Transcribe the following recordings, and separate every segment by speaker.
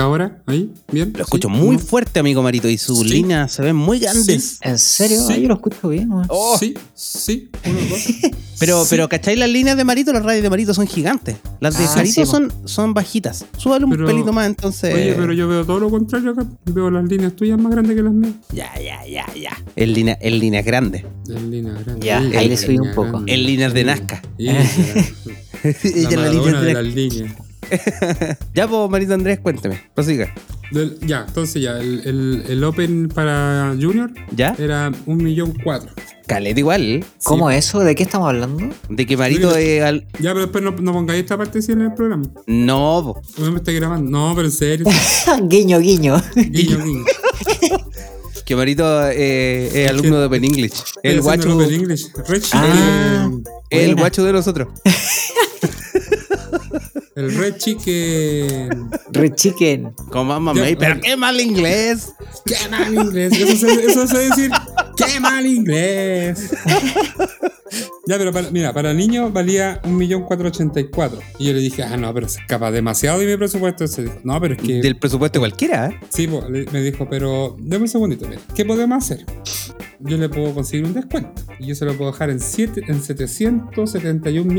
Speaker 1: Ajá, ahí, bien.
Speaker 2: Lo escucho
Speaker 1: sí,
Speaker 2: muy
Speaker 1: ¿no?
Speaker 2: fuerte, amigo Marito, y sus
Speaker 1: Sí.
Speaker 2: líneas se ven muy grandes.
Speaker 3: ¿En serio?
Speaker 1: Sí.
Speaker 3: Ah, yo lo escucho bien, weón.
Speaker 2: Oh,
Speaker 1: Sí, sí, uno, dos.
Speaker 2: pero,
Speaker 1: sí.
Speaker 2: pero, ¿cacháis las líneas de Marito? Las radios de Marito son gigantes. Las de
Speaker 3: Ah,
Speaker 2: Carito
Speaker 3: sí, po.
Speaker 2: son, son bajitas. Súbale un
Speaker 1: Pero-
Speaker 2: pelito más, entonces.
Speaker 1: Oye, pero yo veo todo lo contrario acá. Veo las líneas tuyas más grandes que las mías.
Speaker 2: Ya, ya, ya, ya. En líneas en líneas grandes.
Speaker 1: Las líneas grandes.
Speaker 3: Ya,
Speaker 1: Sí,
Speaker 3: ahí le
Speaker 1: las
Speaker 3: subí un
Speaker 1: líneas
Speaker 3: poco.
Speaker 1: grandes.
Speaker 2: En líneas de
Speaker 1: Sí,
Speaker 2: Nazca.
Speaker 1: sí, sí,
Speaker 2: Ella
Speaker 1: La, la
Speaker 2: en las líneas
Speaker 1: Maradona
Speaker 2: de
Speaker 1: de
Speaker 2: Nazca.
Speaker 1: las líneas.
Speaker 2: Ya, pues, Marito Andrés, cuénteme. Prosiga.
Speaker 1: Del- ya, entonces ya, el, el, el Open para Junior
Speaker 2: ¿Ya?
Speaker 1: era un millón cuatro.
Speaker 2: Caleta igual.
Speaker 3: ¿Cómo eso? ¿De qué estamos hablando?
Speaker 2: De que Marito
Speaker 1: Mira.
Speaker 2: es al-
Speaker 1: Ya, pero después no, no pongáis esta parte así en el programa.
Speaker 2: No, po.
Speaker 1: No me estáis grabando. No, pero en serio.
Speaker 3: guiño, guiño.
Speaker 1: Guiño, guiño.
Speaker 2: que Marito eh, es alumno de Open English. El
Speaker 1: Estoy haciendo
Speaker 2: guacho,
Speaker 1: Open English. Rich,
Speaker 3: Ah.
Speaker 2: el
Speaker 3: Buena.
Speaker 2: guacho de nosotros.
Speaker 1: que- el Red Chicken.
Speaker 3: Rechiquen.
Speaker 2: Con Mamma
Speaker 1: Ya,
Speaker 2: May. Pero
Speaker 1: vale.
Speaker 2: qué mal inglés.
Speaker 1: ¡Qué mal inglés! Eso se, eso se decir. ¡Qué mal inglés! ya, pero para, mira, para niño valía 1.484.000. Y yo le dije, ah, no, pero se escapa demasiado de mi presupuesto. Entonces dijo, no, pero es que.
Speaker 2: Del presupuesto cualquiera. ¿eh?
Speaker 1: Sí, po, le- me dijo, pero dame un segundito, mira, ¿qué podemos hacer? Yo le puedo conseguir un descuento y yo se lo puedo dejar en, siete- en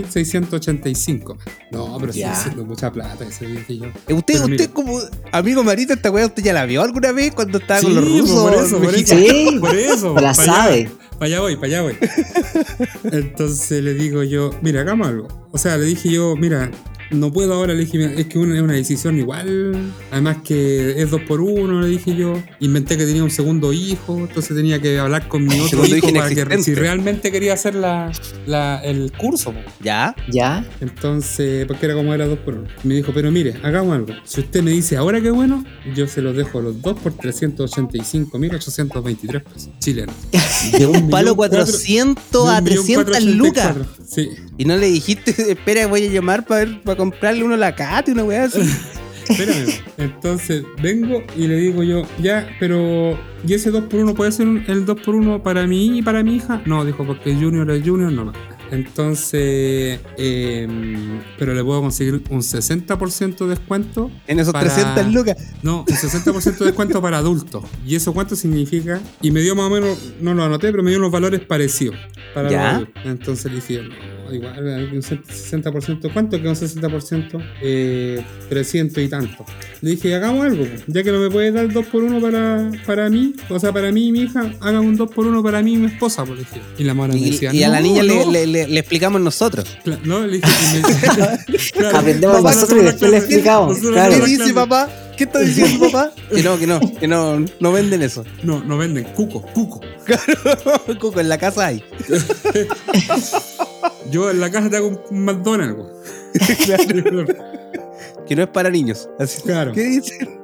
Speaker 1: 771.685. No, pero
Speaker 3: Ya.
Speaker 1: sigue siendo mucha plata, eso dije yo.
Speaker 2: Eh, Usted,
Speaker 1: Pero
Speaker 2: usted
Speaker 1: mira.
Speaker 2: como amigo Marito, esta weá, ¿usted ya la vio alguna vez cuando estaba con los
Speaker 1: Sí, pues,
Speaker 2: rusos?
Speaker 1: por eso, por eso.
Speaker 2: mexicanos?
Speaker 3: Sí,
Speaker 1: Por eso,
Speaker 3: la
Speaker 1: pa' allá-
Speaker 3: sabe.
Speaker 1: Para allá voy, para allá voy. Entonces le digo yo, mira, hagamos algo. O sea, le dije yo, mira, no puedo ahora, le dije, mira, es que una, es una decisión igual. Además que es dos por uno, le dije yo. Inventé que tenía un segundo hijo, entonces tenía que hablar con mi otro
Speaker 2: Segundo
Speaker 1: hijo
Speaker 2: hijo
Speaker 1: para que
Speaker 2: inexistente.
Speaker 1: si realmente quería hacer la, la- el curso. po.
Speaker 2: Ya.
Speaker 3: ¿Ya?
Speaker 1: Entonces, porque era como era dos por uno. Me dijo, pero mire, hagamos algo. Si usted me dice ahora qué bueno, yo se los dejo los dos por 385.823 pesos chilenos.
Speaker 2: De un
Speaker 1: millón
Speaker 2: palo
Speaker 1: cuatro-
Speaker 2: 400 a 300 lucas.
Speaker 1: 1.484. Sí.
Speaker 2: Y no le dijiste, espera, voy a llamar para ver, para comprarle uno la cata y una weá así.
Speaker 1: Espérame. Entonces vengo y le digo yo, ya, pero ¿y ese 2x1 puede ser un- el 2x1 para mí y para mi hija? No, dijo, porque Junior es Junior nomás. Entonces, em, pero le puedo conseguir un 60% de descuento.
Speaker 2: En esos
Speaker 1: Para-
Speaker 2: 300 lucas.
Speaker 1: No, un 60% de descuento para adultos. ¿Y eso cuánto significa? Y me dio más o menos, no lo anoté, pero me dio unos valores parecidos. Para
Speaker 2: Ya.
Speaker 1: los adultos. Entonces le dije, no, igual, hay un 60%. ¿Cuánto que un 60%? Eh, 300 y tanto. Le dije, hagamos algo, pues. ya que no me puede dar 2x1 para, para mí, o sea, para mí y mi hija, hagan un 2x1 para mí y mi esposa, por ejemplo. Y la mona me
Speaker 2: Y,
Speaker 1: decía,
Speaker 2: y a la
Speaker 1: "No,
Speaker 2: niña le,
Speaker 1: no".
Speaker 2: le- le- le explicamos nosotros.
Speaker 1: Cla- No, le dije, y me- Claro,
Speaker 3: Aprendemos
Speaker 1: vamos a hacer
Speaker 3: nosotros y
Speaker 1: una
Speaker 3: después
Speaker 1: clase.
Speaker 3: le explicamos,
Speaker 1: Nosotros
Speaker 3: claro.
Speaker 1: hacemos
Speaker 2: ¿Qué
Speaker 1: una
Speaker 2: dice
Speaker 1: clase.
Speaker 2: papá? ¿Qué está diciendo papá? Que no, que no, que no, no venden eso.
Speaker 1: No, no venden, cuco, cuco.
Speaker 2: Cuco, en la casa hay.
Speaker 1: Yo en la casa te hago un- un McDonald's. güey.
Speaker 2: Que no es para niños. Así,
Speaker 1: Claro.
Speaker 2: ¿Qué dice?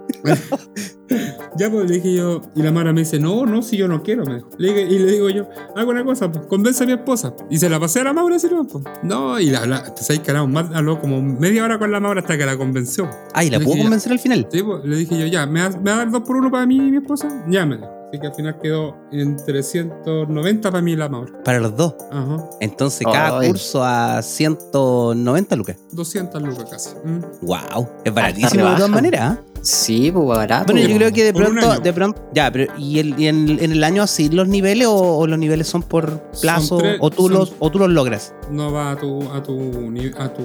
Speaker 1: ya pues le dije yo, y la Mara me dice, no, no, si yo no quiero, me dijo. Le dije- y le digo yo, hago una cosa, pues, convence a mi esposa. Y se la pasé a la Maura, así nomás, pues. No, y la, la pues, ahí caramos más, habló como media hora con la Maura hasta que la convenció.
Speaker 2: Ay, Ah, ¿la
Speaker 1: Le
Speaker 2: puedo
Speaker 1: dije,
Speaker 2: convencer al final?
Speaker 1: Sí, pues, le dije yo, ya, ¿me, vas- me va a dar dos por uno para mí y mi esposa? Ya me dijo. Así que al final quedó en 390 para mí y la Maura.
Speaker 2: Para los dos.
Speaker 1: Ajá.
Speaker 2: Entonces, cada
Speaker 3: Ay.
Speaker 2: curso a 190 lucas.
Speaker 1: 200 lucas casi. Mm.
Speaker 2: Wow, es baratísimo de
Speaker 3: rebaja.
Speaker 2: todas maneras. ¿eh?
Speaker 3: Sí, pues barato.
Speaker 2: Bueno, yo
Speaker 3: weón.
Speaker 2: creo que de
Speaker 1: Por un
Speaker 2: pronto,
Speaker 1: año.
Speaker 2: de pronto, ya, pero ¿y, el- y en, en el año así los niveles o, o los niveles son por plazo
Speaker 1: tres-
Speaker 2: o tú
Speaker 1: son-
Speaker 2: los o tú los logras?
Speaker 1: No va a tu, a tu, ni- a tu,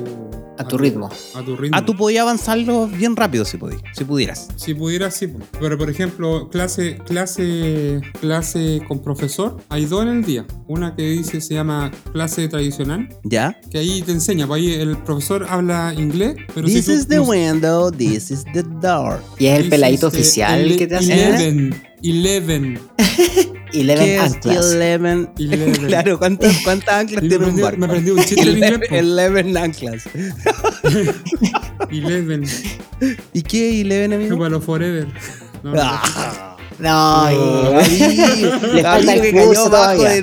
Speaker 3: A tu ritmo.
Speaker 1: A tu ritmo.
Speaker 2: Ah, tú podías avanzarlos bien rápido si podías, si pudieras.
Speaker 1: Si pudiera, sí. po. Pero por ejemplo, clase, clase, clase con profesor, hay dos en el día. Una que dice se llama clase tradicional,
Speaker 2: ¿Ya?
Speaker 1: que ahí te enseña, pues ahí el profesor habla inglés, pero
Speaker 2: this
Speaker 1: si tú-
Speaker 2: is the
Speaker 1: no-
Speaker 2: window, this is the door.
Speaker 3: Y es el
Speaker 1: dices,
Speaker 3: peladito
Speaker 1: eh,
Speaker 3: oficial
Speaker 1: ele-
Speaker 3: que te hace. ¿eh?
Speaker 1: Eleven, eleven.
Speaker 3: Eleven
Speaker 2: Kiss
Speaker 3: Anclas.
Speaker 2: 11.
Speaker 1: Eleven.
Speaker 2: claro, ¿cuántas, cuántas anclas
Speaker 1: Y me
Speaker 2: tiene un
Speaker 1: aprendí-
Speaker 2: barco?
Speaker 1: me aprendí un chiste en inglés. po.
Speaker 2: 11 anclas.
Speaker 1: Eleven,
Speaker 2: ¿Y qué 11, amigo?
Speaker 1: chúpalo forever. No, no,
Speaker 2: Ah.
Speaker 3: No,
Speaker 1: No.
Speaker 3: y- le falta
Speaker 2: Gabriel
Speaker 3: el
Speaker 2: que
Speaker 3: curso
Speaker 2: cayó abajo de
Speaker 3: todavía.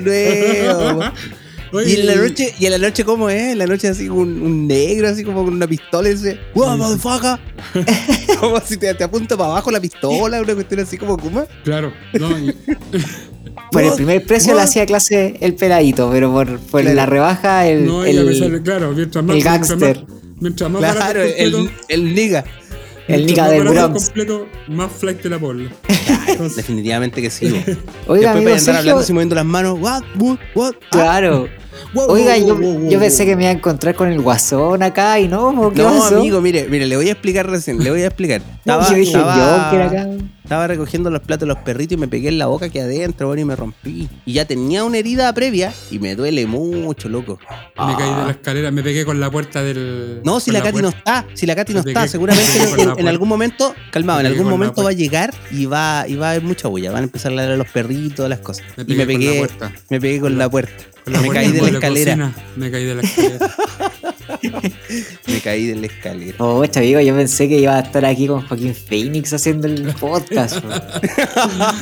Speaker 2: nuevo.
Speaker 1: Oye,
Speaker 2: Y en la noche, y en la noche ¿cómo es? En la noche así un, un negro, así como con una pistola, y dice, ¡Wow, motherfucker! como si te, te apunta para abajo la pistola, una cuestión así como Kuma.
Speaker 1: Claro, no, y-
Speaker 3: Por el
Speaker 2: What?
Speaker 3: primer precio
Speaker 2: What?
Speaker 3: le hacía clase el peladito, pero por, por
Speaker 2: Claro.
Speaker 3: la rebaja el,
Speaker 1: no, y a
Speaker 3: el-
Speaker 1: pesar de- claro, mientras más.
Speaker 3: el
Speaker 1: mientras más-
Speaker 3: gángster.
Speaker 1: Mientras más barato
Speaker 2: Claro,
Speaker 1: el completo,
Speaker 2: el, el nigga.
Speaker 3: El
Speaker 1: Nuestro
Speaker 3: Nica del
Speaker 1: paparazzi
Speaker 3: Bronx.
Speaker 1: completo más flight de la porla. Entonces,
Speaker 2: Definitivamente que sí. bo.
Speaker 3: Oiga,
Speaker 2: Después
Speaker 3: amigo
Speaker 2: para andar hablando
Speaker 3: Sergio,
Speaker 2: así moviendo las manos. What, what, what, ah,
Speaker 3: claro.
Speaker 2: wow,
Speaker 3: Oiga,
Speaker 2: wow,
Speaker 3: yo,
Speaker 2: wow, wow,
Speaker 3: yo
Speaker 2: wow.
Speaker 3: pensé que me iba a encontrar con el guasón acá y no, po, ¿qué
Speaker 2: Ah, No,
Speaker 3: pasó? pues
Speaker 2: amigo, mire, mire, le voy a explicar recién, le voy a explicar. Estaba,
Speaker 3: yo dije,
Speaker 2: estaba-
Speaker 3: yo, que era acá.
Speaker 2: estaba recogiendo los platos de los perritos y me pegué en la boca que adentro, bueno, y me rompí. Y ya tenía una herida previa y me duele mucho, loco.
Speaker 1: Me caí de la
Speaker 2: Ah.
Speaker 1: escalera, me pegué con la puerta del.
Speaker 2: No, si
Speaker 1: con
Speaker 2: la, Katy no
Speaker 1: puerta.
Speaker 2: está, si la Katy no
Speaker 1: Me
Speaker 2: está,
Speaker 1: pegué-
Speaker 2: seguramente
Speaker 1: me pegué con la
Speaker 2: en, en
Speaker 1: puerta.
Speaker 2: algún momento, calmado, en
Speaker 1: Me pegué
Speaker 2: algún
Speaker 1: con la
Speaker 2: momento va a llegar y va, y va a haber mucha bulla, van a empezar a ladrar a los perritos, las cosas.
Speaker 1: Me
Speaker 2: y
Speaker 1: pegué,
Speaker 2: me
Speaker 1: con la
Speaker 2: pegué,
Speaker 1: puerta.
Speaker 2: me pegué con la puerta.
Speaker 1: Con la
Speaker 2: me
Speaker 1: puerta
Speaker 2: caí de
Speaker 1: con
Speaker 2: la escalera.
Speaker 1: cocina, me caí de la escalera.
Speaker 2: Me caí de la escalera.
Speaker 3: Oh, este amigo, yo pensé que iba a estar aquí con Joaquín Phoenix haciendo el podcast. po. Ah,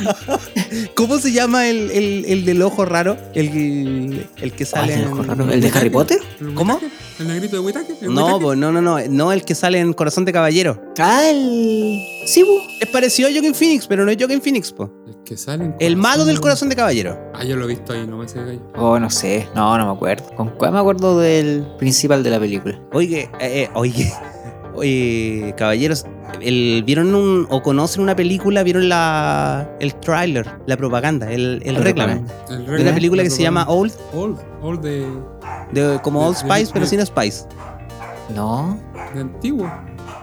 Speaker 2: ¿Cómo se llama el, el, el del ojo raro? El, el que
Speaker 3: ¿Cuál
Speaker 2: sale.
Speaker 3: de
Speaker 2: en-
Speaker 3: los corranos? ¿El de Harry Potter?
Speaker 1: ¿El
Speaker 2: ¿Cómo?
Speaker 1: Whittaker? ¿El negrito de Whitaker?
Speaker 2: No, po, no, no, no, no, el que sale en Corazón de Caballero.
Speaker 3: Ah, el... Sí, bu.
Speaker 2: Es parecido a Joaquin Phoenix, pero no es Joaquin Phoenix, po.
Speaker 1: El que sale. en
Speaker 2: El malo del Corazón de Caballero.
Speaker 1: Ah, yo lo he visto ahí, no me sé gallo.
Speaker 3: Oh, no sé. No, no me acuerdo. ¿Con cuál me acuerdo del principal de la película?
Speaker 2: Oye, eh, eh, oye, oye, caballeros, el, ¿vieron un, o conocen una película? ¿Vieron la, el tráiler, la propaganda, el, el
Speaker 3: El
Speaker 2: reclame?
Speaker 1: El
Speaker 2: De una película que se llama Old,
Speaker 1: Old, Old de,
Speaker 2: de, como
Speaker 1: De-
Speaker 2: Old
Speaker 1: de-
Speaker 2: Spice, pero
Speaker 1: de-
Speaker 2: sin Spice.
Speaker 3: No,
Speaker 1: de antiguo,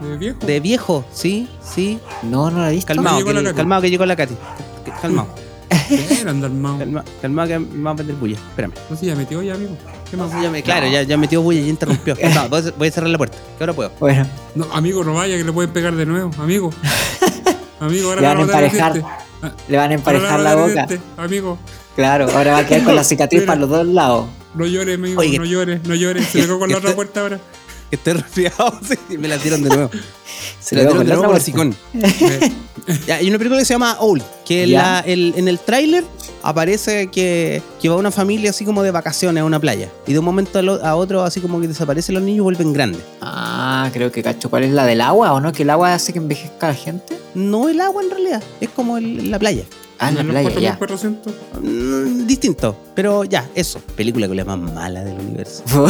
Speaker 1: de viejo.
Speaker 2: De viejo, sí, sí.
Speaker 3: no, no la he visto.
Speaker 2: Calmado,
Speaker 1: llegó la
Speaker 2: que,
Speaker 1: Katy.
Speaker 2: calmado que llegó la Katy. Que- Calmado,
Speaker 1: Era andar mao.
Speaker 2: calma- calmado que me va a meter bulla. Espérame.
Speaker 1: No sé, ya metió ya, amigo. ¿Qué más?
Speaker 2: Ya me- claro, ya, ya metió bulla y interrumpió. Calmado, voy a- voy a cerrar la puerta, que ahora puedo.
Speaker 3: Bueno,
Speaker 1: No, amigo, no vaya que le pueden pegar de nuevo, amigo. Amigo, ahora
Speaker 3: Le
Speaker 1: me
Speaker 3: van a
Speaker 1: matar el
Speaker 3: emparejar,
Speaker 1: diente.
Speaker 3: le van a
Speaker 1: Ahora me
Speaker 3: emparejar
Speaker 1: va
Speaker 3: la
Speaker 1: a dar el
Speaker 3: boca.
Speaker 1: diente, Amigo,
Speaker 3: Claro, ahora va a quedar con la cicatriz para los dos lados.
Speaker 1: no llores, amigo,
Speaker 2: Oye,
Speaker 1: no llores, no llores. Se pegó con la otra
Speaker 2: este-
Speaker 1: puerta ahora.
Speaker 2: Que Estoy resfriado, sí, me la tiraron de nuevo. Se la tiraron
Speaker 3: luego con
Speaker 2: de
Speaker 3: la
Speaker 2: nuevo
Speaker 3: otra
Speaker 2: por el
Speaker 3: vuelta.
Speaker 2: sicón.
Speaker 1: Eh,
Speaker 2: Ya, hay una película que se llama Old, que la-
Speaker 3: Ya.
Speaker 2: el- en el tráiler aparece que, que va una familia así como de vacaciones a una playa. Y de un momento a, lo- a otro así como que desaparecen los niños y vuelven grandes.
Speaker 3: Ah, creo que cacho. ¿Cuál es la del agua o no? ¿Que el agua hace que envejezca a la gente?
Speaker 2: No el agua en realidad, es como el- la playa.
Speaker 3: Ah, en la
Speaker 1: de los
Speaker 3: playa, ya.
Speaker 1: 4.400.
Speaker 2: Mm, distinto, pero ya, eso. Película que es la más mala del universo.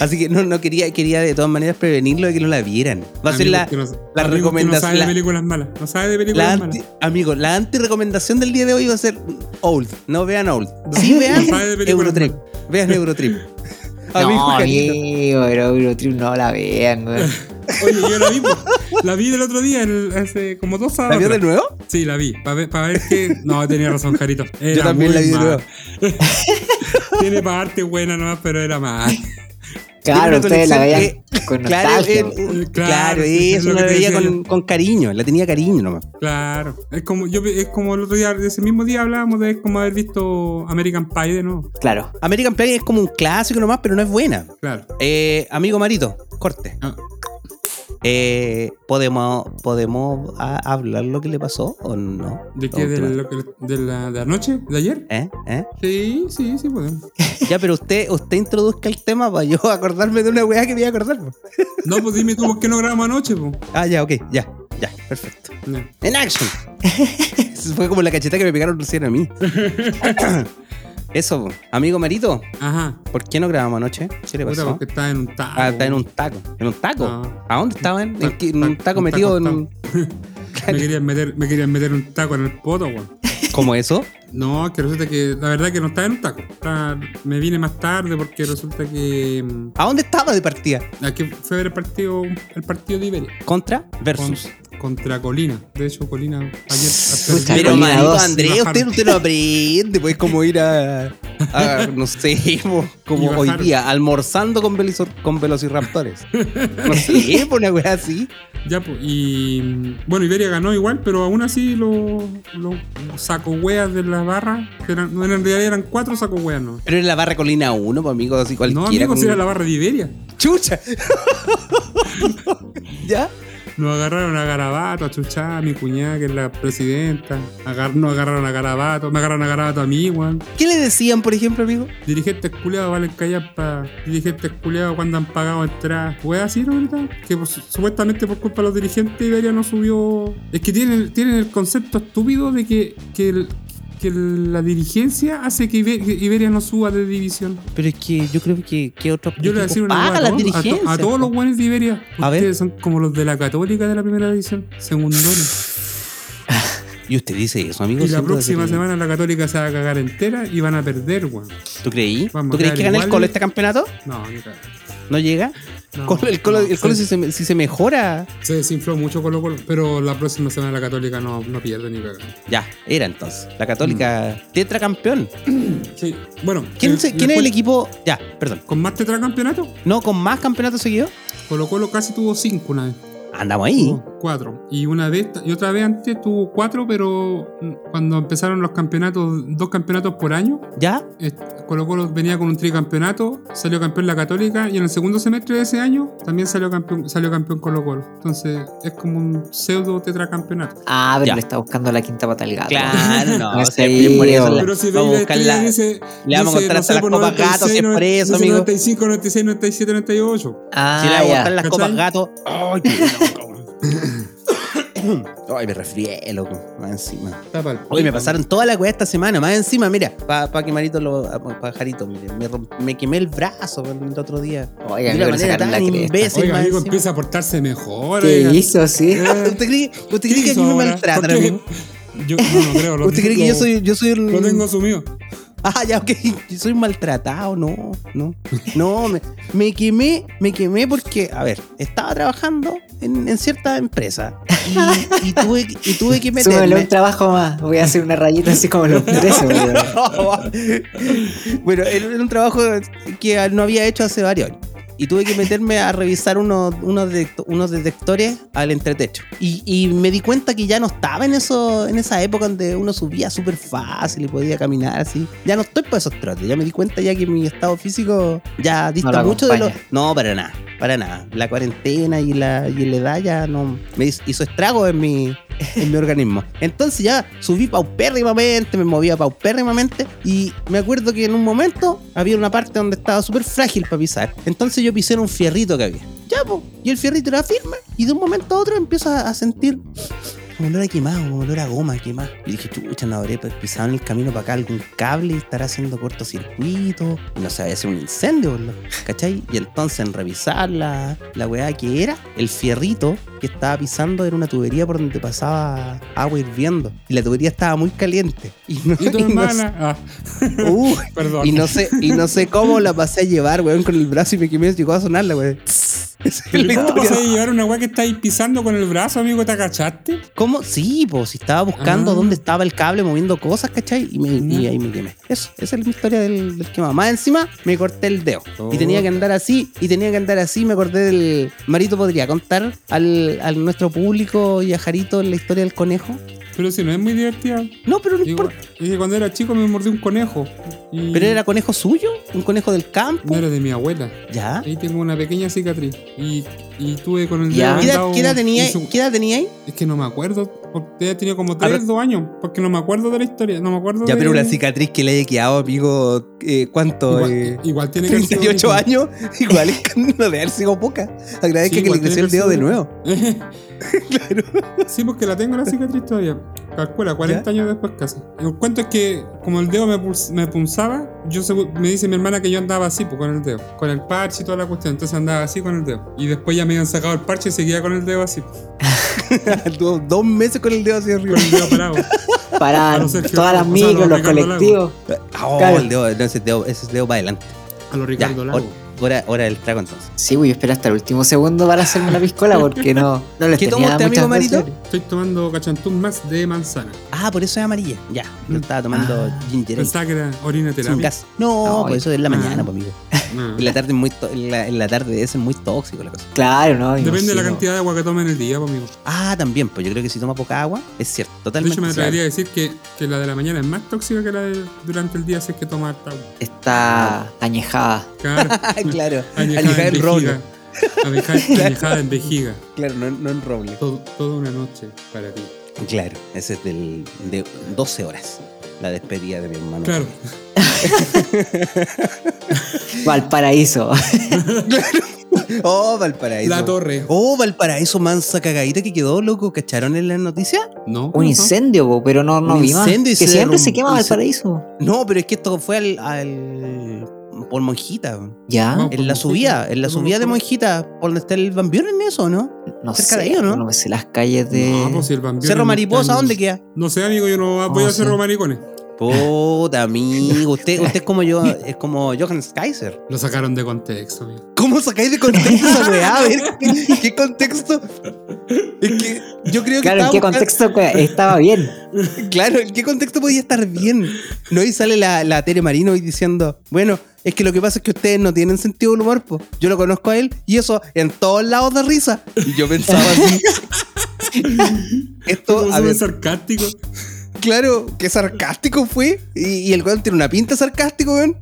Speaker 2: Así que no, no quería, quería de todas maneras prevenirlo de que no la vieran. Va a ser
Speaker 1: Amigo
Speaker 2: la,
Speaker 1: que no-
Speaker 2: la
Speaker 1: amigo que No
Speaker 2: recomendación-
Speaker 1: sabe
Speaker 2: la-
Speaker 1: de películas malas. No sabe de
Speaker 2: La
Speaker 1: películas
Speaker 2: anti,
Speaker 1: malas.
Speaker 2: amigo, la anti-recomendación del día de hoy va a ser Old. No vean Old. Sí,
Speaker 1: No
Speaker 2: vean
Speaker 1: sabe de películas
Speaker 2: Eurotrip. Vean Eurotrip.
Speaker 3: No,
Speaker 2: Janito.
Speaker 3: amigo, pero Eurotrip no la vean, güey.
Speaker 1: Oye, yo la vi, po. la vi el otro día, el- hace como dos
Speaker 2: ¿La
Speaker 1: sábados.
Speaker 2: vio de
Speaker 1: atrás.
Speaker 2: nuevo?
Speaker 1: Sí, la vi. Para ver, pa' ver que. No, tenía razón, Jarito. Era
Speaker 2: Yo también
Speaker 1: muy
Speaker 2: la vi de
Speaker 1: mala.
Speaker 2: nuevo.
Speaker 1: Tiene parte buena nomás, pero era más.
Speaker 2: Tiene
Speaker 3: Claro,
Speaker 2: una
Speaker 3: ustedes la
Speaker 2: conexión
Speaker 3: vean con
Speaker 2: Claro,
Speaker 3: nostalgia.
Speaker 2: eh,
Speaker 3: güey.
Speaker 2: claro,
Speaker 1: Claro, sí, es
Speaker 2: eso
Speaker 1: lo
Speaker 2: la
Speaker 1: que te
Speaker 2: veía
Speaker 1: decía
Speaker 2: con, con cariño, la tenía cariño nomás.
Speaker 1: Claro. Es como, yo, es como el otro día, ese mismo día hablábamos de como haber visto American Pie de nuevo.
Speaker 3: Claro.
Speaker 2: American Play es como un clásico nomás, pero no es buena.
Speaker 1: Claro.
Speaker 2: Eh, amigo Marito, corte.
Speaker 1: Ah.
Speaker 2: Eh, ¿Podemos, podemos a- hablar lo que le pasó o no?
Speaker 1: ¿De
Speaker 2: La
Speaker 1: qué? ¿De,
Speaker 2: última-
Speaker 1: lo que- de la, de anoche? ¿De ayer?
Speaker 2: ¿Eh? ¿Eh?
Speaker 1: Sí, sí, sí podemos.
Speaker 2: Ya, pero usted, usted introduzca el tema para yo acordarme de una weá que me iba a acordar. po.
Speaker 1: No, pues dime tú por qué no grabamos anoche, pues.
Speaker 2: Ah, ya, ok, ya, ya, perfecto.
Speaker 1: Ya.
Speaker 2: En action. Eso fue como la cacheta que me pegaron recién a mí. Eso, po. amigo Marito,
Speaker 1: Ajá.
Speaker 2: ¿por qué no grabamos anoche? ¿Qué le
Speaker 1: Puta,
Speaker 2: pasó?
Speaker 1: porque está en un taco.
Speaker 2: Ah, está en un taco. ¿En un taco?
Speaker 1: Ah.
Speaker 2: ¿A dónde estaban? ¿En,
Speaker 1: Tac,
Speaker 2: qué- en un
Speaker 1: tac,
Speaker 2: taco
Speaker 1: un
Speaker 2: metido
Speaker 1: taco,
Speaker 2: en.
Speaker 1: Me querían meter, me querían meter un taco en el poto, weón.
Speaker 2: ¿Cómo eso?
Speaker 1: No, que resulta que la verdad que no estaba en un taco. Estaba- me vine más tarde porque resulta que mm,
Speaker 2: ¿A dónde estaba de partida?
Speaker 1: aquí fue a ver el partido, el partido de Iberia.
Speaker 2: ¿Contra?
Speaker 1: Con-
Speaker 2: Versus.
Speaker 1: contra Colina. De hecho, Colina ayer. hasta el
Speaker 3: Puta,
Speaker 1: día-
Speaker 2: Pero
Speaker 3: Colina
Speaker 2: Marito
Speaker 3: dos.
Speaker 2: Andrés, usted,
Speaker 1: Bajaron.
Speaker 2: usted no aprende, pues como ir a, a, no sé, po, como
Speaker 1: Y
Speaker 2: hoy
Speaker 1: bajaron.
Speaker 2: día, almorzando con, velizor- con velociraptores. No sé, po, una weá así.
Speaker 1: Ya, pues, y mm, bueno, Iberia ganó igual, pero aún así los lo, los saco weas de la barra. que eran- no, en realidad eran cuatro saco weas, ¿no?
Speaker 2: Pero en la barra colina 1, pues amigos, así cualquiera.
Speaker 1: No, amigo,
Speaker 2: con-
Speaker 1: si era la barra de Iberia.
Speaker 2: ¡Chucha! ¿Ya?
Speaker 1: Nos agarraron a Garabato, a Chuchá, a mi cuñada, que es la presidenta. Agar- nos agarraron a Garabato, me agarraron a Garabato a mí, weón.
Speaker 2: ¿Qué le decían, por ejemplo, amigo?
Speaker 1: Dirigentes culiados valen callar para dirigentes culiados cuando han pagado entradas. Wea así, ¿no? gritaban? Que por su- supuestamente por culpa de los dirigentes Iberia no subió. Es que tienen, tienen el concepto estúpido de que, que el- que la dirigencia hace que Ibe- que Iberia no suba de división.
Speaker 2: Pero es que yo creo que, que otro.
Speaker 1: Yo le voy a decir una
Speaker 2: paga
Speaker 1: hueá
Speaker 2: la
Speaker 1: a, todos- a to-
Speaker 2: dirigencia. pues.
Speaker 1: a todos los buenos de Iberia.
Speaker 2: A ver.
Speaker 1: Ustedes son como los de la Católica de la primera edición, segundones.
Speaker 2: Y usted dice eso, amigo.
Speaker 1: Y la
Speaker 2: sin duda,
Speaker 1: próxima
Speaker 2: sí.
Speaker 1: semana la Católica se va a cagar entera y van a perder, weón.
Speaker 2: ¿Tú creí?
Speaker 1: Vamos,
Speaker 2: ¿Tú crees que
Speaker 1: claro,
Speaker 2: gana el
Speaker 1: igual-
Speaker 2: Colo este campeonato?
Speaker 1: No, ni cagar.
Speaker 2: ¿No llega?
Speaker 1: No,
Speaker 2: Colo- el Colo,
Speaker 1: no,
Speaker 2: el Colo
Speaker 1: se,
Speaker 2: si, se, si se mejora.
Speaker 1: se desinfló mucho Colo Colo, pero la próxima semana la Católica no, no pierde ni cagar.
Speaker 2: Ya, era entonces. La Católica tetracampeón.
Speaker 1: Mm. Sí, bueno.
Speaker 2: ¿Quién,
Speaker 1: eh,
Speaker 2: se- quién es
Speaker 1: después-
Speaker 2: el equipo? Ya, perdón.
Speaker 1: ¿Con más tetracampeonato?
Speaker 2: ¿No con más campeonatos seguidos?
Speaker 1: Colo Colo casi tuvo cinco una vez.
Speaker 2: Andamos ahí.
Speaker 1: Tuvo Cuatro. Y una vez y otra vez antes tuvo cuatro, pero mm, cuando empezaron los campeonatos, dos campeonatos por año,
Speaker 2: ¿Ya?
Speaker 1: eh, Colo Colo venía con un tricampeonato, salió campeón la Católica y en el segundo semestre de ese año también salió campeón, salió campeón Colo Colo. Entonces es como un pseudo tetracampeonato.
Speaker 3: Ah, pero
Speaker 2: Ya.
Speaker 3: le está buscando la quinta pata al gato.
Speaker 2: Claro, no.
Speaker 3: No
Speaker 2: o sea,
Speaker 3: sé,
Speaker 2: es por eso
Speaker 3: o-
Speaker 2: la-
Speaker 1: Pero si
Speaker 2: vamos
Speaker 1: veis
Speaker 2: a
Speaker 1: la
Speaker 2: buscar
Speaker 1: estrella
Speaker 2: la-
Speaker 1: dice,
Speaker 2: le vamos a
Speaker 1: dice,
Speaker 2: contar hasta las
Speaker 1: por
Speaker 2: copas gato, si es
Speaker 1: 96,
Speaker 2: por eso,
Speaker 1: dice
Speaker 2: amigo.
Speaker 1: 95, 96, 97, 98.
Speaker 3: Ah,
Speaker 2: Si le vamos a
Speaker 3: ya.
Speaker 2: botar las
Speaker 1: ¿Cachai?
Speaker 2: copas gato. Ay, qué bueno, cabrón. Ay, me resfrié, loco. Más encima.
Speaker 1: Tapa el
Speaker 2: Hoy me
Speaker 1: pico.
Speaker 2: pasaron toda la weá esta semana. Más encima, mira. Para pa que Marito lo. pa- Pajarito, mire. Me, romp- me quemé el brazo el otro día.
Speaker 3: Oye,
Speaker 2: de una
Speaker 3: amigo, le
Speaker 2: manera tan
Speaker 3: sacaron la cresta.
Speaker 2: imbécil.
Speaker 1: Oiga,
Speaker 2: más
Speaker 1: amigo,
Speaker 2: encima.
Speaker 1: empieza a portarse mejor.
Speaker 3: ¿Qué
Speaker 1: oiga.
Speaker 3: hizo, sí?
Speaker 1: Eh,
Speaker 2: ¿Usted cree, usted
Speaker 1: ¿Qué
Speaker 2: cree que a
Speaker 1: hizo
Speaker 2: mí me
Speaker 1: ahora?
Speaker 2: maltratan,
Speaker 1: ¿Por qué?
Speaker 2: amigo?
Speaker 1: Yo no lo creo. Lo
Speaker 2: ¿Usted cree que yo
Speaker 1: tengo-
Speaker 2: soy, yo soy el.
Speaker 1: Lo tengo asumido.
Speaker 2: Ah, ya, ok. Yo soy maltratado, no, no. No, me, me quemé, me quemé porque, a ver, estaba trabajando en, en cierta empresa y, y tuve, que- y tuve que
Speaker 3: Súmele un
Speaker 2: meterme.
Speaker 3: trabajo más. Voy a hacer una rayita así como los presos, weón.
Speaker 2: bueno, era un trabajo que no había hecho hace varios años. Y tuve que meterme a revisar unos, unos, detecto- unos detectores al entretecho. Y, y me di cuenta que ya no estaba en, eso, en esa época donde uno subía súper fácil y podía caminar así. Ya no estoy para esos trotes. Ya me di cuenta ya que mi estado físico ya dista
Speaker 3: lo
Speaker 2: mucho de lo...
Speaker 3: acompaña.
Speaker 2: No, para nada. Para nada. La cuarentena y la, y la edad ya no... Me hizo hizo estragos en mi, en mi organismo. Entonces ya subí paupérrimamente, me movía paupérrimamente y me acuerdo que en un momento había una parte donde estaba súper frágil para pisar. Entonces yo pisé en un fierrito que había. Ya, po. Y el fierrito era firme y de un momento a otro empiezo a, a sentir un olor a quemado, un olor a goma quemada. Y dije, chucha, no habré pisado en el camino para acá algún cable y estará haciendo cortocircuito. Y no se vaya a hacer un incendio, boludo. ¿Cachai? Y entonces en revisar la, la weá que era, el fierrito que estaba pisando era una tubería por donde pasaba agua hirviendo. Y la tubería estaba muy caliente. Y no,
Speaker 1: Y tu
Speaker 2: y no
Speaker 1: hermana. Ah,
Speaker 2: sé- uh,
Speaker 1: perdón.
Speaker 2: y no sé, y no sé cómo la pasé a llevar, weón, con el brazo y me quemé, llegó a sonarla, weón. Esa es la
Speaker 1: ¿Pero ¿Cómo
Speaker 2: historia.
Speaker 1: vas a llevar una weá que está ahí pisando con el brazo, amigo? ¿Te agachaste?
Speaker 2: ¿Cómo? Sí, pues si estaba buscando
Speaker 1: Ah.
Speaker 2: dónde estaba el cable moviendo cosas, ¿cachai? Y, me- y
Speaker 1: Ya.
Speaker 2: ahí me quemé. Eso, esa es la historia del, del quemado. Más encima, me corté el dedo.
Speaker 1: Oh.
Speaker 2: Y tenía que andar así, y tenía que andar así, me corté del. Marito podría contar al, al nuestro público y a Jarito la historia del conejo.
Speaker 1: Pero si no es muy divertida.
Speaker 2: No, pero no
Speaker 1: Digo,
Speaker 2: importa.
Speaker 1: es que cuando era chico me mordió un conejo. Y
Speaker 2: ¿Pero era conejo suyo? ¿Un conejo del campo?
Speaker 1: No era de mi abuela.
Speaker 2: Ya.
Speaker 1: Ahí tengo una pequeña cicatriz. Y, y tuve con el
Speaker 3: Ya.
Speaker 1: dedo
Speaker 2: ¿Qué edad,
Speaker 1: vendado
Speaker 2: qué edad tenía,
Speaker 1: un seg-
Speaker 2: qué edad tenía ahí?
Speaker 1: Es que no me acuerdo. Porque tenía como 3, 2 años. Porque no me acuerdo de la historia. No me acuerdo
Speaker 2: Ya,
Speaker 1: de-
Speaker 2: pero una cicatriz que le haya quedado, amigo, eh, ¿cuánto? Eh,
Speaker 1: Igual, igual tiene que haber sido
Speaker 2: 38
Speaker 1: bonito.
Speaker 2: años, igual es no de haber sido poca. Agradezca
Speaker 1: Sí,
Speaker 2: que
Speaker 1: igual
Speaker 2: le
Speaker 1: tiene
Speaker 2: creció el dedo
Speaker 1: que
Speaker 2: de
Speaker 1: ser-
Speaker 2: nuevo.
Speaker 1: Sí, porque la tengo la cicatriz todavía. Calcula, 40 años después casi. El cuento es que, como el dedo me, puls- me punzaba, yo segu- me dice mi hermana que yo andaba así, pues, con el dedo. Con el parche y toda la cuestión. Entonces andaba así con el dedo. Y después ya me habían sacado el parche y seguía con el dedo así.
Speaker 2: Estuvo dos meses con el dedo hacia arriba.
Speaker 1: Con el dedo parado.
Speaker 3: Para
Speaker 1: A no ser que
Speaker 3: todas las
Speaker 1: vamos a pasarlo
Speaker 3: micros, los
Speaker 1: picando el agua.
Speaker 3: colectivos.
Speaker 2: Oh,
Speaker 3: Claro.
Speaker 2: el dedo, no, ese dedo, ese es dedo para adelante.
Speaker 1: A lo
Speaker 2: Ya,
Speaker 1: Ricardo Lago.
Speaker 2: hor- hora, hora del trago entonces.
Speaker 3: Sí, güey, yo esperé hasta el último segundo para hacerme la piscola porque no, no les
Speaker 2: ¿Qué
Speaker 3: tenía
Speaker 2: toma usted,
Speaker 3: muchas
Speaker 2: amigo Marito?
Speaker 3: veces.
Speaker 1: Estoy tomando cachantún más de manzana.
Speaker 2: Ah, por eso es amarilla. Ya, yo
Speaker 1: Mm.
Speaker 2: estaba tomando
Speaker 3: Ah.
Speaker 2: ginger ale.
Speaker 1: Pensaba que era orina
Speaker 2: Sin
Speaker 1: terapia.
Speaker 2: gas. No,
Speaker 3: Ay.
Speaker 2: por eso es en la
Speaker 1: Ah.
Speaker 2: mañana, pues, amigo.
Speaker 1: No.
Speaker 2: En la tarde es muy to- en, la, en la tarde es muy tóxico la cosa.
Speaker 3: Claro, no.
Speaker 1: Depende de la
Speaker 3: imagino.
Speaker 1: cantidad de agua que tome en el día, pues, amigo.
Speaker 2: Ah, también, pues yo creo que si toma poca agua, es cierto,
Speaker 1: De
Speaker 2: totalmente.
Speaker 1: hecho, me
Speaker 2: cierto.
Speaker 1: atrevería a decir que, que la de la mañana es más tóxica que la de durante el día si es que toma harta agua.
Speaker 3: Está añejada.
Speaker 1: Claro.
Speaker 2: Ah, claro,
Speaker 1: Añejada
Speaker 2: Añejada
Speaker 1: en
Speaker 2: en
Speaker 1: vejiga.
Speaker 2: roble.
Speaker 1: Añeja- Añejada en vejiga.
Speaker 2: Claro, no, no en roble.
Speaker 1: Todo- toda una noche para ti.
Speaker 2: Claro, ese es del, de 12 horas. La despedida de mi hermano.
Speaker 1: Claro.
Speaker 3: Valparaíso.
Speaker 2: Oh, Valparaíso.
Speaker 1: La torre.
Speaker 2: Oh, Valparaíso, mansa cagadita que quedó, loco. ¿Cacharon en las noticias?
Speaker 1: No.
Speaker 3: Un incendio, po, pero no, no
Speaker 2: Un
Speaker 3: vi más.
Speaker 2: incendio y
Speaker 3: Que
Speaker 2: se
Speaker 3: siempre se
Speaker 2: derrum-
Speaker 3: quema
Speaker 2: y se-
Speaker 3: Valparaíso.
Speaker 2: No, pero es que esto fue al. al por Monjita.
Speaker 3: Ya,
Speaker 1: Vamos.
Speaker 2: En la subida, en la subida de Monjita, por donde está el Van Buren, eso, ¿no?
Speaker 3: no
Speaker 2: cerca de
Speaker 3: sé.
Speaker 2: ahí, ¿o no?
Speaker 3: No me sé las calles de.
Speaker 1: No, pues si el Van Buren
Speaker 2: Cerro
Speaker 1: no
Speaker 2: Mariposa,
Speaker 1: está en-
Speaker 2: ¿dónde queda?
Speaker 1: No sé, amigo, yo no voy
Speaker 3: No
Speaker 1: a
Speaker 3: sé.
Speaker 1: Cerro Maricones.
Speaker 2: Puta, amigo. Usted, usted es como yo, es como Johan Kaiser.
Speaker 1: Lo sacaron de contexto, amigo.
Speaker 2: ¿Cómo sacáis de contexto esa weá? A ver, ¿qué, qué contexto? Es que yo creo que.
Speaker 3: claro, ¿en
Speaker 2: estaba
Speaker 3: qué
Speaker 2: buscando-
Speaker 3: contexto que- estaba bien?
Speaker 2: Claro, ¿en qué contexto podía estar bien? No, y sale la, la Tere Marino y diciendo, bueno, es que lo que pasa es que ustedes no tienen sentido del humor, po. yo lo conozco a él, y eso en todos lados de risa. Y yo pensaba así. Esto,
Speaker 1: ¿Cómo
Speaker 2: a
Speaker 1: se ve
Speaker 2: ver,
Speaker 1: sarcástico?
Speaker 2: claro, qué sarcástico fue. Y, y el weón tiene una pinta sarcástico, weón.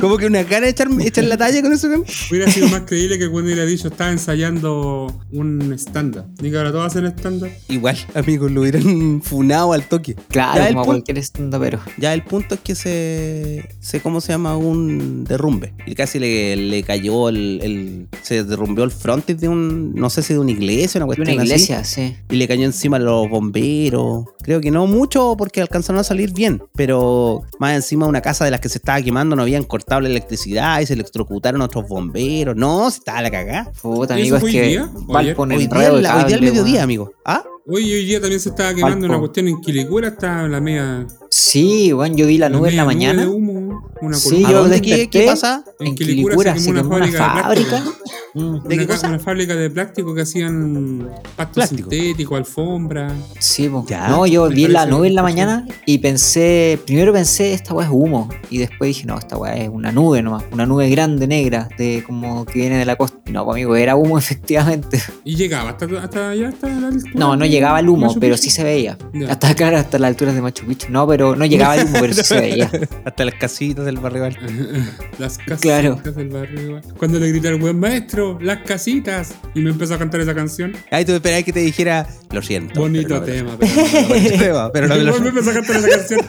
Speaker 2: Como que una cara de echar, echar la talla con ese weón.
Speaker 1: Hubiera sido más creíble que cuando hubiera dicho estaba ensayando un estándar. Ni que ahora todos hacen estándar.
Speaker 2: Igual, amigos, lo hubieran funado al toque. Ya,
Speaker 3: Claro,
Speaker 2: el
Speaker 3: como a
Speaker 2: punto-
Speaker 3: cualquier estandapero.
Speaker 2: Ya el punto es que se, se ¿cómo se llama? Un derrumbe. Y casi le, le cayó el, el- se derrumbió el frontis de un, no sé si de una iglesia, una
Speaker 3: De
Speaker 2: cuestión
Speaker 3: una
Speaker 2: así.
Speaker 3: iglesia, sí.
Speaker 2: Y le cayó encima a los bomberos. Creo que no mucho porque alcanzaron a salir bien. Pero más encima una casa de las que se estaba quemando no habían cortado la electricidad y se electrocutaron otros bomberos. No, se estaba la cagada.
Speaker 3: Puta,
Speaker 1: ¿Y eso
Speaker 3: amigo, es
Speaker 1: fue hoy
Speaker 3: que
Speaker 1: día? ¿O ayer?
Speaker 3: Valpo en
Speaker 2: Hoy
Speaker 3: el
Speaker 2: día,
Speaker 3: radio
Speaker 2: al- hoy día al
Speaker 3: cable,
Speaker 2: mediodía,
Speaker 3: weón.
Speaker 2: amigo. ¿Ah?
Speaker 1: Hoy, hoy día también se estaba quemando
Speaker 3: Palpo.
Speaker 1: una cuestión en Quilicura, estaba la media.
Speaker 3: Sí, weón, yo vi la nube en
Speaker 1: media
Speaker 3: la mañana.
Speaker 1: de humo, una
Speaker 3: Sí,
Speaker 1: columna.
Speaker 2: ¿A
Speaker 3: yo
Speaker 2: dónde? ¿Qué,
Speaker 3: desperté.
Speaker 2: qué pasa?
Speaker 3: En Quilicura se quemó una fábrica.
Speaker 1: plástico.
Speaker 3: Mm,
Speaker 2: ¿De qué
Speaker 1: una, ca-
Speaker 2: cosa?
Speaker 1: una fábrica de plástico que hacían pasto
Speaker 2: Plástico.
Speaker 1: sintético, alfombra.
Speaker 3: Sí, po.
Speaker 2: Ya.
Speaker 3: No, yo
Speaker 1: Me
Speaker 3: vi la
Speaker 1: parece
Speaker 3: nube en la
Speaker 1: perfecto.
Speaker 3: mañana y pensé, primero pensé, esta weá es humo. Y después dije, no, esta weá es una nube nomás. Una nube grande, negra, de como que viene de la costa. Y no, pues, amigo, era humo efectivamente.
Speaker 1: Y llegaba hasta, hasta allá, hasta la altura
Speaker 3: No, no
Speaker 1: de
Speaker 3: llegaba el humo,
Speaker 1: Machu
Speaker 3: pero
Speaker 1: Picchu.
Speaker 3: sí se veía.
Speaker 1: Ya.
Speaker 3: Hasta acá, hasta las alturas de Machu Picchu. No, pero no llegaba el humo, pero sí se veía.
Speaker 2: Hasta las casitas del barrio alto.
Speaker 1: Las casitas
Speaker 3: Claro.
Speaker 1: del barrio. igual. Cuando le grita al buen maestro, las casitas. Y me empezó a cantar esa canción.
Speaker 2: Ahí tú esperabas que te dijera, lo siento.
Speaker 1: Bonito
Speaker 2: pero no me
Speaker 1: tema. Pero no,
Speaker 2: lo- Bonito tema, pero no me lo
Speaker 1: Igual me empezó a cantar esa canción.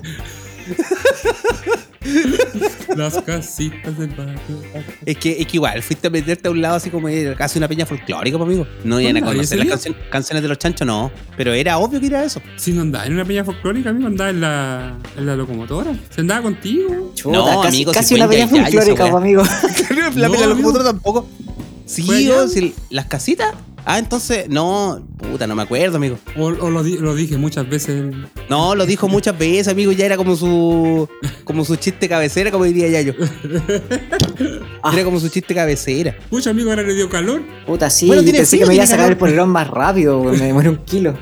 Speaker 1: las casitas del barrio.
Speaker 2: es que, es que igual, fuiste a meterte a un lado así como era casi una peña folclórica, pues, amigo. No iban
Speaker 1: ¿Onda?
Speaker 2: a
Speaker 1: ¿En
Speaker 2: conocer las
Speaker 1: serio?
Speaker 2: cancion- canciones de los chanchos, no. Pero era obvio que era eso.
Speaker 1: Si no andaba en una peña folclórica, amigo, andaba en la, en la locomotora. Se andaba contigo.
Speaker 3: Chuta,
Speaker 2: No,
Speaker 3: casi,
Speaker 2: amigo,
Speaker 3: casi
Speaker 2: si
Speaker 3: una
Speaker 2: fue en
Speaker 3: pelea
Speaker 2: Yayay esa
Speaker 3: folclórica,
Speaker 2: weá.
Speaker 3: po, amigo.
Speaker 2: la
Speaker 1: No,
Speaker 2: pelea
Speaker 1: amigo.
Speaker 2: locomotora tampoco. Sí,
Speaker 1: Fue allá.
Speaker 2: o si- las casitas. Ah, entonces, no, puta, no me acuerdo, amigo.
Speaker 1: O, o lo, di- lo dije muchas veces.
Speaker 2: No, lo dijo muchas veces, amigo, ya era como su como su chiste cabecera, como diría Yayo. Era como su chiste cabecera.
Speaker 1: Mucho amigo ahora le dio calor.
Speaker 3: Puta, sí,
Speaker 2: Bueno, tiene
Speaker 3: pensé
Speaker 2: frío,
Speaker 3: que me iba a
Speaker 2: tiene
Speaker 3: sacar el
Speaker 2: calor.
Speaker 3: polerón más rápido, weón, me demoré un kilo.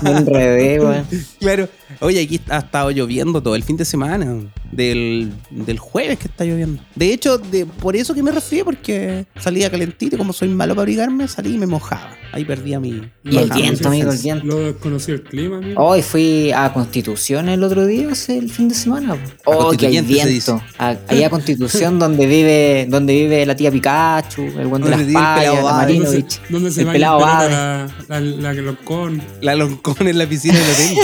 Speaker 3: Me enredé, weón.
Speaker 2: Claro. Oye, aquí ha estado lloviendo todo el fin de semana. Del, del jueves que está lloviendo. De hecho, de, por eso que me resfrié, porque salía calentito y como soy malo para abrigarme, salí y me mojaba. Ahí perdí a mi...
Speaker 3: Y el
Speaker 2: bajaba.
Speaker 3: viento, amigo, el viento. Oh,
Speaker 1: Lo desconocí el clima, amigo.
Speaker 3: Hoy fui a Constitución el otro día, hace el fin de semana. po.
Speaker 2: A
Speaker 3: Oh, que hay
Speaker 2: Constituyente, se
Speaker 3: viento. A- Ahí a Constitución donde vive, donde vive la tía Pikachu, el buen
Speaker 2: Donde
Speaker 3: de las
Speaker 2: vive el
Speaker 3: payas,
Speaker 2: pelado
Speaker 3: la
Speaker 2: Bade.
Speaker 1: ¿Dónde
Speaker 3: Marinovich.
Speaker 1: se, dónde se
Speaker 3: El
Speaker 1: baña
Speaker 3: pelado
Speaker 1: en pelota
Speaker 3: Bade.
Speaker 1: la, la, la locón?
Speaker 2: La loncón en la piscina del hotel.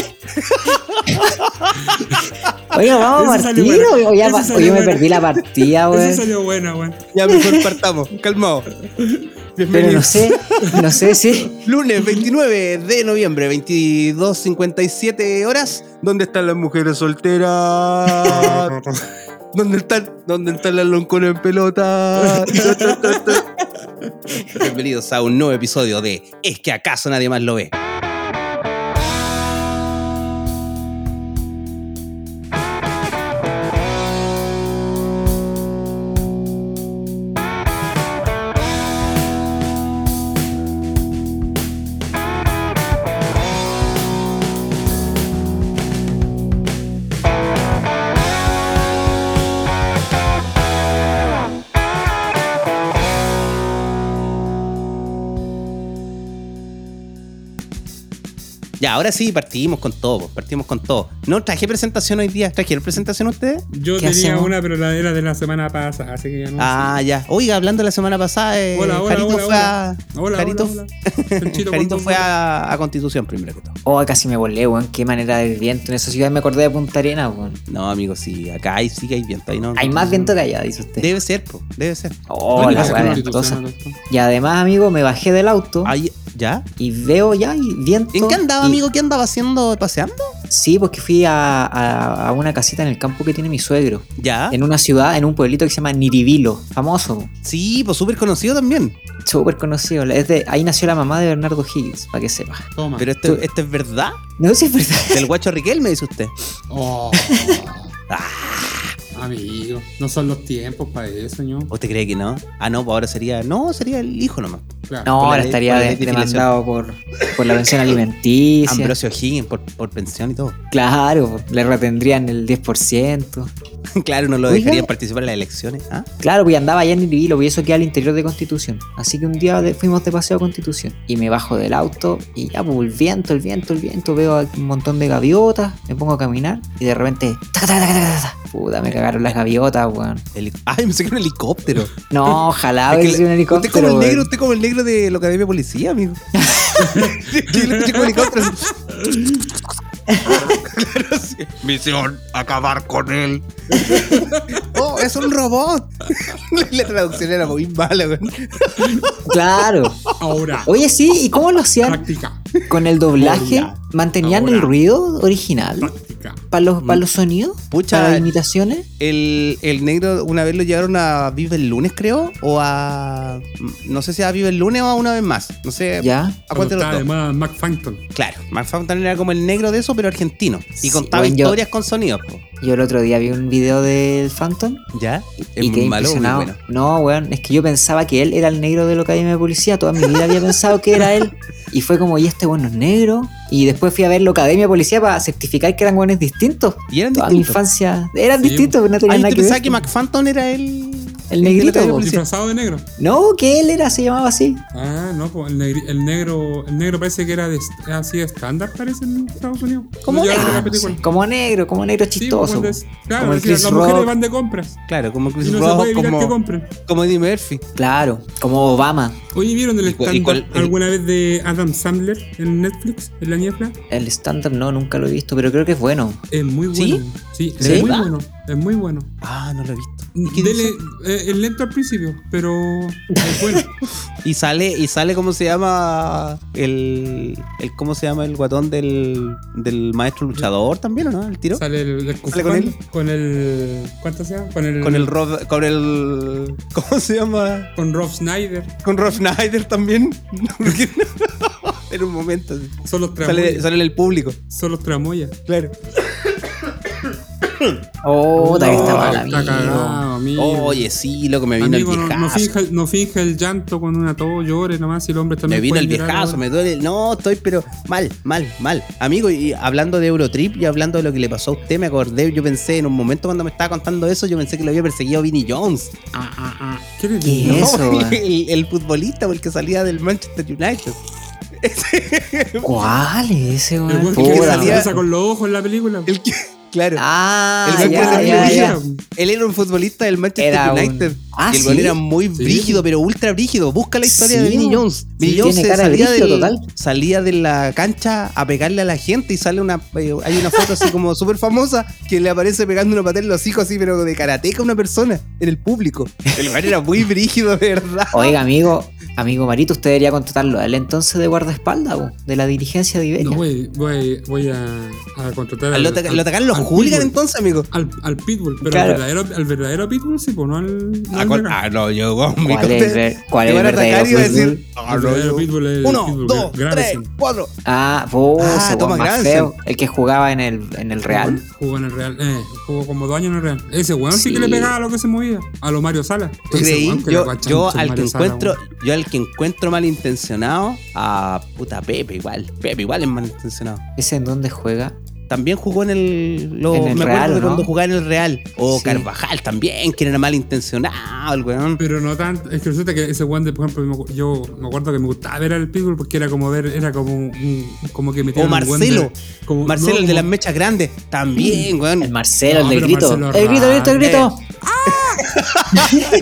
Speaker 3: Oye, ¿vamos a
Speaker 1: Ese
Speaker 3: partir
Speaker 1: salió bueno.
Speaker 3: o, ya
Speaker 1: Ese
Speaker 3: pa- o
Speaker 1: salió
Speaker 3: yo me
Speaker 1: bueno.
Speaker 3: perdí la partida,
Speaker 1: Eso
Speaker 3: weón?
Speaker 1: salió buena, weón.
Speaker 2: ya mejor partamos. Calmado.
Speaker 3: Pero no
Speaker 2: Bienvenidos.
Speaker 3: sé, no sé si...
Speaker 2: Lunes 29 de noviembre, 22.57 horas. ¿Dónde están las mujeres solteras? ¿Dónde están? ¿Dónde están las loncones en pelota? Bienvenidos a un nuevo episodio de Es que acaso nadie más lo ve. Ya, ahora sí partimos con todo, pues, partimos con todo. No traje presentación hoy día, ¿trajeron presentación ustedes?
Speaker 1: Yo
Speaker 3: ¿Qué
Speaker 1: tenía
Speaker 3: hacemos?
Speaker 1: una, pero la era de la semana pasada, así que ya no.
Speaker 2: Ah, ya. Oiga, hablando la semana pasada, eh,
Speaker 1: Hola, hola,
Speaker 2: Jarito
Speaker 1: hola,
Speaker 2: fue
Speaker 1: hola.
Speaker 2: a.
Speaker 1: Hola,
Speaker 2: Jarito,
Speaker 1: hola, hola. El chino
Speaker 2: Jarito
Speaker 1: con
Speaker 2: fue
Speaker 1: bombas.
Speaker 2: a, a Constitución primero que todo.
Speaker 3: Oh, casi me volé, weón. Qué manera de viento en esa ciudad. Me acordé de Punta Arenas, weón.
Speaker 2: No, amigo, sí, acá hay, sí que hay viento. Ahí no,
Speaker 3: Hay más viento que allá, dice usted.
Speaker 2: Debe ser, pues, debe ser.
Speaker 3: Oh,
Speaker 2: Bueno,
Speaker 3: la
Speaker 2: pasa
Speaker 1: Gracias,
Speaker 2: con
Speaker 3: weá
Speaker 2: la
Speaker 1: Constitución,
Speaker 3: ventosa.
Speaker 1: Adolfo.
Speaker 3: Y además, amigo, me bajé del auto
Speaker 2: Ahí, ¿Ya?
Speaker 3: y veo ya y viento.
Speaker 2: ¿En qué andaba,
Speaker 3: y-
Speaker 2: amigo? ¿Qué andaba haciendo? ¿Paseando?
Speaker 3: Sí, porque fui a, a- a una casita en el campo que tiene mi suegro.
Speaker 2: ¿Ya?
Speaker 3: En una ciudad, en un pueblito que se llama Niribilo. Famoso,
Speaker 2: Sí, pues súper conocido también.
Speaker 3: súper conocido. Es de- ahí nació la mamá de Bernardo Higgins, para que sepa.
Speaker 1: Toma.
Speaker 2: Pero esto, esto es verdad.
Speaker 3: No sé si es verdad.
Speaker 2: Del guacho Riquel, me dice usted.
Speaker 1: Oh. Amigo, no son los tiempos para eso, señor.
Speaker 2: ¿Usted cree que no? Ah, no, pues ahora sería. No, sería el hijo nomás.
Speaker 1: Claro.
Speaker 3: No,
Speaker 2: Por la
Speaker 3: ahora
Speaker 2: ley-
Speaker 3: estaría
Speaker 2: por la
Speaker 3: de-
Speaker 2: ley de
Speaker 3: demandado por, por la pensión alimenticia.
Speaker 2: Ambrosio Higgins por, por pensión y todo.
Speaker 3: Claro, le retendrían el 10%.
Speaker 2: claro, no lo
Speaker 3: Oiga.
Speaker 2: dejarían participar en las elecciones. ¿Ah?
Speaker 3: Claro, pues andaba allá en Niribilo, y eso queda al interior de Constitución. Así que un día de- fuimos de paseo a Constitución. Y me bajo del auto y ya, pues el viento, el viento, el viento. Veo aquí un montón de gaviotas, me pongo a caminar y de repente. taca, taca, taca, taca, taca. Puta, me cagaron las gaviotas, weón.
Speaker 2: Heli- Ay, me sacaron un helicóptero.
Speaker 3: No, ojalá
Speaker 2: Es que
Speaker 3: hubiese sido un
Speaker 2: la-
Speaker 3: helicóptero.
Speaker 2: Usted como el
Speaker 3: weón.
Speaker 2: negro, usted como el negro de la Academia de Policía, amigo. Yo le escuché como helicóptero. así. Claro, sí.
Speaker 4: Misión, acabar con él.
Speaker 2: Oh, es un robot. la traducción era muy mala, güey.
Speaker 3: Claro.
Speaker 1: Ahora,
Speaker 3: Oye, sí, ¿y cómo lo hacían?
Speaker 1: práctica,
Speaker 3: Con el doblaje,
Speaker 2: Hola. Mm.
Speaker 3: mantenían el
Speaker 1: Ahora.
Speaker 3: ruido original
Speaker 1: práctica.
Speaker 3: para los, para los sonidos,
Speaker 2: Pucha.
Speaker 3: para las imitaciones.
Speaker 2: El, el negro una vez lo llevaron a Vive el Lunes, creo, o a... No sé si a Vive el Lunes o a una vez más. No sé.
Speaker 3: Ya.
Speaker 2: ¿A cuál de los dos?
Speaker 1: Además, Mac Frankton.
Speaker 2: Claro, Mark Fountain era como el negro de eso, pero argentino. Y
Speaker 3: Sí,
Speaker 2: contaba
Speaker 3: bueno, yo-
Speaker 2: historias con sonidos. po.
Speaker 3: Yo el otro día vi un video del Phantom
Speaker 2: ¿Ya? Es
Speaker 3: y quedé
Speaker 2: muy malo, muy
Speaker 3: impresionado.
Speaker 2: bueno.
Speaker 3: No, weón, es que yo pensaba que él era el negro de la Academia de Policía. Toda mi vida había pensado que era él. Y fue como, y este bueno es negro. Y después fui a ver la Academia de Policía para certificar que eran weones distintos.
Speaker 2: Y eran
Speaker 3: Toda mi
Speaker 2: distintos.
Speaker 3: infancia. Eran
Speaker 1: Sí,
Speaker 3: distintos, pero no
Speaker 2: Ah,
Speaker 3: tenían
Speaker 2: yo
Speaker 3: nada que
Speaker 2: pensaba
Speaker 3: ver.
Speaker 2: que McFanton era el.
Speaker 3: El negrito,
Speaker 2: de la
Speaker 3: po.
Speaker 2: policía.
Speaker 1: Disfrazado de negro.
Speaker 3: No, que él era, se llamaba así.
Speaker 1: Ah, no, pues el, negri- el negro el negro parece que era de est- así de estándar, parece en Estados Unidos. Lo
Speaker 3: Como
Speaker 1: llevaron a la
Speaker 3: negro, no sé,
Speaker 1: película.
Speaker 3: como negro, como negro
Speaker 1: pues, Sí,
Speaker 3: Ah, chistoso.
Speaker 1: cuando
Speaker 3: po.
Speaker 1: es- claro,
Speaker 3: como el
Speaker 1: decía,
Speaker 3: Chris
Speaker 1: las mujeres
Speaker 3: Rock.
Speaker 1: van de compras.
Speaker 2: Claro, como Chris
Speaker 1: Y no se
Speaker 2: Rock,
Speaker 1: puede evitar que
Speaker 2: como,
Speaker 1: compren.
Speaker 2: como Eddie Murphy.
Speaker 3: Claro, como Obama.
Speaker 1: Oye, ¿vieron el
Speaker 2: ¿Y cu- y
Speaker 1: stand
Speaker 2: cuál- el-
Speaker 1: alguna vez de Adam Sandler en Netflix, en la niebla?
Speaker 3: El stand-up no, nunca lo he visto, pero creo que es bueno.
Speaker 1: Es muy
Speaker 2: ¿Sí?
Speaker 1: bueno. Sí, es
Speaker 3: ¿Sí?
Speaker 1: muy
Speaker 2: ¿Ah?
Speaker 1: bueno. Es muy bueno.
Speaker 2: Ah, no lo he visto. qué
Speaker 1: Dele, eh, es lento al principio, pero es bueno.
Speaker 2: Y sale, y sale cómo se llama el, el cómo se llama el guatón del, del maestro luchador también, ¿o no? El tiro.
Speaker 1: Sale el, el
Speaker 2: Sale con
Speaker 1: Cuspan,
Speaker 2: él.
Speaker 1: Con el. ¿Cuánto sea? Con el.
Speaker 2: Con el Rob, con el ¿cómo se llama?
Speaker 1: con Rob Snyder.
Speaker 2: Con Rob Schneider también. Porque- en un momento así.
Speaker 1: Son los
Speaker 2: sale,
Speaker 1: tramoyas.
Speaker 2: sale en el público,
Speaker 1: Son los tramoyas.
Speaker 2: claro.
Speaker 3: Oh, puta, que está
Speaker 1: No,
Speaker 3: mal,
Speaker 1: está
Speaker 3: Ah, amigo.
Speaker 1: cagado, amigo.
Speaker 2: Ah, Oye, sí, loco, me vino
Speaker 1: Amigo,
Speaker 2: el
Speaker 1: no,
Speaker 2: viejazo.
Speaker 1: no finja, no finja el llanto cuando una todo llore nomás si el hombre también
Speaker 2: Me vino
Speaker 1: puede
Speaker 2: el
Speaker 1: llorar
Speaker 2: viejazo,
Speaker 1: ahora.
Speaker 2: me duele. No, estoy pero mal, mal, mal. Amigo, y hablando de Eurotrip y hablando de lo que le pasó a usted, me acordé, yo pensé en un momento cuando me estaba contando eso, yo pensé que lo había perseguido Vinnie Jones.
Speaker 1: Ah, ah, ah. ¿Qué le
Speaker 3: ¿Qué?
Speaker 1: digo?
Speaker 2: No,
Speaker 3: Eso,
Speaker 2: el,
Speaker 3: weón.
Speaker 2: el- el futbolista o el que salía del Manchester United.
Speaker 3: ¿Cuál es ese,
Speaker 1: El güey
Speaker 3: weón?
Speaker 1: que
Speaker 2: Puta.
Speaker 1: se
Speaker 3: Puta.
Speaker 2: salía-
Speaker 1: lanza con los ojos en la película.
Speaker 2: El que- claro.
Speaker 3: Ah,
Speaker 2: El güey que
Speaker 3: ya,
Speaker 2: se
Speaker 3: ya,
Speaker 2: reía.
Speaker 3: ya.
Speaker 2: Él era un futbolista del Manchester
Speaker 3: Era un-
Speaker 2: United.
Speaker 3: Ah,
Speaker 2: y el gol
Speaker 3: ¿sí?
Speaker 2: era muy brígido, pero ultra brígido. Busca la historia
Speaker 3: Sí,
Speaker 2: de Vinnie
Speaker 3: weón.
Speaker 2: Jones. Vinnie
Speaker 3: tiene
Speaker 2: Jones se
Speaker 3: cara de
Speaker 2: salía,
Speaker 3: brígido,
Speaker 2: del-
Speaker 3: total.
Speaker 2: salía de la cancha a pegarle a la gente y sale una. eh, Hay una foto así como súper famosa que le aparece pegando una patada en los hijos, así, pero de karateca a una persona en el público. El lugar era muy brígido, de verdad.
Speaker 3: Oiga, amigo, amigo Marito, usted debería contratarlo a él entonces de guardaespaldas, po, de la dirigencia de Iberia.
Speaker 1: No, voy, voy, voy a, a contratar al,
Speaker 2: Lo, ataca-
Speaker 1: al-
Speaker 2: lo atacaron los
Speaker 1: al
Speaker 2: hooligans
Speaker 1: pitbull.
Speaker 2: entonces, amigo.
Speaker 1: Al, al Pitbull, pero
Speaker 3: Claro.
Speaker 1: al, verdadero, al verdadero Pitbull sí, pues no al. no
Speaker 2: Ah,
Speaker 1: al
Speaker 2: cuál-
Speaker 1: legal.
Speaker 2: ah, no, yo me
Speaker 3: ¿Cuál es el,
Speaker 2: conté.
Speaker 3: ver- cuál
Speaker 2: Te
Speaker 3: es el
Speaker 2: van a atacar y
Speaker 3: verdadero?
Speaker 2: iba a
Speaker 3: fútbol?
Speaker 2: decir. ah,
Speaker 1: El
Speaker 2: no,
Speaker 1: verdadero
Speaker 2: yo-
Speaker 1: Pitbull es el
Speaker 2: Uno,
Speaker 1: Pitbull
Speaker 2: dos, tres,
Speaker 1: Gravesen.
Speaker 2: cuatro.
Speaker 3: Ah, vos,
Speaker 2: Ah,
Speaker 3: ese
Speaker 2: Thomas
Speaker 3: weón más
Speaker 2: Granson.
Speaker 3: feo, el que jugaba en el, en el Real.
Speaker 1: Jugó en el Real. Eh, jugó como dos años en el Real. Ese weón sí, que
Speaker 3: Sí.
Speaker 1: le pegaba a lo que se movía. A lo Mario Sala.
Speaker 2: ¿Tú
Speaker 1: Ese
Speaker 2: creí?
Speaker 1: weón que
Speaker 2: Yo,
Speaker 1: la guachancha
Speaker 2: yo
Speaker 1: es
Speaker 2: al que
Speaker 1: Mario Sala,
Speaker 2: encuentro,
Speaker 1: weón.
Speaker 2: yo al que encuentro malintencionado, a puta Pepe igual. Pepe igual es malintencionado.
Speaker 3: ¿Ese en dónde juega?
Speaker 2: también jugó en el. lo-
Speaker 3: En el
Speaker 2: me
Speaker 3: Real,
Speaker 2: acuerdo de
Speaker 3: ¿no?
Speaker 2: cuando jugaba en el Real. O
Speaker 3: Sí.
Speaker 2: Carvajal también, que era malintencionado, el weón.
Speaker 1: Pero no tanto. Es que resulta que ese Wander, por ejemplo, me acu- yo me acuerdo que me gustaba ver al Pitbull porque era como ver, era como un- un- como que metía
Speaker 2: O Marcelo.
Speaker 1: como,
Speaker 2: Marcelo,
Speaker 1: no,
Speaker 2: el de las
Speaker 1: como-
Speaker 2: mechas grandes, también, weón.
Speaker 3: El
Speaker 1: No,
Speaker 3: Marcelo, el del
Speaker 1: pero
Speaker 3: grito.
Speaker 1: Marcelo
Speaker 3: el grito, el grito, el grito.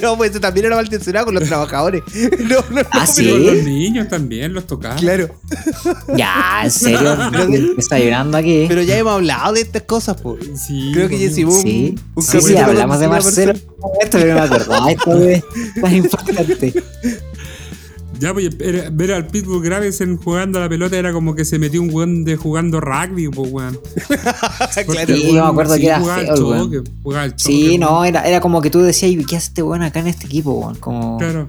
Speaker 2: no, pues ese también era malintencionado con los trabajadores. No, no, no,
Speaker 3: Ah,
Speaker 1: pero
Speaker 3: ¿sí?
Speaker 1: los niños también los tocaba.
Speaker 2: Claro.
Speaker 3: Ya, en serio. Me está llorando aquí.
Speaker 2: Pero ya hemos hablado de estas cosas, pues.
Speaker 1: Sí,
Speaker 2: Creo que
Speaker 1: pues,
Speaker 2: hicimos un,
Speaker 3: sí,
Speaker 2: un
Speaker 3: sí, sí,
Speaker 2: capítulo
Speaker 3: hablamos de
Speaker 2: con una
Speaker 3: Marcelo.
Speaker 2: persona.
Speaker 3: Esto no me acordaba, esto es tan impactante.
Speaker 1: Ya, pues, era- ver al Pitbull Gravesen jugando a la pelota era como que se metió un weón de jugando rugby, pues, weón.
Speaker 2: Claro.
Speaker 1: Porque,
Speaker 3: Sí,
Speaker 1: weón,
Speaker 3: yo me acuerdo
Speaker 1: sí,
Speaker 3: que era
Speaker 1: jugaba al
Speaker 3: feo el weón.
Speaker 1: choque, jugaba al
Speaker 3: Sí,
Speaker 1: choque,
Speaker 3: no, era, era como que tú decías, "¿Y ¿qué hace este weón acá en este equipo, weón? Como
Speaker 1: Claro,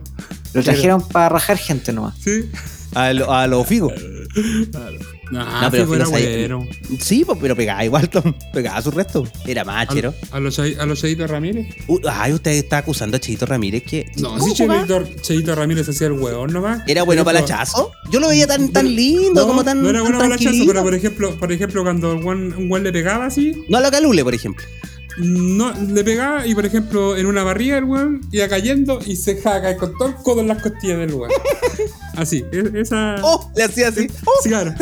Speaker 3: lo trajeron para rajar gente nomás.
Speaker 1: sí.
Speaker 2: A los a lo figos.
Speaker 1: Nah, Ah,
Speaker 2: No, pero
Speaker 1: sí, era
Speaker 2: fíjate ahí.
Speaker 1: bueno.
Speaker 2: Sí, pues, pero pegaba igual, Tom. pegaba su resto. Era machero.
Speaker 1: A, a los Chai- a los Cheito Ramírez.
Speaker 2: Uh, ay, usted está acusando a Chidito Ramírez que.
Speaker 1: No,
Speaker 2: ¿Cómo
Speaker 1: si
Speaker 2: jugaba?
Speaker 1: Cheito, Cheito Ramírez hacía el hueón nomás.
Speaker 2: ¿Era bueno
Speaker 1: Pero-
Speaker 2: para el hachazo? Yo lo veía tan, tan lindo,
Speaker 1: No,
Speaker 2: como tan.
Speaker 1: No era bueno
Speaker 2: tan
Speaker 1: para el hachazo,
Speaker 2: tranquilito.
Speaker 1: pero por ejemplo, por ejemplo cuando un weón- un weón le pegaba así,
Speaker 2: No a la calule, por ejemplo.
Speaker 1: no, le pegaba y por ejemplo en una barriga el weón iba cayendo y se dejaba caer con todo el codo en las costillas del weón. Así, e- esa.
Speaker 2: Oh, le hacía así. Oh,
Speaker 1: Sí, claro.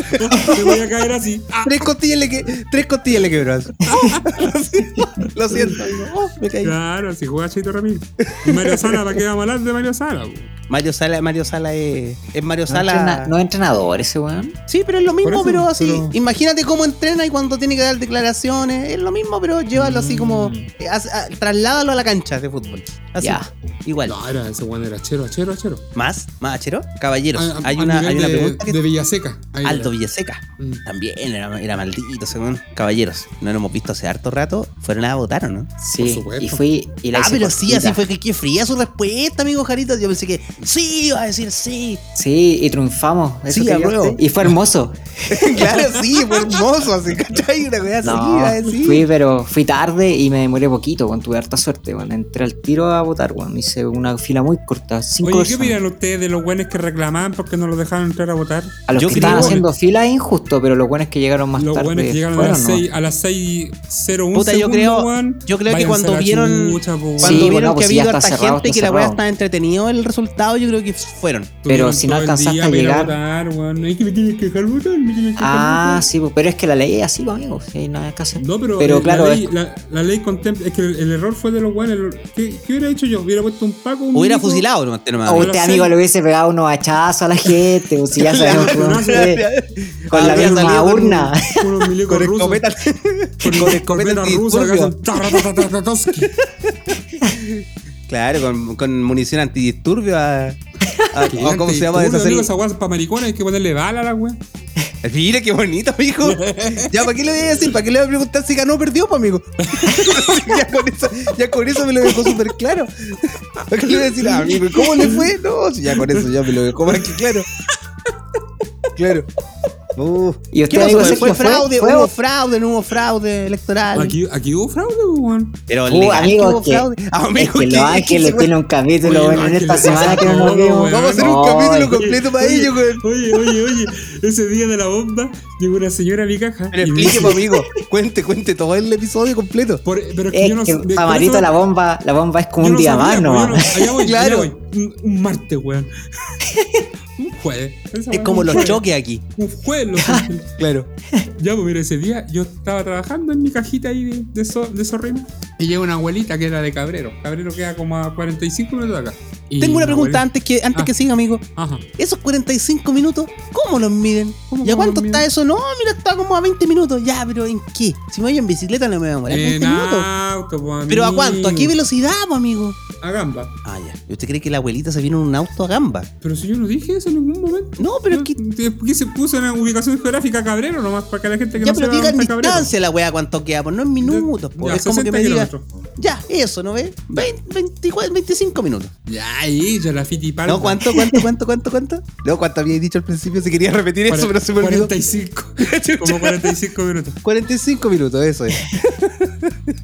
Speaker 1: Se voy a caer así. Ah,
Speaker 2: tres costillas le, que, tres costillas le quebró. así. Oh, lo siento. Lo siento. Oh, me caí.
Speaker 1: Claro, si juega Chito Ramírez. Y Mario Sala, ¿para qué vamos a hablar de Mario Sala? po?
Speaker 2: Mario Sala, Mario Sala es. Es Mario
Speaker 3: No, entrena-
Speaker 2: Sala.
Speaker 3: no es entrenador ese weón.
Speaker 2: Sí, pero es lo mismo,
Speaker 1: Por eso,
Speaker 2: pero así.
Speaker 1: pero-
Speaker 2: Imagínate cómo entrena y cuando tiene que dar declaraciones. Es lo mismo, pero llévalo así
Speaker 1: Mm.
Speaker 2: como. eh, haz- ah, trasládalo a la cancha de fútbol. Así.
Speaker 3: Ya.
Speaker 2: Igual.
Speaker 1: No, era ese weón era chero, chero, chero.
Speaker 2: ¿Más? ¿Más achero? Caballeros.
Speaker 1: A- a-
Speaker 2: hay,
Speaker 1: al
Speaker 2: una, hay
Speaker 1: nivel
Speaker 2: una
Speaker 1: Ah, de,
Speaker 2: pregunta que.
Speaker 1: de Villaseca. Ahí era.
Speaker 2: Aldo Villaseca.
Speaker 1: Mm.
Speaker 2: También era, era maldito, según. Caballeros, no lo hemos visto hace harto rato. Fueron a votar, ¿o no?
Speaker 3: Sí,
Speaker 1: supuesto.
Speaker 3: y fui y la
Speaker 2: Ah,
Speaker 3: hice
Speaker 2: pero sí,
Speaker 3: cortita.
Speaker 2: así fue que, que fría su respuesta, amigo Jarito. Yo pensé que sí, iba a decir sí.
Speaker 3: Sí, y triunfamos. eso
Speaker 2: Sí,
Speaker 3: que
Speaker 2: a
Speaker 3: llegaste.
Speaker 2: huevo.
Speaker 3: Y fue hermoso.
Speaker 2: claro, sí, fue hermoso, así, ¿cachai? Una weá así,
Speaker 3: No,
Speaker 2: iba a decir.
Speaker 3: fui, pero fui tarde y me demoré poquito, weón. Tuve harta suerte, weón. Entré al tiro a votar, weón. Hice una fila muy corta, cinco
Speaker 1: Oye, ¿qué
Speaker 3: personas.
Speaker 1: opinan ustedes de los buenos que reclamaban porque no los dejaban entrar a votar?
Speaker 3: A los
Speaker 2: Yo
Speaker 3: que
Speaker 2: creo-
Speaker 3: estaban haciendo fila es injusto, pero lo bueno es que llegaron más
Speaker 1: los
Speaker 3: tarde.
Speaker 1: buenos que llegaron a
Speaker 3: fueron,
Speaker 1: las
Speaker 3: ¿no?
Speaker 1: 6 a las 6.01
Speaker 2: Puta, yo
Speaker 1: segundo,
Speaker 2: creo-
Speaker 1: weón.
Speaker 2: yo creo que
Speaker 1: Váyanse
Speaker 2: cuando
Speaker 1: a la
Speaker 2: vieron-
Speaker 1: chucha, po, weón.
Speaker 2: Cuando
Speaker 3: Sí,
Speaker 2: vieron
Speaker 3: bueno,
Speaker 2: que
Speaker 3: pues,
Speaker 2: había
Speaker 3: ya
Speaker 2: harta
Speaker 3: está cerrado,
Speaker 2: gente y
Speaker 3: está
Speaker 2: que la weá
Speaker 3: cerrado.
Speaker 2: estaba entretenido el resultado, yo creo que fueron.
Speaker 1: Tuvieron
Speaker 3: si no
Speaker 1: todo el
Speaker 3: alcanzaste
Speaker 1: día
Speaker 3: a
Speaker 1: para ir
Speaker 3: llegar-
Speaker 1: votar, weón. Es que me tienes que dejar votar, me tienes que dejar
Speaker 3: Ah,
Speaker 1: votar.
Speaker 3: sí, pues, pero es que la ley es así, pues, amigo. Sí, no hay que hacer.
Speaker 1: No, pero,
Speaker 3: pero
Speaker 1: eh,
Speaker 3: claro,
Speaker 1: la,
Speaker 3: es-
Speaker 1: ley, la, la ley contempla. Es que el, el error fue de los buenos. ¿Qué, qué hubiera hecho yo? ¿Hubiera puesto un paco? un
Speaker 2: Hubiera
Speaker 1: milico?
Speaker 2: fusilado, este no, no,
Speaker 3: A
Speaker 2: no.
Speaker 1: Ahora
Speaker 3: usted,
Speaker 1: sí.
Speaker 3: este amigo, le hubiese pegado unos hachazos a la gente, pues, si ya sabemos que uno fue con la
Speaker 2: Habría
Speaker 3: misma
Speaker 2: salido Ah, con un-
Speaker 3: urna.
Speaker 1: Unos milicos
Speaker 2: Con
Speaker 1: rusos.
Speaker 2: escopeta.
Speaker 1: Con escopeta rusa. que
Speaker 2: antidisturbios.
Speaker 1: hacen taratatatatoski.
Speaker 2: Claro, con, con munición antidisturbio a. a-
Speaker 1: Qué
Speaker 2: o ¿Cómo se
Speaker 1: antidisturbios,
Speaker 2: llama esa
Speaker 1: amigo,
Speaker 2: serie?
Speaker 1: Esa guasa para maricones hay que ponerle bala a la weón.
Speaker 2: Mira qué bonito, amigo. Ya, ¿para qué le voy a decir? ¿Para qué le voy a preguntar si ganó o perdió, pues, amigo? ya, con eso, ya con eso me lo dejó súper claro. ¿Para qué le voy a decir, ah, amigo, cómo le fue? No, si ya con eso ya me lo dejó más que claro. Claro. Uh,
Speaker 3: ¿Y usted,
Speaker 2: ¿Qué pasó?
Speaker 3: amigo,
Speaker 2: ¿Fue,
Speaker 3: Sergio, fue-
Speaker 2: fraude?
Speaker 3: fue-
Speaker 2: ¿Hubo fraude? ¿No hubo fraude electoral?
Speaker 1: Aquí, aquí hubo fraude, weón.
Speaker 2: Pero
Speaker 3: Uh,
Speaker 2: legal que
Speaker 3: amigo,
Speaker 2: hubo
Speaker 3: que,
Speaker 2: fraude. Ah,
Speaker 3: es
Speaker 2: ¿qué-
Speaker 3: que Los
Speaker 2: qué se
Speaker 3: Ángeles
Speaker 2: fue?
Speaker 3: tiene un capítulo
Speaker 1: Oye,
Speaker 3: bueno en
Speaker 1: Los
Speaker 3: esta
Speaker 1: Ángeles
Speaker 3: semana que no
Speaker 1: saca
Speaker 3: nos
Speaker 1: todo,
Speaker 3: vimos.
Speaker 1: weón.
Speaker 2: Vamos a hacer
Speaker 3: No,
Speaker 2: un capítulo
Speaker 3: es que-
Speaker 2: completo para
Speaker 1: Oye,
Speaker 2: ello, güey.
Speaker 1: Oye, oye, oye. Ese día de la bomba llegó una señora a mi caja.
Speaker 2: Pero
Speaker 1: y me
Speaker 2: explique,
Speaker 1: dice-
Speaker 2: pues, amigo. Cuente, cuente todo el episodio completo.
Speaker 1: Por- pero es que
Speaker 3: Es
Speaker 1: yo no
Speaker 3: que,
Speaker 1: de-
Speaker 3: pa'
Speaker 1: por
Speaker 3: Marito,
Speaker 1: eso-
Speaker 3: la bomba, la bomba es como
Speaker 1: yo
Speaker 3: un
Speaker 1: no
Speaker 3: día
Speaker 1: sabía,
Speaker 3: más
Speaker 1: pues,
Speaker 3: nomás.
Speaker 1: yo no- allá voy,
Speaker 2: Claro.
Speaker 1: allá voy. Un, un martes, weón. un jueves. Esa
Speaker 2: Es
Speaker 1: weón,
Speaker 2: como
Speaker 1: un
Speaker 2: los
Speaker 1: jueves.
Speaker 2: choques aquí.
Speaker 1: Un jueves, los ángeles.
Speaker 2: Claro.
Speaker 1: Ya, pues mira, ese día yo estaba trabajando en mi cajita ahí de, de, so- de Sorremo. Y llega una abuelita que era de Cabrero. Cabrero queda como a 45 minutos de acá. Y
Speaker 2: Tengo una pregunta
Speaker 1: abuelita-
Speaker 2: antes que, antes
Speaker 1: Ah.
Speaker 2: que siga, amigo.
Speaker 1: Ajá.
Speaker 2: Esos 45 minutos, ¿cómo los miden?
Speaker 1: ¿Cómo,
Speaker 2: ¿Y a
Speaker 1: cómo
Speaker 2: cuánto
Speaker 1: los
Speaker 2: está
Speaker 1: miden?
Speaker 2: eso? No, mira, está como a 20 minutos. Ya, pero ¿en qué? Si me voy en bicicleta no me voy a demorar 20
Speaker 1: En
Speaker 2: minutos.
Speaker 1: auto, pues,
Speaker 2: ¿Pero a
Speaker 1: amigo.
Speaker 2: cuánto? ¿A qué velocidad, pues, amigo?
Speaker 1: A gamba.
Speaker 2: Ah, ya. ¿Y usted cree que la abuelita se vino en un auto a gamba?
Speaker 1: Pero si yo no dije eso en ningún momento.
Speaker 2: No, pero es que...
Speaker 1: ¿Por qué se puso en la ubicación geográfica Cabrero nomás para que la gente que
Speaker 2: Ya,
Speaker 1: no
Speaker 2: pero
Speaker 1: se
Speaker 2: digan distancia la wea cuánto queda, pues no en minutos, pues. Es como que me diga... Ya, eso, ¿no ves? 20, 24, 25 minutos.
Speaker 1: Ya, ahí, ya la fiti para.
Speaker 2: No, ¿cuánto, cuánto, cuánto, cuánto, cuánto? No, ¿cuánto había dicho al principio? Si quería repetir eso, pero se me olvidó.
Speaker 1: 45. como 45 minutos.
Speaker 2: 45 minutos, eso es.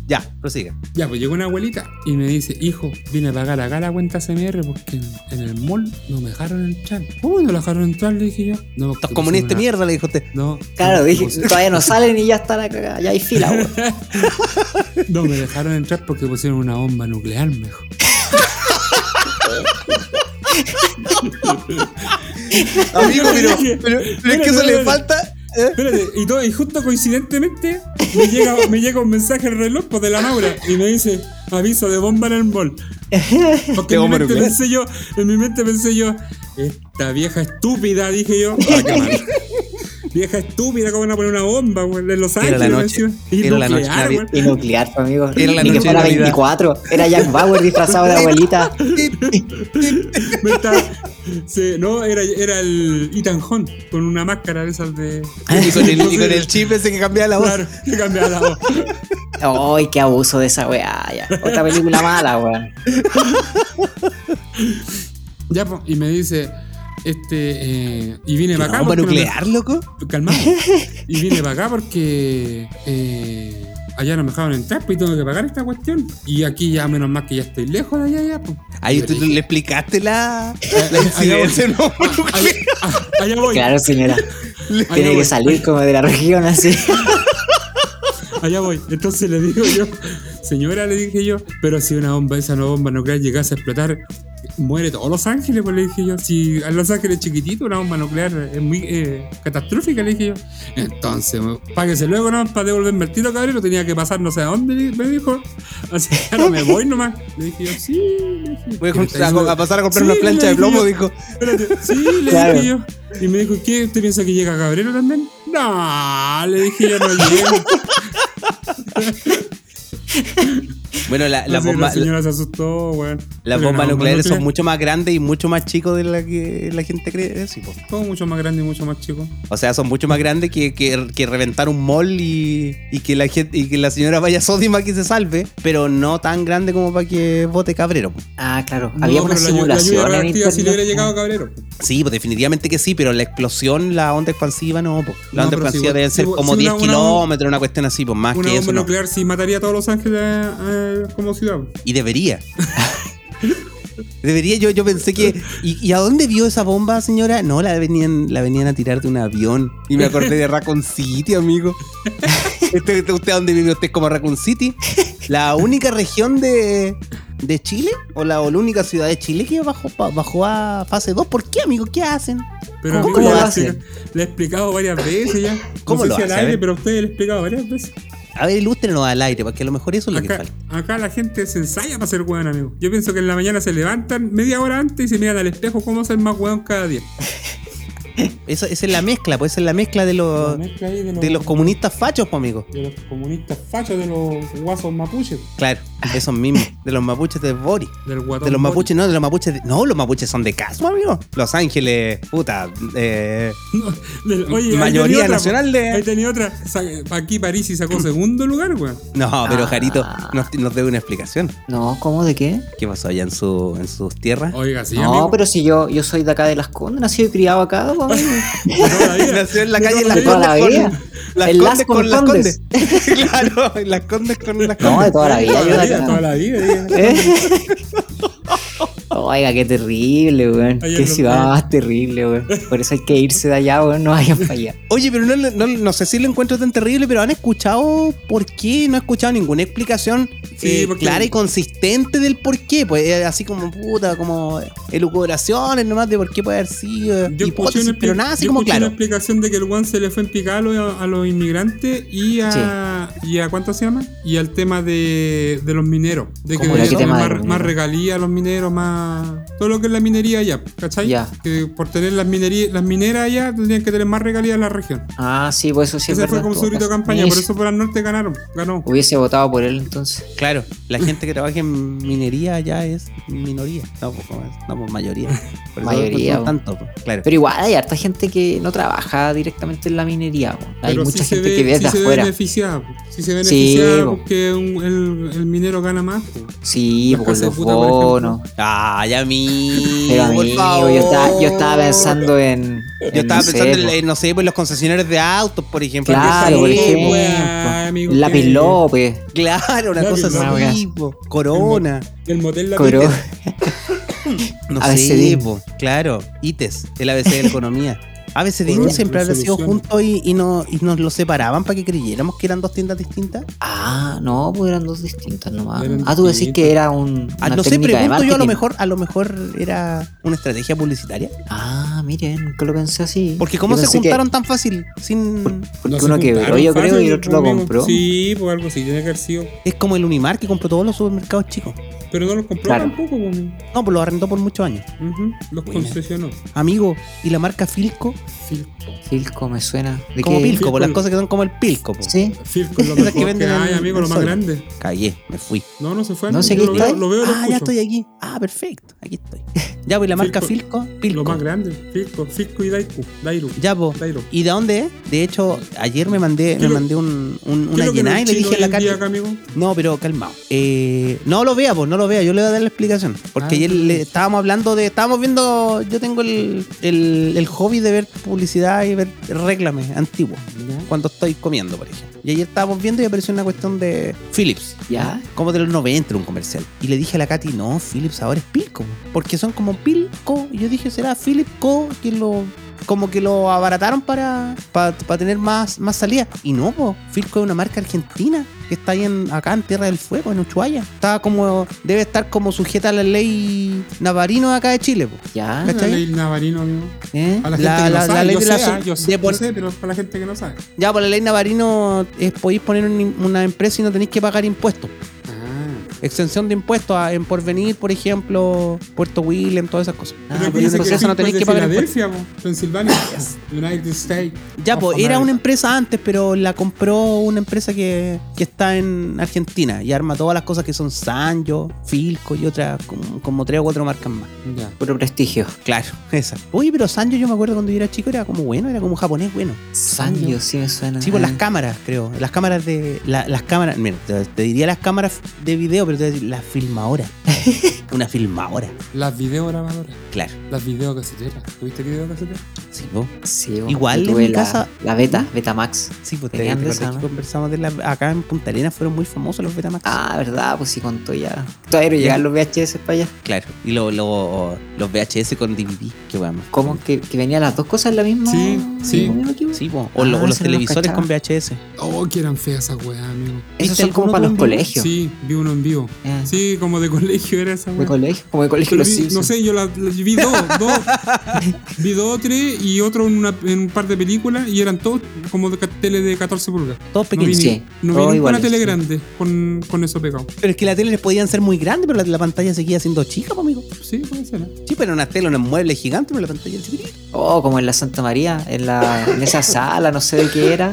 Speaker 2: Ya, prosigue.
Speaker 1: Ya, pues llegó una abuelita y me dice, hijo, vine a pagar acá la cuenta CMR porque en, en el mall no me dejaron entrar. ¿Cómo no la dejaron entrar? Le dije yo. No, porque
Speaker 2: Estos comunistas de
Speaker 1: pusieron
Speaker 2: mierda, le dijo usted.
Speaker 1: una- No.
Speaker 3: Claro,
Speaker 1: no,
Speaker 3: dije,
Speaker 1: pus-
Speaker 3: todavía no salen y ya está la cagada, ya hay fila, weón.
Speaker 1: No, me dejaron entrar porque pusieron una bomba nuclear, mejor.
Speaker 2: Amigo, pero,
Speaker 1: Dije,
Speaker 2: pero- pero es
Speaker 1: mira,
Speaker 2: que eso
Speaker 1: mira,
Speaker 2: le
Speaker 1: mira.
Speaker 2: falta.
Speaker 1: Espérate, y, todo, y justo coincidentemente me llega, me llega un mensaje al reloj pues, de la Maura y me dice aviso de bomba en el mall. Porque
Speaker 2: De
Speaker 1: en mi,
Speaker 2: bomba
Speaker 1: mente
Speaker 2: nuclear.
Speaker 1: pensé yo, en mi mente pensé yo, esta vieja estúpida, dije yo. Ah, qué mal. Vieja estúpida, ¿cómo van a poner una bomba, güey? En Los
Speaker 2: Era
Speaker 1: Ángeles,
Speaker 2: la noche,
Speaker 1: encima. Y
Speaker 2: era la noche
Speaker 1: nuclear,
Speaker 2: navi-
Speaker 1: güey.
Speaker 3: Y nuclear, pues, amigo.
Speaker 2: Era la
Speaker 3: Ni
Speaker 2: noche
Speaker 3: que
Speaker 2: de
Speaker 3: fuera
Speaker 2: Navidad.
Speaker 3: 24. Era Jack Bauer disfrazado de abuelita.
Speaker 1: Me estaba- se- no, era, era el Ethan Hunt con una máscara de esas de.
Speaker 2: Y con, el, y con el chip ese que cambiaba la voz.
Speaker 1: Claro, que cambiaba la voz.
Speaker 3: Ay, qué abuso de esa weá. ya. Otra película mala, weón.
Speaker 1: Ya, po, y me dice, este, eh, y vine para acá.
Speaker 2: ¿Bomba
Speaker 1: porque no me-
Speaker 2: nuclear, loco?
Speaker 1: calmado. Y vine para acá porque eh, allá no me dejaron entrar pues, y tengo que pagar esta cuestión. Y aquí ya, menos mal que ya estoy lejos de allá, ya. pues.
Speaker 2: Ahí
Speaker 1: Yo
Speaker 2: tú
Speaker 1: dije,
Speaker 2: le explicaste la, la
Speaker 1: allá
Speaker 2: incidencia, ¿no?
Speaker 1: allá, ah, allá voy,
Speaker 3: Claro, señora.
Speaker 1: allá
Speaker 3: Tiene que
Speaker 1: voy,
Speaker 3: salir como de la región así.
Speaker 1: allá voy. Entonces le digo yo, señora, le dije yo, pero si una bomba, esa no bomba nuclear llegase a explotar, muere todo Los Ángeles, pues le dije yo. Si a Los Ángeles es chiquitito, una bomba nuclear es muy eh, catastrófica, le dije yo. Entonces, páguese luego, ¿no? Para devolverme el tiro, cabrón, tenía que pasar no sé a dónde, me dijo. Así que ahora me voy nomás. Le dije yo, sí, le dije yo.
Speaker 2: Voy a,
Speaker 1: Pero
Speaker 2: comprar-
Speaker 1: está diciendo-
Speaker 2: a- a pasar a comprar
Speaker 1: Sí,
Speaker 2: una plancha
Speaker 1: le
Speaker 2: de
Speaker 1: dije
Speaker 2: plomo,
Speaker 1: yo.
Speaker 2: dijo.
Speaker 1: Espérate, sí, le
Speaker 3: Claro.
Speaker 1: dije yo. Y me dijo, ¿qué? ¿Usted piensa que llega Cabrero también? No, le dije yo, no llego.
Speaker 2: Bueno, la, la
Speaker 1: Entonces,
Speaker 2: bomba,
Speaker 1: la señora se asustó, weón.
Speaker 2: las
Speaker 1: Pero
Speaker 2: bombas
Speaker 1: no,
Speaker 2: nucleares son
Speaker 1: nuclear,
Speaker 2: mucho más grandes y mucho más chicos de la que la gente cree. eh, sí, po.
Speaker 1: Todo mucho más grande y mucho más chico.
Speaker 2: O sea, son mucho más grandes que, que- que reventar un mall y, y que la gente, y que la señora vaya sódima que se salve, pero no tan grande como para que vote Cabrero. po.
Speaker 3: Ah, claro. Había
Speaker 1: No,
Speaker 3: una
Speaker 1: pero la llu- La
Speaker 3: simulación
Speaker 1: lluvia
Speaker 3: en
Speaker 1: radioactiva sí le hubiera llegado a
Speaker 3: internet.
Speaker 1: Cabrero.
Speaker 2: Sí, pues definitivamente que sí, pero la explosión, la onda expansiva no. po. La
Speaker 1: No, pero
Speaker 2: onda
Speaker 1: si
Speaker 2: expansiva
Speaker 1: vos-
Speaker 2: debe
Speaker 1: si
Speaker 2: ser
Speaker 1: vos-
Speaker 2: como
Speaker 1: si
Speaker 2: 10
Speaker 1: una- una-
Speaker 2: kilómetros, una cuestión así, pues más
Speaker 1: Una
Speaker 2: que eso.
Speaker 1: bomba
Speaker 2: no.
Speaker 1: nuclear sí mataría a todos Los Ángeles eh, como ciudad.
Speaker 2: Y debería. debería, yo, yo pensé que. ¿y, y a dónde vio esa bomba, señora? No, la venían, la venían a tirar de un avión. Y me acordé de Raccoon City, amigo. Este- este- ¿Usted a dónde vive? ¿Usted es como Raccoon City? La única región de, de Chile, o la, o la única ciudad de Chile que bajó, pa- bajó a fase 2. ¿Por qué, amigo? ¿Qué hacen?
Speaker 1: Pero
Speaker 3: ¿Cómo
Speaker 1: amigo,
Speaker 3: lo
Speaker 1: ya le
Speaker 3: hacen?
Speaker 1: explica- Le he explicado varias veces ya. No
Speaker 2: ¿Cómo
Speaker 1: sé
Speaker 2: lo
Speaker 1: si al
Speaker 2: hacen? A
Speaker 1: aire,
Speaker 2: ver.
Speaker 1: pero a ustedes le he explicado varias veces.
Speaker 2: A ver, ilústrenlo al aire, porque a lo mejor eso es lo que
Speaker 1: Acá,
Speaker 2: falta.
Speaker 1: acá la gente se ensaya para ser weón, amigo. Yo pienso que en la mañana se levantan media hora antes y se miran al espejo cómo ser más weón cada día.
Speaker 2: Eso- esa es la mezcla, pues esa es la mezcla de los, de los comunistas fachos, pues, amigo.
Speaker 1: de los comunistas fachos, de los guasos mapuches.
Speaker 2: Claro, esos mismos, de los mapuches de Bori.
Speaker 1: Del guatón
Speaker 2: De los
Speaker 1: Bori.
Speaker 2: mapuches, no, de los mapuches. de- no, los mapuches son de Casmo, amigo. Los Ángeles, puta. Eh,
Speaker 1: Del- oye, ahí
Speaker 2: Mayoría
Speaker 1: tenía otra,
Speaker 2: nacional de-
Speaker 1: Ahí tenía otra. Sa- Aquí París y sacó segundo lugar, weón.
Speaker 2: no, pero
Speaker 3: Ah.
Speaker 2: Jarito nos, nos debe una explicación.
Speaker 3: No, ¿cómo de qué?
Speaker 2: ¿Qué pasó allá en, su, en sus tierras?
Speaker 1: Oiga, sí,
Speaker 3: no,
Speaker 1: amigo.
Speaker 3: pero si yo, yo soy de acá de las Condes, nacido y criado acá, po, amigo.
Speaker 1: De toda la vida.
Speaker 2: Nació en la
Speaker 1: De
Speaker 2: calle
Speaker 1: toda
Speaker 2: Las
Speaker 3: de toda la
Speaker 2: Condes
Speaker 3: vida.
Speaker 2: con Las
Speaker 3: El
Speaker 2: Condes
Speaker 3: lazo
Speaker 2: con
Speaker 3: con
Speaker 2: Las
Speaker 3: Condes.
Speaker 2: Condes. claro, Las Condes con Las
Speaker 3: No, de
Speaker 2: Condes.
Speaker 3: toda la vida.
Speaker 1: Toda
Speaker 3: yo
Speaker 1: la
Speaker 3: de
Speaker 1: vida,
Speaker 3: acá.
Speaker 1: toda la vida. diga.
Speaker 3: ¿Eh? Oiga, qué terrible, weón.
Speaker 1: Ahí
Speaker 3: Qué
Speaker 1: en los
Speaker 3: ciudad
Speaker 1: lados.
Speaker 3: más terrible, weón. Por eso hay que irse de allá, weón. No vayan para allá.
Speaker 2: Oye, pero no, no, no sé si lo encuentro tan terrible, pero han escuchado por qué, no he escuchado ninguna explicación
Speaker 1: Sí,
Speaker 2: eh,
Speaker 1: porque-
Speaker 2: clara y consistente del por qué, pues eh, así como puta, como elucubraciones nomás de por qué puede haber sido, eh,
Speaker 1: Yo escuché,
Speaker 2: hipótesis,
Speaker 1: una,
Speaker 2: pero nada así
Speaker 1: yo
Speaker 2: como
Speaker 1: escuché
Speaker 2: claro.
Speaker 1: una explicación de que el One se le fue en pica a los, a los inmigrantes y a, y a. ¿Cuánto se llama? Y al tema de, de los mineros. De que
Speaker 3: ¿Cómo era
Speaker 1: deberían
Speaker 3: qué
Speaker 1: tener
Speaker 3: tema de
Speaker 1: más,
Speaker 3: los
Speaker 1: más
Speaker 3: mineros?
Speaker 1: regalías a los mineros, más. Todo lo que es la minería allá, ¿cachai?
Speaker 3: Ya.
Speaker 1: Que por tener las, minerías, las mineras allá tendrían que tener más regalías en la región.
Speaker 3: Ah, sí, pues eso sí es
Speaker 1: Ese fue
Speaker 3: verdad.
Speaker 1: como
Speaker 3: en
Speaker 1: su
Speaker 3: todo
Speaker 1: grito de
Speaker 3: caso.
Speaker 1: campaña,
Speaker 3: Ni
Speaker 1: por
Speaker 3: eso.
Speaker 1: eso por el norte ganaron. Ganó.
Speaker 3: Hubiese votado por él entonces.
Speaker 2: Claro, la gente que trabaja en minería ya es minoría, no, pues, ¿cómo es? no, pues, mayoría. Por eso
Speaker 3: Mayoría,
Speaker 2: no son tanto, pues, claro.
Speaker 3: Pero igual hay harta gente que no trabaja directamente en la minería, weón. Hay
Speaker 1: Pero
Speaker 3: mucha
Speaker 1: sí se
Speaker 3: gente que ve
Speaker 1: sí
Speaker 3: desde
Speaker 1: se ve
Speaker 3: afuera.
Speaker 1: beneficiada. po. Si se beneficia
Speaker 3: po.
Speaker 1: porque un- el, el minero gana más. po.
Speaker 3: Sí,
Speaker 1: Las
Speaker 3: por
Speaker 1: casas
Speaker 3: los
Speaker 1: de puta, por ejemplo.
Speaker 3: bonos.
Speaker 2: Ah, ya mí.
Speaker 3: Pero amigo, yo estaba, yo estaba pensando en.
Speaker 2: Yo estaba pensando en,
Speaker 3: la
Speaker 2: en, no sé, pues los concesionarios de autos, por ejemplo.
Speaker 3: Claro,
Speaker 2: Sí,
Speaker 3: por
Speaker 1: Sí,
Speaker 3: ejemplo.
Speaker 1: weá, amigo,
Speaker 3: Lápiz
Speaker 1: que-
Speaker 3: López.
Speaker 2: Claro, una
Speaker 1: Claro,
Speaker 2: cosa
Speaker 1: no,
Speaker 2: así, po. Corona.
Speaker 1: El motel la
Speaker 3: Cobró.
Speaker 1: pista.
Speaker 2: No sé,
Speaker 3: ABCD.
Speaker 2: po. Claro, ITES, el ABC de la economía. ABCD
Speaker 1: Corona,
Speaker 2: siempre habrá sido
Speaker 1: resoluciones.
Speaker 2: juntos y, y no- y nos lo separaban para que creyéramos que eran dos tiendas distintas.
Speaker 3: Ah, no, pues eran dos distintas nomás.
Speaker 1: Eran
Speaker 3: ah, tú decís
Speaker 1: distintas.
Speaker 3: que era un.
Speaker 2: Ah,
Speaker 3: una
Speaker 2: no sé,
Speaker 3: técnica de
Speaker 2: pregunto yo, a lo
Speaker 3: marketing.
Speaker 2: mejor, a lo mejor era una estrategia publicitaria.
Speaker 3: Ah, miren, nunca lo pensé así.
Speaker 2: Porque cómo se
Speaker 3: Yo pensé que-
Speaker 2: juntaron tan fácil sin...
Speaker 3: porque
Speaker 1: No se
Speaker 3: uno quebró,
Speaker 1: juntaron
Speaker 3: yo creo, y
Speaker 1: fácil,
Speaker 3: el otro lo
Speaker 1: amigo.
Speaker 3: compró.
Speaker 1: Sí, pues algo así, tiene que haber sido.
Speaker 2: Es como el Unimar que compró todos los supermercados chicos.
Speaker 1: Pero no los compró
Speaker 3: Claro.
Speaker 1: tampoco, pues, amigo.
Speaker 2: No, pues los arrendó por muchos años.
Speaker 1: Ujú, Los
Speaker 2: Buena.
Speaker 1: concesionó.
Speaker 2: Amigo, ¿y la marca Filco?
Speaker 3: Filco me suena. ¿De
Speaker 2: Como
Speaker 3: qué?
Speaker 2: Pilco, por las
Speaker 1: Filco.
Speaker 2: cosas que son como el pues. Pilco. po.
Speaker 3: Sí.
Speaker 1: Firco es lo
Speaker 2: Esas que
Speaker 1: mejor que
Speaker 2: venden en-
Speaker 1: hay, amigo, lo
Speaker 2: en
Speaker 1: más
Speaker 2: Sol.
Speaker 1: grande.
Speaker 2: Callé, me fui.
Speaker 1: No, no se fue.
Speaker 3: No sé
Speaker 1: yo
Speaker 3: qué
Speaker 1: lo veo,
Speaker 3: está-
Speaker 1: lo veo y lo
Speaker 2: Ah,
Speaker 1: escucho.
Speaker 2: ya estoy aquí. Ah, perfecto. Aquí estoy. Ya, pues la marca
Speaker 1: Filco.
Speaker 2: Filco. Pilco.
Speaker 1: Lo más grande. Firco, Firco y Daiku. Dairu.
Speaker 2: Ya, pues.
Speaker 1: Dairu.
Speaker 2: ¿Y de dónde es? De hecho, ayer me mandé,
Speaker 1: ¿Qué
Speaker 2: me
Speaker 1: lo-
Speaker 2: mandé un,
Speaker 1: ¿Qué
Speaker 2: un-
Speaker 1: es
Speaker 2: una
Speaker 1: lo que
Speaker 2: llenada
Speaker 1: no
Speaker 2: y le
Speaker 1: es
Speaker 2: dije a
Speaker 1: chino
Speaker 2: la
Speaker 1: hoy en día acá,
Speaker 2: Katy.
Speaker 1: amigo?
Speaker 2: No, pero calmado. Eh, no lo vea, pues, no lo vea. Yo le voy a dar la explicación. Porque
Speaker 1: Ah.
Speaker 2: ayer le- estábamos hablando de. Estábamos viendo. Yo tengo el, el, el hobby de ver publicidad y ver reclames antiguos. Cuando estoy comiendo, por ejemplo. Y ayer estábamos viendo y apareció una cuestión de Philips.
Speaker 3: ¿Ya?
Speaker 2: Como de los 90 era un comercial. Y le dije a la Katy, no, Philips ahora es Pilco. Porque son como Pilco. Y yo dije, será Philips Co. Que lo, como que lo abarataron para, para, para tener más, más salida. Y no, po. Philco es una marca argentina que está ahí en, acá en Tierra del Fuego, en Ushuaia. Está como, debe estar como sujeta a la ley navarino acá de Chile, po.
Speaker 3: ¿Ya?
Speaker 1: La
Speaker 2: ¿Cachai?
Speaker 1: ley Navarino, amigo.
Speaker 2: ¿Eh?
Speaker 1: A la gente
Speaker 2: La-
Speaker 1: que
Speaker 2: la-
Speaker 1: no
Speaker 2: la
Speaker 1: sabe,
Speaker 2: ley
Speaker 1: yo
Speaker 2: de
Speaker 1: sé,
Speaker 2: la
Speaker 1: ah, yo
Speaker 2: su- de
Speaker 1: sé,
Speaker 2: por- Ah.
Speaker 1: yo sé, pero es para la gente que no sabe.
Speaker 2: Ya, por la ley navarino eh, podéis poner un- una empresa y no tenéis que pagar impuestos. Ah, Exención de impuestos a- en Porvenir, por ejemplo, Puerto Willem, todas esas cosas.
Speaker 3: Ah,
Speaker 1: Pero
Speaker 2: pero en
Speaker 1: acuérdense
Speaker 2: el
Speaker 1: que
Speaker 2: proceso no
Speaker 1: Philco es
Speaker 2: tenéis
Speaker 1: de
Speaker 2: que pagar
Speaker 1: Filadelfia, po, Pensilvania, United States.
Speaker 2: Ya,
Speaker 1: of
Speaker 2: pues, era una
Speaker 1: America.
Speaker 2: empresa antes, pero la compró una empresa que, que está en Argentina y arma todas las cosas que son Sanyo, Filco y otras, como, como tres o cuatro marcas más.
Speaker 1: Ya.
Speaker 3: Puro prestigio.
Speaker 2: Claro, esa. Oye, pero Sanyo yo me acuerdo cuando yo era chico era como bueno, era como japonés bueno.
Speaker 3: Sanyo, sí me suena.
Speaker 2: Sí, por las cámaras, creo. Las cámaras de. la- las cámaras. Mira, te, te diría las cámaras de video, pero te voy a decir las filmadoras. una filmadora,
Speaker 1: Las videograbadoras,
Speaker 2: claro.
Speaker 1: las videocaseteras. ¿Tuviste videocaseteras?
Speaker 2: Sí, vos.
Speaker 3: Sí, bueno,
Speaker 2: Igual
Speaker 3: yo
Speaker 2: en
Speaker 3: tuve
Speaker 2: mi
Speaker 3: la,
Speaker 2: casa-
Speaker 3: La beta, Betamax.
Speaker 2: Sí, pues te,
Speaker 3: Tenían
Speaker 2: te
Speaker 3: de
Speaker 2: acordás
Speaker 3: esa,
Speaker 2: que
Speaker 3: ¿no?
Speaker 2: conversamos de la, acá en Punta Arenas fueron muy famosos los Betamax.
Speaker 3: Ah, verdad, pues sí contó ya. Todavía no llegaron los VHS para allá.
Speaker 2: Claro. Y lo- lo- los VHS con DVD, que weón. más.
Speaker 3: ¿Cómo? ¿Que, que venían las dos cosas en la misma?
Speaker 1: Sí, sí.
Speaker 3: en el mismo equipo?
Speaker 2: Sí, po. o, lo-
Speaker 3: Ah,
Speaker 2: o los
Speaker 3: ese no lo
Speaker 2: televisores
Speaker 3: cachaba.
Speaker 2: con VHS.
Speaker 1: Oh, que eran feas esas weas, amigo.
Speaker 3: Esos
Speaker 2: ¿Viste
Speaker 3: son como
Speaker 2: alguno tú
Speaker 3: para los
Speaker 2: en vivo?
Speaker 3: colegios.
Speaker 1: Sí, vi uno en vivo.
Speaker 3: Ah,
Speaker 1: Sí, como de colegio era esa
Speaker 3: De
Speaker 1: wea.
Speaker 3: colegio. Como de colegio
Speaker 1: Pero
Speaker 3: los
Speaker 1: vi-
Speaker 3: Simpsons.
Speaker 1: no sé, yo la, la- vi dos, dos. Vi dos, tres y otro en, una- en un par de películas y eran todos como de ca- tele de 14 pulgadas.
Speaker 2: Todos
Speaker 1: No vi,
Speaker 2: pequeños.
Speaker 3: Sí,
Speaker 1: ni- no vi
Speaker 3: todos
Speaker 1: ninguna
Speaker 3: iguales,
Speaker 1: tele
Speaker 3: sí.
Speaker 1: grande con, con eso pegado.
Speaker 2: Pero es que la tele les podían ser muy grande, pero la, la pantalla seguía siendo chica, po, amigo.
Speaker 1: Sí, puede ser. ¿eh?
Speaker 2: Sí, pero una tele, un mueble gigante, pero la pantalla chiquitita.
Speaker 3: Oh, como en la Santa María, en, la, en esa sala, no sé de qué era.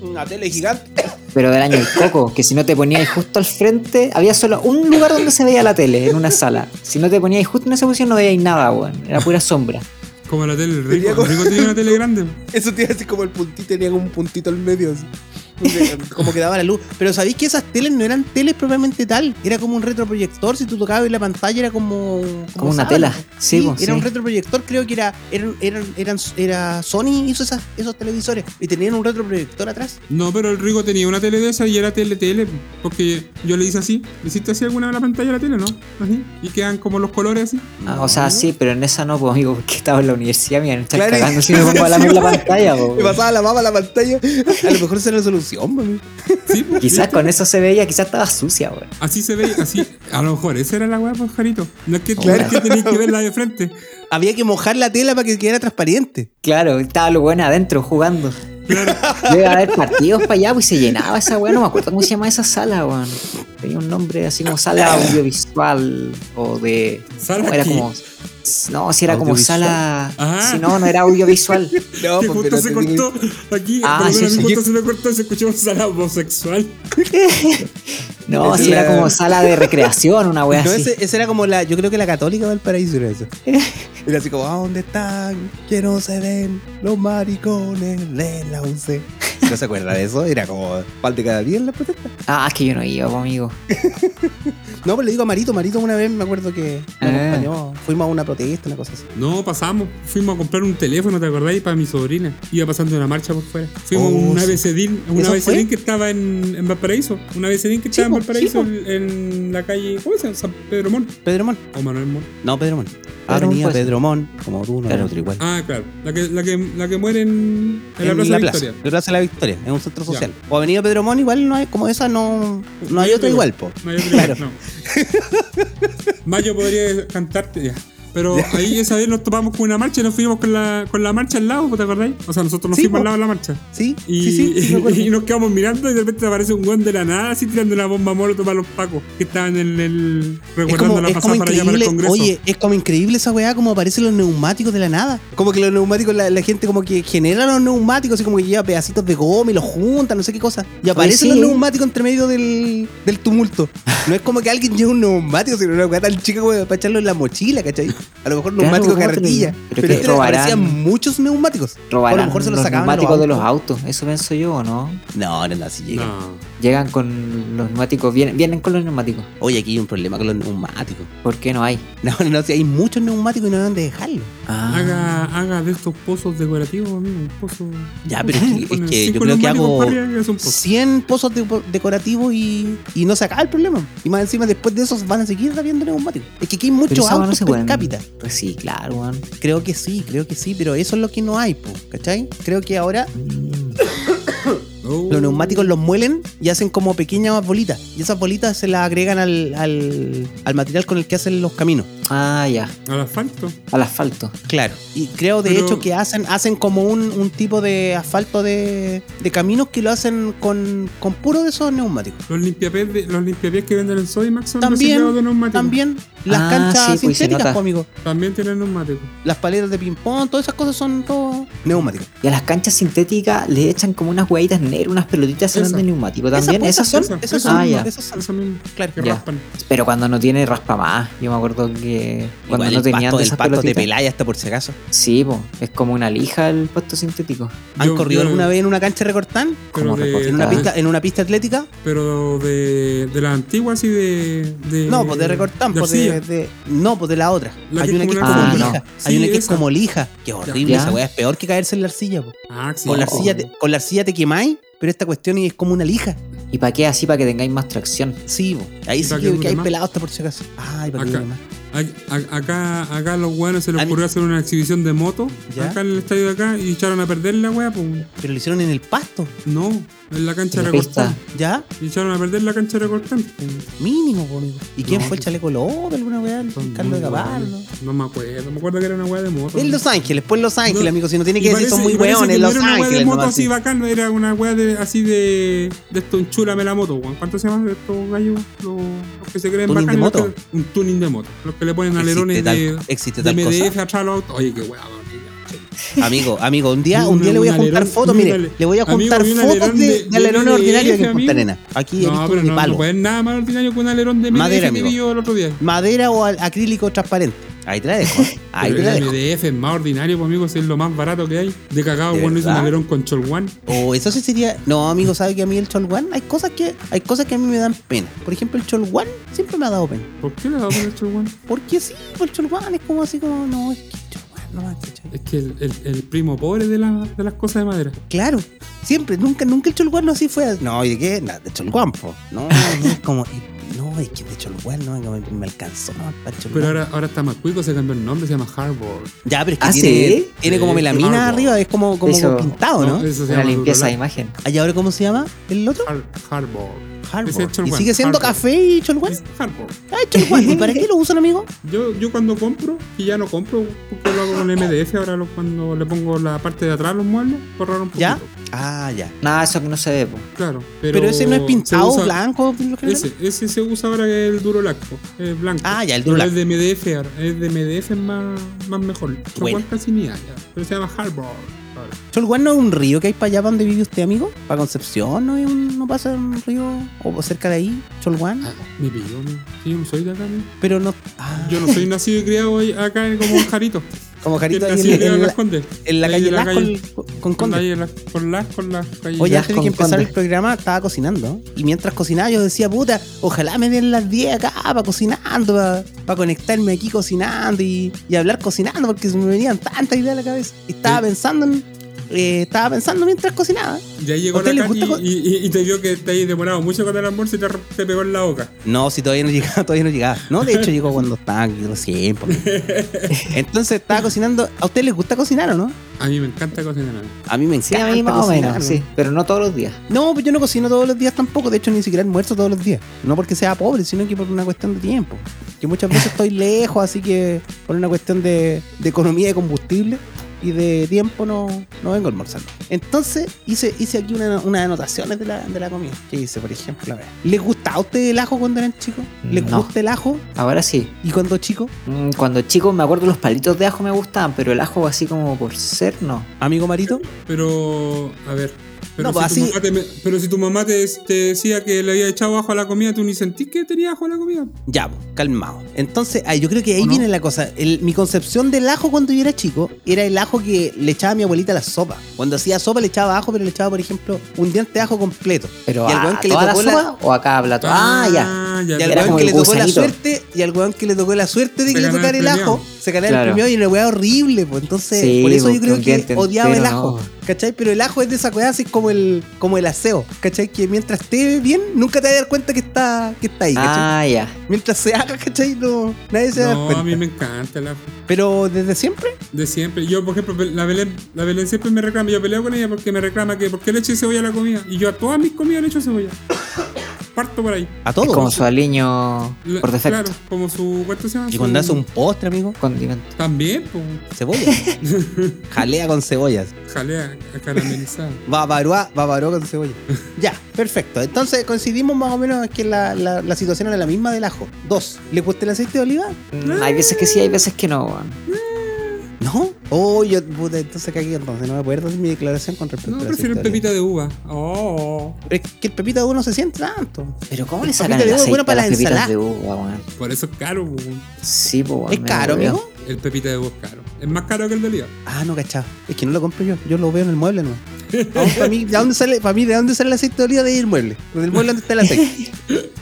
Speaker 2: Una tele gigante.
Speaker 3: Pero del año del coco, que si no te ponías justo al frente, había solo un lugar donde se veía la tele, en una sala. Si no te ponías justo en esa posición, no veías nada, weón. Era pura sombra.
Speaker 1: Como la tele del
Speaker 2: Tenía
Speaker 1: rico. El
Speaker 2: como-
Speaker 1: rico tenía una tele grande.
Speaker 2: Eso te iba a decir como el puntito, tenía como un puntito al medio, así. como que daba la luz. Pero sabéis que esas teles no eran teles propiamente tal. Era como un retroproyector. Si tú tocabas y la pantalla era como.
Speaker 3: Como una
Speaker 2: sábana.
Speaker 3: tela. Sí,
Speaker 2: Sí,
Speaker 3: po,
Speaker 2: era
Speaker 3: sí.
Speaker 2: un retroproyector, creo que era, eran, eran, eran, era Sony hizo esas, esos televisores y tenían un retroproyector atrás.
Speaker 1: No, pero el rico tenía una tele de esa y era tele tele. Porque yo le hice así. ¿Le hiciste así alguna vez la pantalla a la tele, no? Así. Y quedan como los colores así.
Speaker 3: Ah, o sea, sí, pero en esa no, pues amigo, porque estaba en la universidad, me iban a estar
Speaker 2: Claro,
Speaker 3: cagando si me
Speaker 2: sí,
Speaker 3: pongo a lamer
Speaker 2: sí,
Speaker 3: la
Speaker 2: güey.
Speaker 3: pantalla, po,
Speaker 2: Me
Speaker 3: weón.
Speaker 2: pasaba la mama a la pantalla. A lo mejor esa era la solución, mami.
Speaker 1: Sí, pues,
Speaker 3: Quizás
Speaker 1: ¿viste?
Speaker 3: con eso se veía, quizás estaba sucia, weón.
Speaker 1: Así se ve, así. A lo mejor, esa era la weá, pues, Jarito. No es que, no
Speaker 3: Claro.
Speaker 1: es que tenéis que verla de frente.
Speaker 2: Había que mojar la tela para que quedara transparente.
Speaker 3: Claro, estaba lo bueno adentro jugando.
Speaker 1: Claro.
Speaker 3: Debe haber partidos para allá, pues y se llenaba esa weá, no me acuerdo cómo se llama esa sala, weón. Tenía un nombre así como sala audiovisual o de.
Speaker 1: Sala
Speaker 3: no, era
Speaker 1: aquí.
Speaker 3: como. No, si era como
Speaker 2: Audiovisual.
Speaker 3: sala.
Speaker 1: Ah.
Speaker 3: Si no, no era audiovisual.
Speaker 2: No,
Speaker 1: que
Speaker 2: pues,
Speaker 1: justo
Speaker 2: pero
Speaker 1: se
Speaker 2: te
Speaker 1: cortó aquí,
Speaker 3: Ah,
Speaker 1: por lo menos
Speaker 3: sí,
Speaker 1: a mí
Speaker 3: sí.
Speaker 1: justo se me cortó y se escuchó un sala homosexual.
Speaker 3: No,
Speaker 2: Esa
Speaker 3: si era
Speaker 2: era-
Speaker 3: como sala de recreación, una weá
Speaker 2: No,
Speaker 3: así.
Speaker 2: ese- esa era como la, yo creo que la católica del paraíso era eso. Era así "Ah, como, ¿a dónde están? Que no se ven los maricones de la UC. ¿No se acuerda de eso? Era como pal de cada día en la protesta.
Speaker 3: Ah, es que yo no iba, pues, amigo.
Speaker 2: No, pues le digo a Marito, Marito una vez me acuerdo que me
Speaker 3: Ah.
Speaker 2: acompañó. Fuimos a una protesta, una cosa así.
Speaker 1: No, pasamos. Fuimos a comprar un teléfono, ¿te acordáis? Para mi sobrina. Iba pasando una marcha por fuera. Fuimos
Speaker 2: Oh,
Speaker 1: a un
Speaker 2: sí.
Speaker 1: abecedil, a un
Speaker 2: ¿Eso
Speaker 1: abecedil
Speaker 2: fue?
Speaker 1: que estaba en, en Valparaíso. Un abecedil que estaba en
Speaker 2: po,
Speaker 1: Valparaíso
Speaker 2: sí,
Speaker 1: en, en la calle, ¿cómo se llama? San Pedro Mon.
Speaker 2: Pedro Mon.
Speaker 1: O Manuel Mon.
Speaker 2: Ah, No, Pedro Mon.
Speaker 3: Pedro Mon
Speaker 2: Avenida
Speaker 3: fue.
Speaker 2: Pedro Mon, como tú, no
Speaker 3: Claro.
Speaker 2: era otro igual.
Speaker 1: Ah, claro. La que, la que, la que muere en, en la
Speaker 2: En
Speaker 1: Plaza
Speaker 2: la
Speaker 1: de
Speaker 2: plaza,
Speaker 1: Victoria.
Speaker 2: la plaza de la Victoria, es un centro social. O Avenida Pedro Mon, igual no hay, como esa, no, no hay
Speaker 1: Yo
Speaker 2: otra
Speaker 1: creo-
Speaker 2: igual, po.
Speaker 1: No, yo creo
Speaker 2: Claro.
Speaker 1: que no. Mayo podría cantarte ya. Pero ahí esa vez nos topamos con una marcha y nos fuimos con la, con la marcha al lado, ¿te acordáis? O sea, nosotros nos
Speaker 2: Sí,
Speaker 1: fuimos
Speaker 2: po.
Speaker 1: al lado de la marcha.
Speaker 2: Sí,
Speaker 1: Y,
Speaker 2: sí, sí, sí, me acuerdo.
Speaker 1: y nos quedamos mirando y de repente aparece un weón de la nada así tirando una bomba molotov a los pacos que estaban en el.
Speaker 2: Es
Speaker 1: recordando
Speaker 2: como,
Speaker 1: la
Speaker 2: es como
Speaker 1: pasada para allá para el
Speaker 2: increíble,
Speaker 1: Congreso.
Speaker 2: oye, es como increíble esa weá, como aparecen los neumáticos de la nada. Como que los neumáticos, la, la gente como que genera los neumáticos, así como que lleva pedacitos de goma y los junta, no sé qué cosa. Y aparecen
Speaker 3: sí,
Speaker 2: los
Speaker 3: ¿eh?
Speaker 2: neumáticos entre medio del, del tumulto. No es como que alguien lleva un neumático, sino una weá tan chica como para echarlo en la mochila, ¿cachai? A lo mejor neumático
Speaker 3: ¿cómo
Speaker 2: carretilla.
Speaker 3: tenía? Pero
Speaker 2: Pero,
Speaker 3: que
Speaker 2: este
Speaker 3: robarán.
Speaker 2: aparecían muchos neumáticos.
Speaker 3: Robarán
Speaker 2: a lo mejor se los
Speaker 3: los
Speaker 2: sacaban
Speaker 3: neumáticos
Speaker 2: los
Speaker 3: de los autos, eso pienso yo, ¿o no?
Speaker 2: No, no, no, así llega.
Speaker 1: No.
Speaker 3: Llegan con los neumáticos, vienen, vienen con los neumáticos.
Speaker 2: Oye, aquí hay un problema con los neumáticos.
Speaker 3: ¿Por qué no hay?
Speaker 2: No, no, si hay muchos neumáticos y no hay dónde dejarlos.
Speaker 1: Haga, haga de estos pozos decorativos, amigo. Un pozo.
Speaker 2: Ya, pero es que- es
Speaker 1: Pone
Speaker 2: que yo
Speaker 1: cinco
Speaker 2: creo que
Speaker 1: neumáticos
Speaker 2: hago-
Speaker 1: para arriba y hace un pozo.
Speaker 2: 100 pozos de- decorativos y, y no se acaba el problema. Y más encima, después de esos van a seguir habiendo neumáticos. Es que aquí hay
Speaker 3: Pero
Speaker 2: muchos
Speaker 3: esa weá no
Speaker 2: autos
Speaker 3: se
Speaker 2: per
Speaker 3: pueden.
Speaker 2: cápita.
Speaker 3: Pues sí, claro, weón.
Speaker 2: Creo que sí, creo que sí, pero eso es lo que no hay, po, ¿cachai? Creo que ahora
Speaker 3: Mm.
Speaker 1: Oh.
Speaker 2: los neumáticos los muelen y hacen como pequeñas bolitas. Y esas bolitas se las agregan al, al, al material con el que hacen los caminos.
Speaker 3: Ah, ya,
Speaker 1: Oh, Al asfalto.
Speaker 3: al asfalto.
Speaker 2: Claro. Y creo de
Speaker 1: Pero-
Speaker 2: hecho que hacen, hacen como un, un tipo de asfalto de, de caminos que lo hacen con, con puro de esos neumáticos.
Speaker 1: Los limpiapiés, de- los limpiapiés que venden en Sodimax son
Speaker 2: También,
Speaker 1: reciclados de neumáticos.
Speaker 2: También las
Speaker 3: Ah,
Speaker 2: canchas
Speaker 3: sí, pues, se
Speaker 2: sintéticas,
Speaker 3: nota.
Speaker 2: po, amigo.
Speaker 1: También tienen neumáticos.
Speaker 2: las paletas de ping-pong, todas esas cosas son todo neumáticos.
Speaker 3: Y a las canchas sintéticas le echan como unas huevitas negras, unas pelotitas eran
Speaker 1: Eso.
Speaker 3: de neumático también. Esas, son.
Speaker 1: esas,
Speaker 2: Esas
Speaker 1: esas
Speaker 2: son.
Speaker 3: Ah, ya.
Speaker 2: esas son.
Speaker 1: Eso mismo.
Speaker 2: Claro.
Speaker 1: Que
Speaker 3: Ya.
Speaker 1: raspan.
Speaker 3: Pero cuando no tiene raspa más. Yo me acuerdo que cuando
Speaker 2: Igual
Speaker 3: no
Speaker 2: el
Speaker 3: tenían
Speaker 2: pasto,
Speaker 3: de
Speaker 2: el
Speaker 3: esas
Speaker 2: pasto te
Speaker 3: pelotitas.
Speaker 2: peláis hasta por si acaso.
Speaker 3: Sí, po, es como una lija el pasto sintético.
Speaker 2: ¿Han
Speaker 1: Yo-
Speaker 2: corrido
Speaker 1: yo-
Speaker 2: alguna vez en una cancha de recortán?
Speaker 1: Pero
Speaker 3: como
Speaker 1: de,
Speaker 2: ¿En una,
Speaker 3: Ah.
Speaker 2: pista, ¿En una pista atlética?
Speaker 1: pero de, de las antiguas y de, de-
Speaker 2: No, pues de recortán,
Speaker 1: de
Speaker 2: pues de,
Speaker 1: arcilla.
Speaker 2: de- No, pues de la otra.
Speaker 1: Eh, La que
Speaker 2: Hay una
Speaker 1: es
Speaker 2: que es
Speaker 1: como
Speaker 2: como
Speaker 3: una- Ah,
Speaker 2: lija.
Speaker 1: no.
Speaker 2: Hay
Speaker 1: Sí,
Speaker 2: una que es
Speaker 1: esa.
Speaker 2: como lija. Qué horrible
Speaker 3: Ya.
Speaker 2: esa weá, es peor que caerse en la arcilla. po.
Speaker 1: Ah, sí.
Speaker 2: Con, la
Speaker 3: po.
Speaker 2: arcilla te- con la arcilla te quemáis, pero esta cuestión es como una lija.
Speaker 3: ¿Y para qué? Así para que tengáis más tracción.
Speaker 2: Sí, po. ahí
Speaker 1: Y
Speaker 2: sí
Speaker 1: para
Speaker 2: que,
Speaker 1: que
Speaker 2: que hay
Speaker 1: más.
Speaker 2: pelado hasta por si acaso. Ay, para que
Speaker 1: Acá.
Speaker 2: más.
Speaker 1: A- a- Acá, acá a los buenos se les
Speaker 2: A mí-
Speaker 1: ocurrió hacer una exhibición de moto
Speaker 2: ¿Ya?
Speaker 1: acá en el estadio de acá y echaron a perder la wea, pues.
Speaker 2: Pero lo hicieron en el pasto,
Speaker 1: No, en la cancha
Speaker 3: En
Speaker 1: de
Speaker 3: la
Speaker 1: recortán.
Speaker 2: ¿ya?
Speaker 1: Y echaron a perder la cancha de recortán.
Speaker 2: Mínimo, po, amigo. ¿Y quién
Speaker 1: No,
Speaker 2: fue
Speaker 1: pues-
Speaker 2: el chaleco López alguna weá?
Speaker 1: Son
Speaker 2: Carlos
Speaker 1: muy
Speaker 2: Gabardo.
Speaker 1: weones. No me acuerdo, me acuerdo que era una wea de moto.
Speaker 2: En Los Ángeles, pues Los Ángeles,
Speaker 1: No,
Speaker 2: amigo. Si no tiene
Speaker 1: Y
Speaker 2: que decir,
Speaker 1: parece-
Speaker 2: son muy
Speaker 1: y parece
Speaker 2: hueones,
Speaker 1: que no
Speaker 2: Los
Speaker 1: era una wea
Speaker 2: Ángeles.
Speaker 1: de moto
Speaker 2: nomás,
Speaker 1: así
Speaker 2: sí.
Speaker 1: bacán, era una wea de, así de. de esto, enchúlame la moto, weón. ¿Cuánto se llaman estos gallos? Los, los que se creen
Speaker 2: ¿Tuning de
Speaker 1: bacanes. los
Speaker 2: moto?
Speaker 1: que- un tuning de moto. Los que le ponen alerones
Speaker 2: Existe
Speaker 1: de,
Speaker 2: tal, existe
Speaker 1: de
Speaker 2: tal
Speaker 1: MDF
Speaker 2: cosa.
Speaker 1: atrás a los autos. Oye, qué wea, weón.
Speaker 2: Amigo, amigo, un día, un
Speaker 1: Una-
Speaker 2: día le voy a
Speaker 1: un
Speaker 2: juntar
Speaker 1: alerón,
Speaker 2: fotos,
Speaker 1: un
Speaker 2: mire,
Speaker 1: alerón.
Speaker 2: le voy a
Speaker 1: Amigo,
Speaker 2: juntar
Speaker 1: y un
Speaker 2: fotos
Speaker 1: alerón
Speaker 2: de,
Speaker 1: de-
Speaker 2: de alerones
Speaker 1: de
Speaker 2: ordinarios que
Speaker 1: amigo.
Speaker 2: Punta Arena. Aquí he
Speaker 1: No,
Speaker 2: visto
Speaker 1: pero
Speaker 2: un
Speaker 1: no,
Speaker 2: palo.
Speaker 1: no pueden nada más ordinario que un alerón de MDF
Speaker 2: Madera,
Speaker 1: que
Speaker 2: amigo.
Speaker 1: vi yo el otro día.
Speaker 2: Madera o al- acrílico transparente. Ahí te la dejo. Ahí
Speaker 1: Pero
Speaker 2: te la
Speaker 1: el
Speaker 2: dejo.
Speaker 1: MDF es más ordinario, pues, amigo, si es lo más barato que hay. De cagado,
Speaker 2: ¿De
Speaker 1: cuando hizo un
Speaker 2: verdad?
Speaker 1: alerón con Cholwan.
Speaker 2: Oh, eso sí sería. No, amigo, sabe que a mí el Cholguán, hay cosas que, hay cosas que a mí me dan pena. Por ejemplo, el Cholguán siempre me ha dado pena.
Speaker 1: ¿Por qué le va a poner Cholwan?
Speaker 2: Porque sí, pues, el Cholguán es como así como, no, es que Cholguán no va a cachar.
Speaker 1: Es que el, el- el primo pobre de, la- de las cosas de madera.
Speaker 2: Claro, siempre, nunca, nunca el Cholguán no así fue. No, ¿y de qué? Nada, de Cholguán, po. No, no, es como. No, es que de Cholguán no, no, me, me alcanzó no, para Cholguán.
Speaker 1: Pero ahora, ahora está más cuico, se cambió el nombre, se llama Harbor.
Speaker 2: Ya, pero es que
Speaker 3: ¿Ah,
Speaker 2: tiene,
Speaker 3: sí?
Speaker 2: tiene
Speaker 1: Sí,
Speaker 2: como melamina
Speaker 1: claro, po.
Speaker 2: arriba, es como, como
Speaker 3: Eso-
Speaker 2: pintado, ¿no?
Speaker 1: Eso se
Speaker 3: Una
Speaker 1: llama
Speaker 3: limpieza de
Speaker 1: Durolán.
Speaker 3: imagen.
Speaker 2: ¿Y ahora cómo se llama el otro?
Speaker 1: Har- Harbor. Ah, Ese
Speaker 2: Harbor.
Speaker 1: es
Speaker 2: ¿Y
Speaker 1: Cholguán,
Speaker 2: sigue siendo
Speaker 1: Harbor.
Speaker 2: café y Cholguán?
Speaker 1: Es Harbor.
Speaker 2: Ah, Cholguán. ¿Y para qué lo usan, amigo?
Speaker 1: Yo, yo cuando compro, y ya no compro, porque lo hago con MDF, ahora lo- cuando le pongo la parte de atrás los muebles, borrar un poquito.
Speaker 2: ¿Ya? Ah, ya.
Speaker 3: Nada, eso que no se ve, po.
Speaker 1: Claro. Pero,
Speaker 2: Pero, ese no es
Speaker 1: se
Speaker 2: pintado
Speaker 1: usa-
Speaker 2: blanco. por lo general?
Speaker 1: Ese, ese se usa ahora que es el duro lacto, es blanco.
Speaker 2: Ah, ya, el
Speaker 1: Pero
Speaker 2: Durolac.
Speaker 1: Es de MDF ahora, es de MDF es más, más mejor.
Speaker 2: Bueno.
Speaker 1: Cholwan casi ni hay, ya. pero se llama Harbor. ahora.
Speaker 2: ¿Cholguán no es un río que hay para allá donde vive usted, amigo? ¿Para Concepción no, es un, no pasa un río? ¿O cerca de ahí? ¿Cholguán?
Speaker 1: Ah, me pilló, amigo. Sí, yo no soy de acá, amigo.
Speaker 2: Pero no... Ah,
Speaker 1: Yo no soy nacido y criado ahí- acá como un jarito.
Speaker 2: como Jarito ahí
Speaker 1: nacido y
Speaker 2: en,
Speaker 1: criado
Speaker 2: en
Speaker 1: en
Speaker 2: la,
Speaker 1: Las Condes.
Speaker 2: en la
Speaker 1: Ahí
Speaker 2: calle
Speaker 1: de la
Speaker 2: Las con, con
Speaker 1: Con
Speaker 2: Conde.
Speaker 1: las, con las, con las galletas.
Speaker 2: Oye,
Speaker 3: Ya,
Speaker 2: antes de
Speaker 3: con
Speaker 2: que empezara
Speaker 3: Conde.
Speaker 2: el programa, estaba cocinando. Y mientras cocinaba, yo decía, puta, ojalá me den las 10 acá para cocinando, para, conectarme aquí cocinando y, y hablar cocinando, porque se me venían tantas ideas a la cabeza. Y estaba
Speaker 1: Sí.
Speaker 2: pensando en- eh, estaba pensando mientras cocinaba.
Speaker 1: ya llegó
Speaker 2: ¿a usted
Speaker 1: la
Speaker 2: le
Speaker 1: Katy
Speaker 2: gusta con-
Speaker 1: y, y- y te vio que te hayas demorado mucho con el almuerzo y te, arro- te pegó en la boca.
Speaker 2: No, si todavía no llegaba, todavía no llegaba. No, de hecho llegó cuando estaba aquí recién. po. Entonces estaba cocinando. ¿A ustedes les gusta cocinar o no?
Speaker 1: A mí me encanta cocinar.
Speaker 2: A mí me
Speaker 3: Sí,
Speaker 2: encanta
Speaker 3: a mí más o
Speaker 2: cocinar,
Speaker 3: menos,
Speaker 2: ¿no?
Speaker 3: sí. Pero no todos los días.
Speaker 2: No, pues yo no cocino todos los días tampoco. De hecho, ni siquiera almuerzo todos los días. No porque sea pobre, sino que por una cuestión de tiempo. Que muchas veces estoy lejos, así que por una cuestión de, de economía de combustible y de tiempo no, no vengo almorzando. Entonces hice, hice aquí una- unas anotaciones de la, de la comida. Que hice, por ejemplo, a ver. ¿Les gustaba a ustedes el ajo cuando eran chicos? ¿Les
Speaker 3: No.
Speaker 2: gusta el ajo?
Speaker 3: Ahora sí.
Speaker 2: ¿Y cuando chico?
Speaker 3: Mm, Cuando chico me acuerdo los palitos de ajo me gustaban, pero el ajo así como por ser, no.
Speaker 2: Amigo Marito,
Speaker 1: Pero, a ver. Pero,
Speaker 2: No, pues
Speaker 1: si, tu
Speaker 2: así-
Speaker 1: mamá te, me- pero si tu mamá te, te decía que le había echado ajo a la comida, tú ni sentís que tenía ajo a la comida.
Speaker 2: ya, po, calmado. Entonces, ah, yo creo que ahí
Speaker 1: ¿O no?
Speaker 2: viene la cosa. El- mi concepción del ajo cuando yo era chico era el ajo que le echaba a mi abuelita a la sopa. Cuando hacía sopa le echaba ajo, pero le echaba, por ejemplo, un diente de ajo completo.
Speaker 3: Pero
Speaker 2: ¿Y el
Speaker 3: a
Speaker 2: weón que le
Speaker 3: toda la
Speaker 2: tocó la-
Speaker 3: sopa o acá habla todo. Ah, ya.
Speaker 1: ya.
Speaker 2: Y al
Speaker 3: Era
Speaker 2: weón
Speaker 3: como
Speaker 2: que
Speaker 3: el
Speaker 2: le tocó la
Speaker 3: gusanito.
Speaker 2: suerte, y al weón que le tocó la suerte de
Speaker 1: Se
Speaker 2: que le
Speaker 1: ganaba
Speaker 2: tocara
Speaker 1: el
Speaker 2: el
Speaker 1: premio.
Speaker 2: ajo, se ganaba
Speaker 3: Claro.
Speaker 2: el premio y una weá horrible, pues entonces
Speaker 3: Sí,
Speaker 2: por eso
Speaker 3: pues,
Speaker 2: yo creo
Speaker 3: un
Speaker 2: que
Speaker 3: diente
Speaker 2: odiaba el
Speaker 3: entero,
Speaker 2: ajo,
Speaker 3: no.
Speaker 2: ¿cachai? Pero el ajo es de esa weá así como el, como el aseo, ¿cachai? Que mientras esté bien, nunca te vas a dar cuenta que está, que está ahí, ¿cachai?
Speaker 3: Ah, ya.
Speaker 2: Mientras se haga, ¿cachai? No, nadie se va a dar
Speaker 1: No, a
Speaker 2: cuenta.
Speaker 1: mí me encanta el ajo.
Speaker 2: Pero desde siempre.
Speaker 1: De siempre. Yo, por ejemplo, la Belén, la Belén siempre me reclama. Yo peleo con ella porque me reclama que por qué le eché cebolla a la comida. Y yo a todas mis comidas le echo cebolla. Parto por ahí.
Speaker 2: A
Speaker 3: Es
Speaker 2: todos.
Speaker 3: como su aliño
Speaker 1: La-
Speaker 3: por defecto.
Speaker 1: Claro, como su. ¿Cuánto se llama?
Speaker 2: Y
Speaker 1: Su-
Speaker 2: cuando hace un postre, amigo,
Speaker 3: Condimento.
Speaker 1: También, pues.
Speaker 2: cebolla. Jalea con cebollas.
Speaker 1: Jalea caramelizada.
Speaker 2: Babaroa, babaró con cebolla. ya, perfecto. Entonces coincidimos más o menos que la, la, la situación era la misma del ajo. Dos, ¿le gusta el aceite de oliva?
Speaker 3: Mm, Hay veces que sí, hay veces que no. weón.
Speaker 2: No. Oh, yo, puta, entonces cagué, entonces no me acuerdo de mi declaración con respecto
Speaker 1: No,
Speaker 2: al
Speaker 1: prefiero el
Speaker 2: aceite de oliva.
Speaker 1: pepita de uva. Oh.
Speaker 2: Pero es que el pepita de uno se siente tanto.
Speaker 3: Pero ¿cómo le sacan
Speaker 2: Papita de uva
Speaker 3: el
Speaker 2: es
Speaker 3: aceite
Speaker 2: bueno para
Speaker 3: a
Speaker 2: las
Speaker 3: las
Speaker 2: ensaladas.
Speaker 3: pepitas de uva, weón?
Speaker 1: Por eso es caro, po.
Speaker 3: Sí, pues, weón,
Speaker 2: ¿Es
Speaker 3: me
Speaker 2: caro,
Speaker 3: aburrió.
Speaker 2: amigo?
Speaker 1: El pepita de uva es caro. Es más caro que el de oliva.
Speaker 2: Ah, no, cachado. Es que no lo compro yo. Yo lo veo en el mueble, no. Ah, para mí, ¿de dónde sale, para mí, ¿de dónde sale el aceite de oliva? De ahí el mueble. Del mueble donde está el aceite.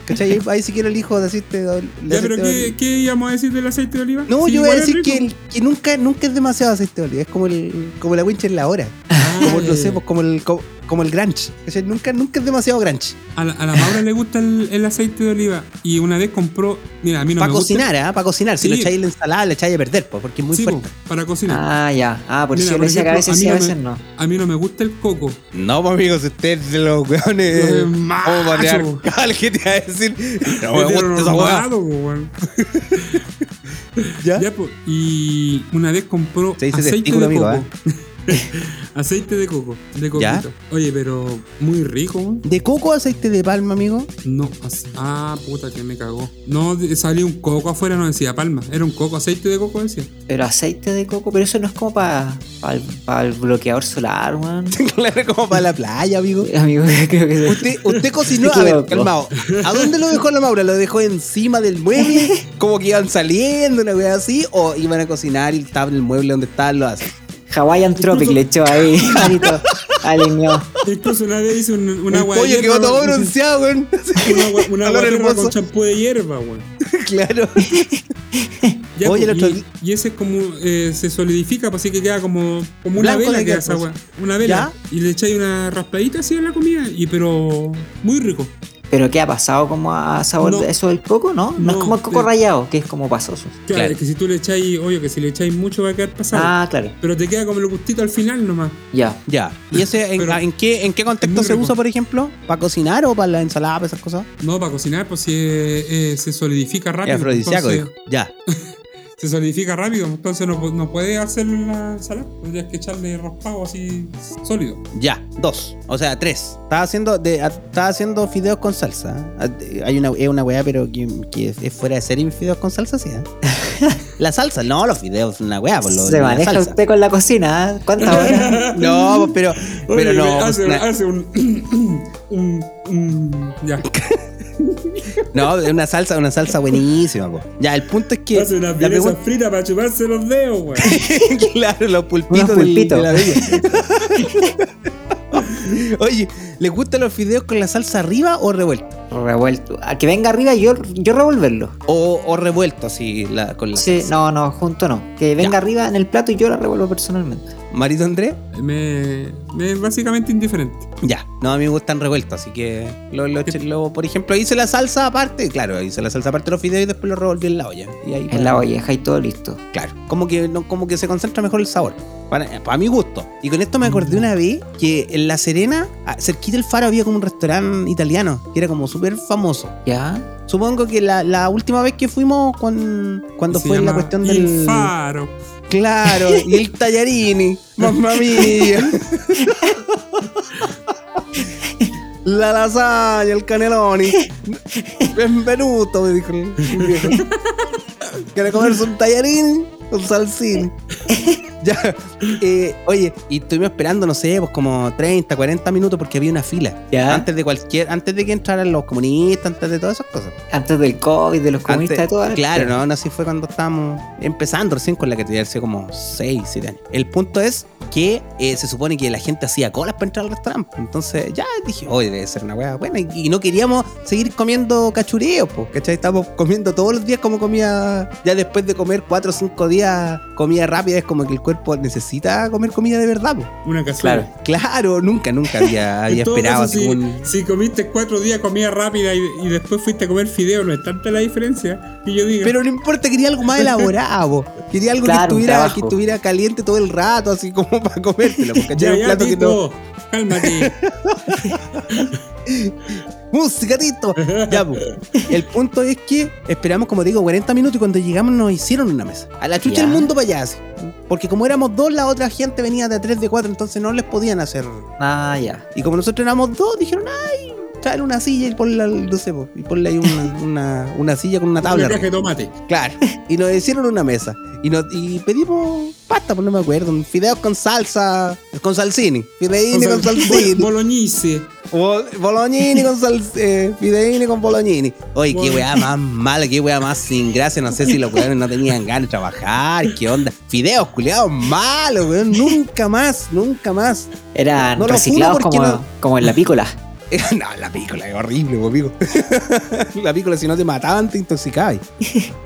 Speaker 2: ¿Cachai? Ahí, ahí si quiero el hijo de aceite de ol- de
Speaker 1: Ya,
Speaker 2: aceite
Speaker 1: pero
Speaker 2: de
Speaker 1: ¿qué,
Speaker 2: oliva.
Speaker 1: ¿qué íbamos a decir del aceite de oliva?
Speaker 2: No,
Speaker 1: Sí,
Speaker 2: yo voy a
Speaker 1: igual es
Speaker 2: decir que,
Speaker 1: rico.
Speaker 2: el- que nunca, nunca es demasiado aceite de oliva. Es como, el, como la wincha en la hora.
Speaker 1: Ah,
Speaker 2: Como,
Speaker 1: ya,
Speaker 2: no
Speaker 1: ya,
Speaker 2: sé,
Speaker 1: ya.
Speaker 2: pues, como el, como, como el grunge. ¿Cachai? Nunca, nunca es demasiado grunge.
Speaker 1: A la, a la Maura le gusta el, el aceite de oliva y una vez compró, mira, a mí no
Speaker 2: para
Speaker 1: me gusta.
Speaker 2: cocinar, ¿ah? Para cocinar. Si
Speaker 1: Sí.
Speaker 2: lo echáis en la ensalada, lo echáis a perder, pues, porque es muy
Speaker 1: Sí, po,
Speaker 2: fuerte.
Speaker 1: para cocinar.
Speaker 3: Ah, ya. Ah, por
Speaker 1: Mira,
Speaker 3: eso yo
Speaker 1: por
Speaker 3: le decía que a
Speaker 1: ejemplo, a
Speaker 3: veces
Speaker 1: mí
Speaker 3: sí,
Speaker 1: no
Speaker 3: a
Speaker 1: me-
Speaker 3: veces no.
Speaker 1: A mí no me gusta el coco.
Speaker 2: No, pues, amigos, ustedes de los weones.
Speaker 1: Los de
Speaker 2: Vamos a banear
Speaker 1: macho.
Speaker 2: al que te iba a decir. No,
Speaker 1: Es
Speaker 2: me
Speaker 1: de
Speaker 2: gusta
Speaker 1: lo
Speaker 2: esa weá.
Speaker 1: normado, po, weón.
Speaker 2: ¿Ya?
Speaker 1: Ya, po, y una vez compró
Speaker 2: ¿Eh? Se dice
Speaker 1: aceite
Speaker 2: testículo,
Speaker 1: de
Speaker 2: amigo, ¿eh?
Speaker 1: coco. aceite de coco, de coquito.
Speaker 2: ¿Ya?
Speaker 1: Oye, pero muy rico, weón.
Speaker 2: ¿De coco o aceite de palma, amigo?
Speaker 1: No, as- ah, puta que me cagó. No, de- salía un coco afuera, no decía palma. Era un coco, aceite de coco decía.
Speaker 3: Pero aceite de coco, pero eso no es como para el bloqueador solar, weón.
Speaker 2: claro, como para la playa, amigo.
Speaker 3: Amigo, creo que sí.
Speaker 2: Usted, usted cocinó, a ver, calmado. ¿A dónde lo dejó la Maura? ¿Lo dejó encima del mueble? Como que iban saliendo, una wea así, o iban a cocinar y estaba en el mueble donde estaban los así.
Speaker 3: Hawaiian Tropic le echó ahí, manito. Alineó.
Speaker 1: Incluso una vez hice un, un
Speaker 2: Un
Speaker 1: agua de
Speaker 2: pollo que
Speaker 1: hierba,
Speaker 2: va todo
Speaker 1: weón.
Speaker 2: bronceado, weón.
Speaker 1: Una agua, un agua
Speaker 2: Olor
Speaker 1: de hierba
Speaker 2: hermoso.
Speaker 1: con champú de hierba, weón.
Speaker 2: claro.
Speaker 1: Ya,
Speaker 2: Oye,
Speaker 1: pues,
Speaker 2: el otro
Speaker 1: y,
Speaker 2: día-
Speaker 1: y ese es como eh, se solidifica, pues, así que queda como, como una
Speaker 2: Blanco
Speaker 1: vela
Speaker 2: le
Speaker 1: que
Speaker 2: queda,
Speaker 1: esa
Speaker 2: pues.
Speaker 1: agua, una vela. Y le echáis una raspadita así a la comida, y pero muy rico.
Speaker 3: Pero ¿qué ha pasado como a sabor
Speaker 1: No.
Speaker 3: de eso del coco? No, no, es
Speaker 1: No,
Speaker 3: como el coco
Speaker 1: te-
Speaker 3: rallado, que es como pasoso.
Speaker 1: Claro,
Speaker 2: Claro.
Speaker 1: es que si tú le echáis, obvio que si le echáis mucho va a quedar pasado.
Speaker 3: Ah, claro.
Speaker 1: Pero te queda como el gustito al final nomás.
Speaker 3: Ya.
Speaker 2: Ya. ¿Y ese en,
Speaker 1: Pero-
Speaker 2: en qué, en qué contexto
Speaker 1: Muy
Speaker 2: se
Speaker 1: rico.
Speaker 2: usa, por ejemplo? ¿Para cocinar o para la ensalada, para esas cosas?
Speaker 1: No, para cocinar, pues si eh, eh, se solidifica
Speaker 2: Es
Speaker 1: rápido.
Speaker 2: afrodisíaco,
Speaker 1: entonces-
Speaker 2: dijo. Ya.
Speaker 1: Se solidifica rápido, entonces no, pu- no puedes hacerlo en la ensalada. Tendrías que echarle raspado así sólido.
Speaker 2: Ya, dos. O sea, tres. Estaba haciendo, de, a- estaba haciendo fideos con salsa. Ah, de- Hay una, es una weá, pero que, que es- es fuera de serie mis fideos con salsa, sí. ¿eh? la salsa, no, los fideos, una weá, por lo
Speaker 3: Se
Speaker 2: la
Speaker 3: maneja
Speaker 2: salsa.
Speaker 3: usted con la cocina, ¿eh? ¿Cuántas horas?
Speaker 2: No, pues, pero,
Speaker 1: Oye,
Speaker 2: pero no.
Speaker 1: Hace,
Speaker 2: na-
Speaker 1: hace un, un- un- Ya.
Speaker 2: No, es una salsa, una salsa buenísima, po. Ya, el punto es que.
Speaker 1: Hace unas
Speaker 2: la
Speaker 1: piezas
Speaker 2: pregunta-
Speaker 1: fritas para chuparse los dedos, weón.
Speaker 2: claro, los pulpitos,
Speaker 3: Unos
Speaker 2: del-
Speaker 3: pulpitos.
Speaker 2: de la bella. Oye, ¿les gustan los fideos con la salsa arriba o revuelto?
Speaker 3: Revuelto. A que venga arriba y yo, yo revolverlo.
Speaker 2: O, o revuelto, así, la, con la
Speaker 3: Sí,
Speaker 2: salsa.
Speaker 3: no, no, junto no. Que venga
Speaker 2: Ya.
Speaker 3: arriba en el plato y yo la revuelvo personalmente.
Speaker 2: ¿Marito Andrés?
Speaker 1: Me, me es básicamente indiferente.
Speaker 2: Ya, no, a mí me gustan revueltos, así que lo, lo- lo- por ejemplo, hice la salsa aparte, claro, hice la salsa aparte de los fideos y después lo revolví en la olla. Y ahí
Speaker 3: En la olleja y todo listo.
Speaker 2: Claro, como que, no, como que se concentra mejor el sabor. Para, para mi gusto. Y con esto me
Speaker 1: Mm.
Speaker 2: acordé una vez que en La Serena, a- cerquita del faro, había como un restaurante italiano que era como súper famoso.
Speaker 3: ¿Ya?
Speaker 2: Supongo que la, la última vez que fuimos, con, cuando
Speaker 1: Se
Speaker 2: fue la
Speaker 1: llama
Speaker 2: cuestión
Speaker 1: Il
Speaker 2: del.
Speaker 1: faro.
Speaker 2: Claro, y el tallarini. Mamma mía. La lasaña, el caneloni. Benvenuto, me dijo el el viejo. ¿Quieres comerse un tallarín? Un salsín. Ya. eh, oye, y estuvimos esperando, no sé, pues como 30, 40 minutos porque había una fila.
Speaker 3: ¿Ya? Antes,
Speaker 2: Antes de cualquier, antes de que entraran los comunistas, antes de todas esas cosas.
Speaker 3: del COVID, de los comunistas, de
Speaker 2: Antes-
Speaker 3: todo.
Speaker 2: Claro, no, no, así fue cuando estábamos empezando recién con la que tenía hace como 6, 7 años. El punto es que eh, se supone que la gente hacía colas para entrar al restaurante. Entonces ya dije, oye, debe ser una hueá buena. Y, y no queríamos seguir comiendo cachureo, pues, ¿cachai? Estábamos comiendo todos los días como comía. Ya después de comer 4 o 5 días comida rápida, es como que el cuerpo necesita comer comida de verdad, po.
Speaker 1: Una cazuela.
Speaker 3: Claro.
Speaker 2: Claro, nunca, nunca había,
Speaker 1: En
Speaker 2: había
Speaker 1: todo
Speaker 2: esperado
Speaker 1: caso,
Speaker 2: así
Speaker 1: si,
Speaker 2: un-
Speaker 1: si comiste cuatro días comida rápida y, y después fuiste a comer fideo, no es tanta la diferencia. Y yo digo,
Speaker 2: Pero no importa, quería algo más elaborado. Quería algo
Speaker 3: Claro, un
Speaker 2: que, estuviera,
Speaker 3: trabajo.
Speaker 2: que estuviera caliente todo el rato, así como para comértelo. porque
Speaker 1: ya,
Speaker 2: era un
Speaker 1: ya,
Speaker 2: plato que no-
Speaker 1: Tito, cálmate.
Speaker 2: ¡Música, Tito! Ya, pues. El punto es que esperamos, como digo, 40 minutos y cuando llegamos nos hicieron una mesa. A la chucha
Speaker 3: Ya.
Speaker 2: del mundo para allá. así. Porque como éramos dos, la otra gente venía de tres, de cuatro, entonces no les podían hacer.
Speaker 3: Ah, ya.
Speaker 2: Y como nosotros éramos dos, dijeron, ¡ay! Traer una silla y ponle, al- no sé, pues, y ponle ahí una, una, una silla con una tabla.
Speaker 1: Una caja
Speaker 2: arriba".
Speaker 1: de tomate.
Speaker 2: Claro. Y nos hicieron una mesa. Y, nos, y pedimos pasta, pues no me acuerdo. un Fideos con salsa. Con salsini. Fideini con,
Speaker 1: Con sal-
Speaker 2: salsini.
Speaker 1: Boloñese.
Speaker 2: Bo- Bolognini con salsini. fideini con bolognini. Oye, qué weá más mala, qué weá más sin gracia. No sé si los weones no tenían ganas de trabajar. ¿Qué onda? Fideos culiados malos, weón. Nunca más, nunca más.
Speaker 3: Eran
Speaker 2: No lo juro
Speaker 3: reciclados
Speaker 2: porque
Speaker 3: como,
Speaker 2: no-
Speaker 3: como en la pícola.
Speaker 2: no, la pícola es horrible, po, pico. la pícola, si no te mataban, te intoxicabas.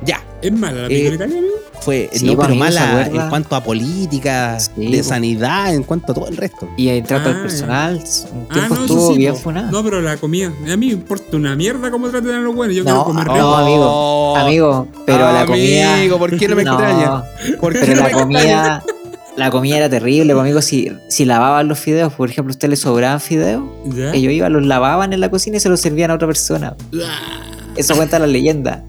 Speaker 2: ya.
Speaker 1: Es mala la
Speaker 2: Eh,
Speaker 1: película italiana.
Speaker 2: fue
Speaker 3: Sí,
Speaker 2: no,
Speaker 3: pues,
Speaker 2: pero
Speaker 3: amigo, ¿se
Speaker 2: mala
Speaker 3: acuerda?
Speaker 2: en cuanto a política,
Speaker 3: Sí,
Speaker 2: de
Speaker 3: pues.
Speaker 2: sanidad, en cuanto a todo el resto.
Speaker 3: Y el trato
Speaker 1: Ah,
Speaker 3: al personal. Un
Speaker 1: Ah,
Speaker 3: tiempo
Speaker 1: no,
Speaker 3: estuvo
Speaker 1: eso sí,
Speaker 3: bien
Speaker 1: po.
Speaker 3: funado.
Speaker 1: No, pero la comida. A mí me importa una mierda cómo traten a los buenos. Yo
Speaker 3: No,
Speaker 1: quiero comer
Speaker 2: oh.
Speaker 3: no,
Speaker 1: rico.
Speaker 3: amigo, amigo, pero la comida.
Speaker 2: Ah, Amigo, ¿por qué no me
Speaker 3: No,
Speaker 2: extraña? ¿Por qué no me
Speaker 3: pero la
Speaker 2: extraña?
Speaker 3: comida. La comida era terrible, pues, amigo. Si, si lavaban los fideos, por ejemplo, a usted le sobraban fideos,
Speaker 2: ¿Ah?
Speaker 1: ¿Ya?
Speaker 2: Eh,
Speaker 3: ellos iban, los lavaban en la cocina y se los servían a otra persona.
Speaker 2: Ah.
Speaker 3: Eso cuenta la leyenda.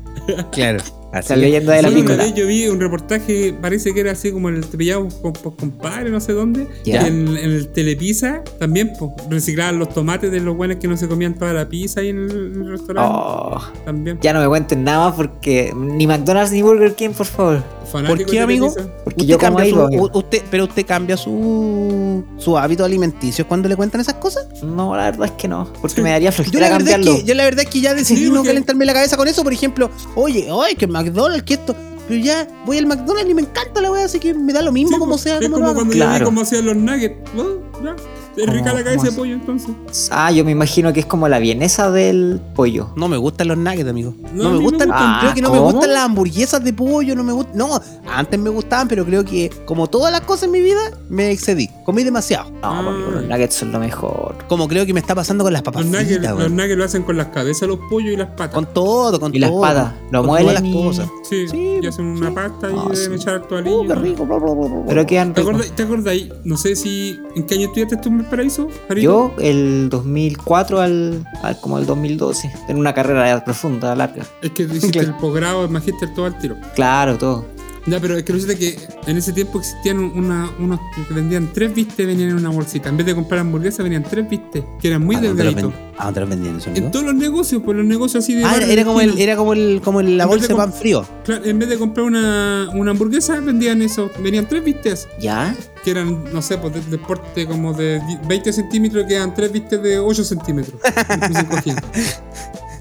Speaker 2: Claro. Así
Speaker 3: La
Speaker 2: es. pues,
Speaker 3: leyenda de la
Speaker 1: Sí, una
Speaker 3: pícola.
Speaker 1: vez yo vi un reportaje, parece que era así como en el Tepillado con por compadre, no sé dónde.
Speaker 3: Ya.
Speaker 1: que En, en el Telepizza también po, reciclaban los tomates de los buenos que no se comían toda la pizza ahí en el, en el restaurante.
Speaker 3: Oh,
Speaker 1: También.
Speaker 3: ya no me cuenten nada más porque ni McDonald's ni Burger King, por favor.
Speaker 1: Fanático
Speaker 2: ¿Por qué,
Speaker 1: de
Speaker 2: amigo?
Speaker 1: Telepizza.
Speaker 3: Porque
Speaker 2: Usted
Speaker 3: yo como
Speaker 2: cambia
Speaker 3: ahí,
Speaker 2: su-
Speaker 3: pues, amigo.
Speaker 2: u- usted- pero usted cambia su, su hábito alimenticio cuando le cuentan esas cosas.
Speaker 3: No, la verdad es que no. Porque me daría
Speaker 2: Yo
Speaker 3: flojera
Speaker 2: la, verdad es
Speaker 3: cambiarlo. pues,
Speaker 2: que, yo la verdad es que ya decidí
Speaker 1: Sí,
Speaker 2: no
Speaker 1: porque-
Speaker 2: calentarme la cabeza con eso. Por ejemplo, oye, ay, que McDonald's, que esto. Pero ya voy al McDonald's y me encanta la wea, así que me da lo mismo
Speaker 1: Sí,
Speaker 2: como
Speaker 1: po,
Speaker 2: sea.
Speaker 1: Es
Speaker 2: pues,
Speaker 1: como
Speaker 2: como lo haga. Oh,
Speaker 1: cuando yo vi
Speaker 3: Claro.
Speaker 1: cómo hacían los nuggets. Bueno, ya. Es rica
Speaker 3: ¿Cómo-
Speaker 1: la cabeza de
Speaker 3: cómo
Speaker 1: pollo entonces.
Speaker 3: Ah, yo me imagino que es como la vienesa del pollo.
Speaker 2: No me gustan los nuggets, amigo.
Speaker 1: No,
Speaker 2: No,
Speaker 1: a mí
Speaker 2: me
Speaker 1: me
Speaker 2: gustan.
Speaker 3: gustan.
Speaker 2: creo que no
Speaker 3: Ah, ¿Cómo?
Speaker 2: me gustan las hamburguesas de pollo, no me gustan. No, antes me gustaban, pero creo que como todas las cosas en mi vida, me excedí. Comí demasiado.
Speaker 3: No,
Speaker 1: Ah.
Speaker 3: amigo, los nuggets son lo mejor.
Speaker 2: Como creo que me está pasando con las papas
Speaker 1: Los nuggets,
Speaker 2: fritas,
Speaker 1: los
Speaker 2: weón.
Speaker 1: nuggets lo hacen con las cabezas, los pollos y las patas.
Speaker 2: Con todo, con
Speaker 3: Y las
Speaker 2: todo.
Speaker 3: patas, lo
Speaker 2: con todas
Speaker 3: muelen
Speaker 2: las
Speaker 3: y-
Speaker 2: cosas.
Speaker 1: Sí,
Speaker 2: Sí,
Speaker 1: y hacen una pasta
Speaker 3: Ah,
Speaker 1: y deben
Speaker 3: sí.
Speaker 1: echar tu
Speaker 2: Uh, qué rico, bla, bla, bla, bla, bla.
Speaker 3: Pero quedan
Speaker 1: ¿Te
Speaker 3: ricos.
Speaker 1: acordáis? ¿Te acordáis? No sé si. ¿En qué año estudiaste tú en Valparaíso? Jarito?
Speaker 3: Yo, el 2004 al, al- como el 2012, en una carrera profunda, larga.
Speaker 1: Es que hiciste
Speaker 2: Claro.
Speaker 1: el posgrado, el magíster, todo al tiro.
Speaker 3: Claro, todo.
Speaker 1: Ya, pero es que resulta que en ese tiempo existían una, unos que vendían tres vistes, venían en una bolsita. En vez de comprar hamburguesas, venían tres vistes, que eran
Speaker 3: Ah,
Speaker 1: muy
Speaker 2: ¿A Ah, dónde los
Speaker 1: delgaditos.
Speaker 2: ven- ¿A dónde los vendían eso, amigo?
Speaker 1: En todos los negocios, pues los negocios así de.
Speaker 2: Ah,
Speaker 1: barrio
Speaker 2: era,
Speaker 1: de
Speaker 2: era como el,
Speaker 1: esquina.
Speaker 2: era como el, como el- la
Speaker 1: En vez
Speaker 2: bolsa
Speaker 1: de
Speaker 2: de pan
Speaker 1: com-
Speaker 2: frío.
Speaker 1: Claro, en vez de comprar una, una hamburguesa, vendían eso. Venían tres vistes,
Speaker 3: ¿Ya?
Speaker 1: que eran, no sé, pues de, de porte como de di- 20 centímetros, que eran tres vistes de 8 centímetros. Entonces cogían.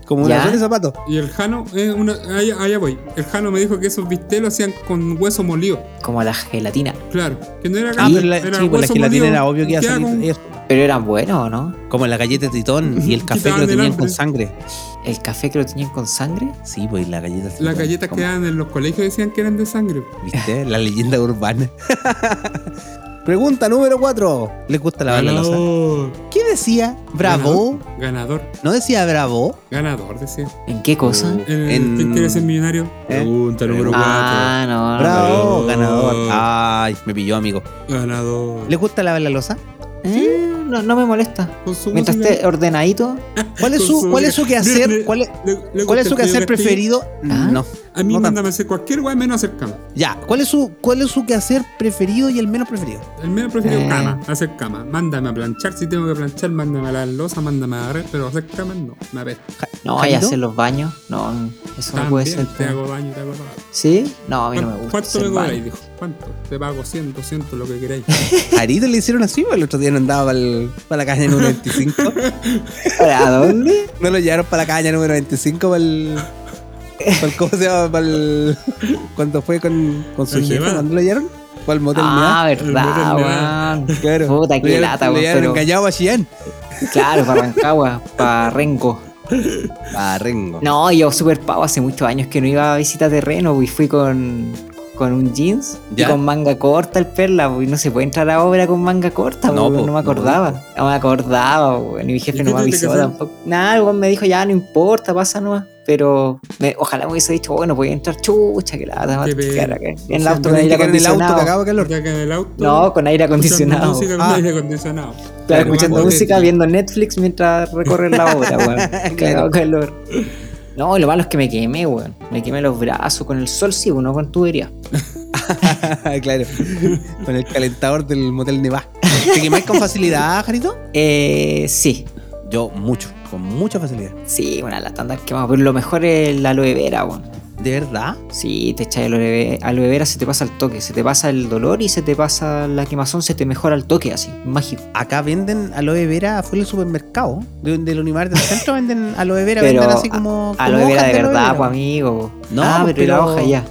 Speaker 2: Como una
Speaker 3: Ya.
Speaker 2: suela de zapato.
Speaker 1: Y el Jano, eh, una, allá, allá voy. El Jano me dijo que esos bistecs lo hacían con hueso molido.
Speaker 3: Como la gelatina.
Speaker 1: Claro, que no era
Speaker 2: Ah,
Speaker 1: galleta,
Speaker 2: pero la,
Speaker 1: era
Speaker 2: sí, pues la
Speaker 1: hueso
Speaker 2: gelatina
Speaker 1: molido,
Speaker 2: era obvio que iba a
Speaker 1: queda
Speaker 2: salir
Speaker 1: con-
Speaker 2: eso.
Speaker 3: Pero eran buenos, ¿o no?
Speaker 2: Como la galleta de tritón y el café que
Speaker 1: Quitaban
Speaker 2: lo
Speaker 1: el
Speaker 2: tenían
Speaker 1: hambre.
Speaker 2: con sangre.
Speaker 3: El café que lo tenían con sangre.
Speaker 2: Sí, pues y la galleta de tritón.
Speaker 1: Las galletas
Speaker 2: Como-
Speaker 1: que daban en los colegios decían que eran de sangre.
Speaker 2: ¿Viste? La leyenda urbana. Pregunta número 4. ¿Les gusta lavar la losa?
Speaker 1: Ganador.
Speaker 2: ¿Qué decía Bravo?
Speaker 1: Ganador,
Speaker 2: ¿No decía Bravo?
Speaker 1: ganador, decía.
Speaker 3: ¿En qué cosa?
Speaker 2: Uh,
Speaker 1: En,
Speaker 2: En-
Speaker 1: ¿Quién quiere ser millonario?
Speaker 2: ¿Eh?
Speaker 1: Pregunta número
Speaker 3: ah, no, no.
Speaker 2: Bravo,
Speaker 1: Bravo.
Speaker 2: ganador. Ay, me pilló, amigo.
Speaker 1: 4. Ganador.
Speaker 2: ¿Les gusta lavar la losa?
Speaker 3: Eh, no, no me molesta.
Speaker 1: Con su
Speaker 3: Mientras
Speaker 1: música-
Speaker 3: esté ordenadito,
Speaker 2: ¿Cuál es su,
Speaker 1: Con
Speaker 2: cuál es su
Speaker 1: su- Mira,
Speaker 2: quehacer?
Speaker 1: mira.
Speaker 2: ¿Cuál es,
Speaker 1: le- le
Speaker 2: cuál
Speaker 1: gusta
Speaker 2: es su
Speaker 1: el
Speaker 2: quehacer
Speaker 1: Pedro Castillo.
Speaker 2: preferido?
Speaker 3: Ah.
Speaker 2: No.
Speaker 1: A mí
Speaker 2: No tanto.
Speaker 1: mándame a hacer cualquier weá menos hacer cama.
Speaker 2: Ya. ¿Cuál es su, cuál es su quehacer preferido y el menos preferido?
Speaker 1: El menos preferido
Speaker 3: Eh.
Speaker 1: cama, hacer cama. Mándame a planchar si tengo que planchar, mándame a la losa, mándame a agarrar, pero hacer cama no, me apesta.
Speaker 2: Ja-
Speaker 3: no vaya a
Speaker 2: Jairo,
Speaker 3: hacer los baños. No, eso no puede ser.
Speaker 1: También Te hago daño, te hago daño.
Speaker 3: ¿Sí? No, a mí no me gusta.
Speaker 1: ¿Cuánto
Speaker 3: hacer
Speaker 1: me
Speaker 3: baño.
Speaker 1: cobráis? Dijo, ¿cuánto? Te pago 100, 200, lo que queráis.
Speaker 2: Jarito le hicieron así, pues, el otro día no andaba para la caña número 25.
Speaker 3: ¿Para dónde?
Speaker 2: No lo llevaron para la caña número 25 para el. ¿Cómo se llama? Para el. Cuando fue con, con su
Speaker 1: El
Speaker 2: jefe,
Speaker 1: Nevada.
Speaker 2: ¿cuándo lo llevaron? Para el motel
Speaker 3: Ah,
Speaker 1: Hermoso,
Speaker 3: verdad, weón.
Speaker 2: Nevada. Claro.
Speaker 3: puta,
Speaker 2: Lo
Speaker 3: qué
Speaker 2: llevaron-
Speaker 3: lata,
Speaker 2: Lo
Speaker 3: weón,
Speaker 2: llevaron
Speaker 3: pero-
Speaker 2: engañado a Chillán.
Speaker 3: Claro, para Rancagua, para Renco.
Speaker 2: Ah, Rengo.
Speaker 3: No, yo super pavo hace muchos años que no iba a visitar terreno y fui con, con un jeans
Speaker 2: ¿Ya?
Speaker 3: y con manga corta el perla, y no se puede entrar a obra con manga corta,
Speaker 2: No,
Speaker 3: no,
Speaker 2: po,
Speaker 3: no me acordaba,
Speaker 2: no,
Speaker 3: no, me acordaba, po, ni mi
Speaker 1: ¿Y
Speaker 3: jefe
Speaker 1: qué
Speaker 3: no me
Speaker 1: tuviste que
Speaker 3: avisó
Speaker 1: hacer?
Speaker 3: tampoco. Nada, el weón me dijo ya no importa, pasa nomás, pero me- ojalá me hubiese dicho, bueno, voy a entrar chucha, que la
Speaker 1: Qué pena.
Speaker 3: en el
Speaker 1: sea,
Speaker 3: auto
Speaker 1: me
Speaker 3: con
Speaker 2: Tienen que quedar
Speaker 3: aire
Speaker 2: en el auto
Speaker 3: acondicionado.
Speaker 2: cagado calor.
Speaker 1: Ya que en el auto.
Speaker 3: No, con aire
Speaker 1: escuchando
Speaker 3: acondicionado.
Speaker 1: Música con
Speaker 2: Ah.
Speaker 1: aire acondicionado.
Speaker 3: Claro,
Speaker 2: Claro,
Speaker 3: escuchando
Speaker 2: más
Speaker 3: música,
Speaker 1: potente.
Speaker 3: viendo Netflix mientras recorren la obra, weón. Cagado calor. No, lo malo es que me quemé, weón. Me quemé los brazos con el sol, sí, uno con tubería.
Speaker 2: claro. Con el calentador del motel Nevada. ¿Te quemáis con facilidad, Jarito?
Speaker 3: Eh, sí,
Speaker 2: Yo, mucho. Con mucha facilidad.
Speaker 3: sí, bueno, la tanda quemada. Pero lo mejor es la aloe vera, weón.
Speaker 2: ¿De verdad?
Speaker 3: Sí, te echas aloe, ve- aloe vera, se te pasa el toque. Se te pasa el dolor y se te pasa la quemazón, se te mejora el toque, así, mágico.
Speaker 2: Acá venden aloe vera afuera del supermercado. De, del Unimar del centro venden aloe vera,
Speaker 3: Pero
Speaker 2: venden así como. como
Speaker 3: Aloe vera
Speaker 2: hojas
Speaker 3: de
Speaker 2: aloe
Speaker 3: verdad,
Speaker 2: vera.
Speaker 3: pues, amigo.
Speaker 2: No,
Speaker 3: ah,
Speaker 2: pues,
Speaker 3: pero, y la
Speaker 2: pero-
Speaker 3: hoja ya.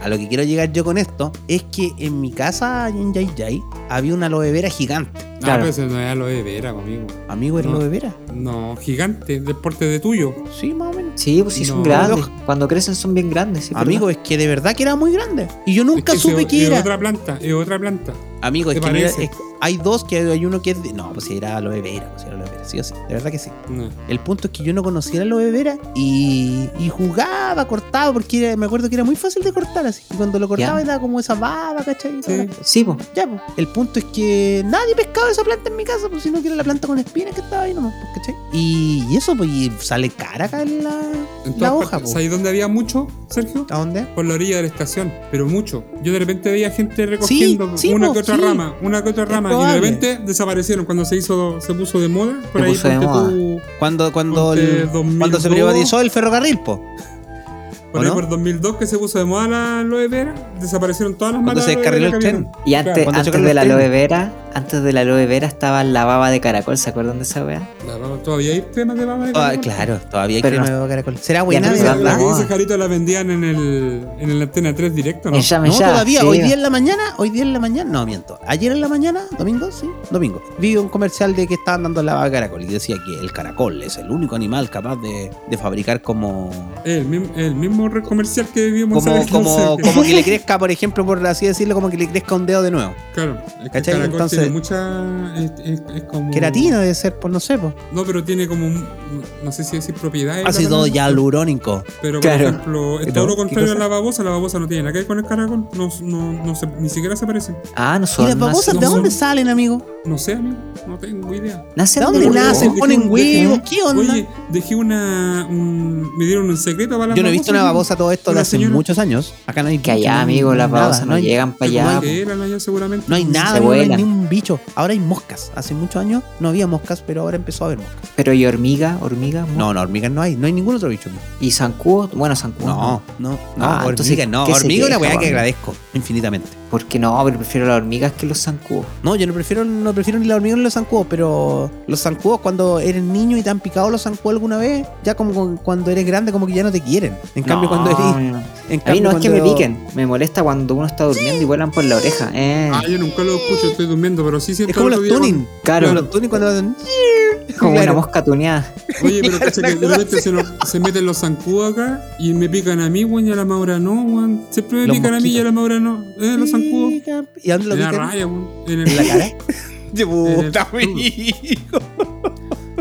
Speaker 2: A lo que quiero llegar yo con esto es que en mi casa, en Yay Yay, había una aloe vera gigante.
Speaker 1: No,
Speaker 3: Claro.
Speaker 1: Ah, pero eso no es lo de vera, conmigo.
Speaker 2: Amigo, ¿era
Speaker 1: No.
Speaker 2: aloe vera?
Speaker 1: No, gigante, deporte de tuyo.
Speaker 2: Sí, más o menos.
Speaker 3: Sí, pues sí, son
Speaker 1: No.
Speaker 3: grandes. Cuando crecen son bien grandes, sí, ¿verdad?
Speaker 2: Amigo, es que de verdad que era muy grande. Y yo nunca
Speaker 1: Es que
Speaker 2: supe
Speaker 1: es-
Speaker 2: que
Speaker 1: Es
Speaker 2: era.
Speaker 1: otra planta, es otra planta.
Speaker 2: Amigo, es
Speaker 1: ¿Te
Speaker 2: que no era-
Speaker 1: parece?
Speaker 2: es- hay dos que hay uno que es de. No, pues si era aloe vera, pues si era aloe vera. Sí o sí, de verdad que sí.
Speaker 1: No.
Speaker 2: El punto es que yo no conocía la aloe vera y, y jugaba, cortaba, porque era- me acuerdo que era muy fácil de cortar así. Y cuando lo cortaba
Speaker 3: Ya.
Speaker 2: era como esa baba, ¿cachai?
Speaker 1: Sí.
Speaker 3: Sí, pues.
Speaker 2: Ya, pues. El punto es que nadie pescaba esa planta en mi casa, pues, sino que era la planta con espinas que estaba ahí nomás, pues, ¿cachai? Y, y eso, pues, y sale cara acá en la,
Speaker 1: En
Speaker 2: la
Speaker 1: todas
Speaker 2: hoja,
Speaker 1: partes.
Speaker 2: pues.
Speaker 1: ¿Sabes dónde había mucho, Sergio?
Speaker 2: ¿A dónde?
Speaker 1: Por la orilla de la estación, pero mucho. Yo de repente veía gente recogiendo
Speaker 2: sí,
Speaker 1: una
Speaker 2: po,
Speaker 1: que otra
Speaker 2: sí.
Speaker 1: rama, una que otra
Speaker 2: Es
Speaker 1: rama, y de
Speaker 2: probable.
Speaker 1: repente desaparecieron cuando se hizo, se puso de moda. Por
Speaker 3: Se
Speaker 1: ahí
Speaker 3: puso de
Speaker 1: ponte
Speaker 3: moda.
Speaker 1: tú,
Speaker 2: Cuando, cuando,
Speaker 1: ponte
Speaker 2: el-
Speaker 1: 2002,
Speaker 2: cuando se privatizó el ferrocarril, pues.
Speaker 1: Por
Speaker 2: ¿O
Speaker 1: ahí
Speaker 2: no?
Speaker 1: por 2002 que se puso de moda la aloe vera, desaparecieron todas las
Speaker 2: Cuando
Speaker 1: matas
Speaker 2: se
Speaker 1: de aloe vera
Speaker 2: descarriló
Speaker 1: que
Speaker 2: el
Speaker 1: habían.
Speaker 3: Y antes,
Speaker 1: Claro,
Speaker 2: cuando
Speaker 3: antes
Speaker 2: chocan
Speaker 3: de la
Speaker 2: los
Speaker 3: aloe
Speaker 2: trenes.
Speaker 3: vera, antes de la aloe vera estaba la baba de caracol, ¿se acuerdan de esa weá?
Speaker 1: la baba- todavía hay temas de baba de
Speaker 2: Ah,
Speaker 1: caracol.
Speaker 2: claro, todavía hay
Speaker 3: Pero
Speaker 2: crema
Speaker 3: no-
Speaker 2: de caracol. ¿Será buena
Speaker 3: pero
Speaker 2: de
Speaker 1: Esa-
Speaker 3: no se
Speaker 1: La
Speaker 2: verdad?
Speaker 1: que dice
Speaker 3: Ah.
Speaker 1: Jarito la vendían en el en el Antena 3 directo, ¿no?
Speaker 3: En Llame
Speaker 2: No,
Speaker 3: Ya,
Speaker 2: todavía.
Speaker 3: sí.
Speaker 2: Hoy día en la mañana, hoy día en la mañana, no miento. Ayer en la mañana, domingo, sí, domingo, vi un comercial de que estaban dando la baba de caracol y decía que el caracol es el único animal capaz de, de fabricar como.
Speaker 1: El mismo, el mismo red comercial que vimos en
Speaker 2: Como,
Speaker 1: el
Speaker 2: como,
Speaker 1: 14.
Speaker 2: como que le crezca, por ejemplo, por así decirlo, como que le crezca un dedo de nuevo.
Speaker 1: Claro, es que
Speaker 2: ¿Cachai?
Speaker 1: el caracol
Speaker 2: Entonces-
Speaker 1: tiene mucha. Es, es- es como.
Speaker 2: Queratina debe ser, por no sé, pues.
Speaker 1: No, pero tiene como. un- No sé si decir propiedades.
Speaker 2: Ácido
Speaker 1: claramente,
Speaker 2: hialurónico.
Speaker 1: Pero por
Speaker 3: Claro.
Speaker 1: ejemplo, es
Speaker 3: Pero,
Speaker 1: todo lo
Speaker 3: ¿qué
Speaker 1: contrario a
Speaker 3: cosa?
Speaker 1: la babosa. La babosa no tiene nada que ver con el caracol. No, no, no se- ni siquiera se parecen.
Speaker 3: Ah, no
Speaker 2: ¿Y
Speaker 3: son
Speaker 2: las babosas
Speaker 3: nacen-
Speaker 2: de
Speaker 1: no son-
Speaker 2: dónde salen, amigo?
Speaker 1: No sé, amigo. No tengo idea.
Speaker 2: ¿De
Speaker 3: nacen de
Speaker 2: dónde
Speaker 1: Oye,
Speaker 3: nuevo.
Speaker 2: nacen?
Speaker 1: dejé
Speaker 2: ¿Ponen
Speaker 1: un-
Speaker 2: huevos?
Speaker 1: dejé
Speaker 2: ¿Qué onda?
Speaker 1: Oye, dejé una. un- me dieron un secreto para la
Speaker 2: Yo no he visto una babosa todo esto de
Speaker 1: Una
Speaker 2: hace
Speaker 1: señora.
Speaker 2: muchos años. Acá no hay
Speaker 3: Que
Speaker 2: bicho, no
Speaker 3: allá,
Speaker 2: hay
Speaker 3: amigo, las
Speaker 2: nada,
Speaker 3: babosas no,
Speaker 2: hay-
Speaker 3: llegan para allá.
Speaker 1: Que eran allá seguramente.
Speaker 2: No hay nada,
Speaker 3: Se
Speaker 2: amigo, no hay
Speaker 3: vuelan.
Speaker 2: ni un bicho. Ahora hay moscas. Hace muchos años no había moscas, pero ahora empezó a haber moscas.
Speaker 3: Pero y hormiga, hormiga,
Speaker 2: No, no, hormigas no hay. No hay ningún otro bicho.
Speaker 3: y zancudo, bueno, zancudo.
Speaker 2: No, no, no.
Speaker 3: Ah,
Speaker 2: hormigas
Speaker 3: entonces,
Speaker 2: no.
Speaker 3: ¿qué se
Speaker 2: Hormiga es una
Speaker 3: queja,
Speaker 2: weá que
Speaker 3: weón?
Speaker 2: agradezco. infinitamente.
Speaker 3: Porque no, pero prefiero las hormigas que los zancudos.
Speaker 2: No, yo no prefiero, no prefiero ni la hormiga ni los zancudos, pero los zancudos cuando eres niño y te han picado los zancudos alguna vez, ya como cu- cuando eres grande como que ya no te quieren. En cambio cuando eres... En
Speaker 3: no. A mí
Speaker 2: cambio,
Speaker 3: no es que me
Speaker 2: cuando-
Speaker 3: piquen, me molesta cuando uno está durmiendo y vuelan por la oreja. Eh,
Speaker 1: Ah, yo nunca lo escucho, estoy durmiendo, pero sí siento
Speaker 2: Es como
Speaker 1: el
Speaker 2: los
Speaker 1: otro día
Speaker 2: tuning.
Speaker 3: claro,
Speaker 2: Como los tuning cuando hacen...
Speaker 3: como
Speaker 2: claro.
Speaker 3: una mosca tuneada.
Speaker 1: cuando- Oye, pero cacha que de repente se, lo- se meten los zancudos acá y me pican a mí, weón, y a la Maura no, weón. Siempre me
Speaker 2: Los
Speaker 1: pican a mí y a la Maura no. Eh, los zancudos.
Speaker 2: ¿Y a dónde lo
Speaker 1: Me da
Speaker 2: pican?
Speaker 1: raya, weón. En
Speaker 2: En
Speaker 1: el,
Speaker 2: la cara. Puta,
Speaker 1: En el-
Speaker 2: amigo.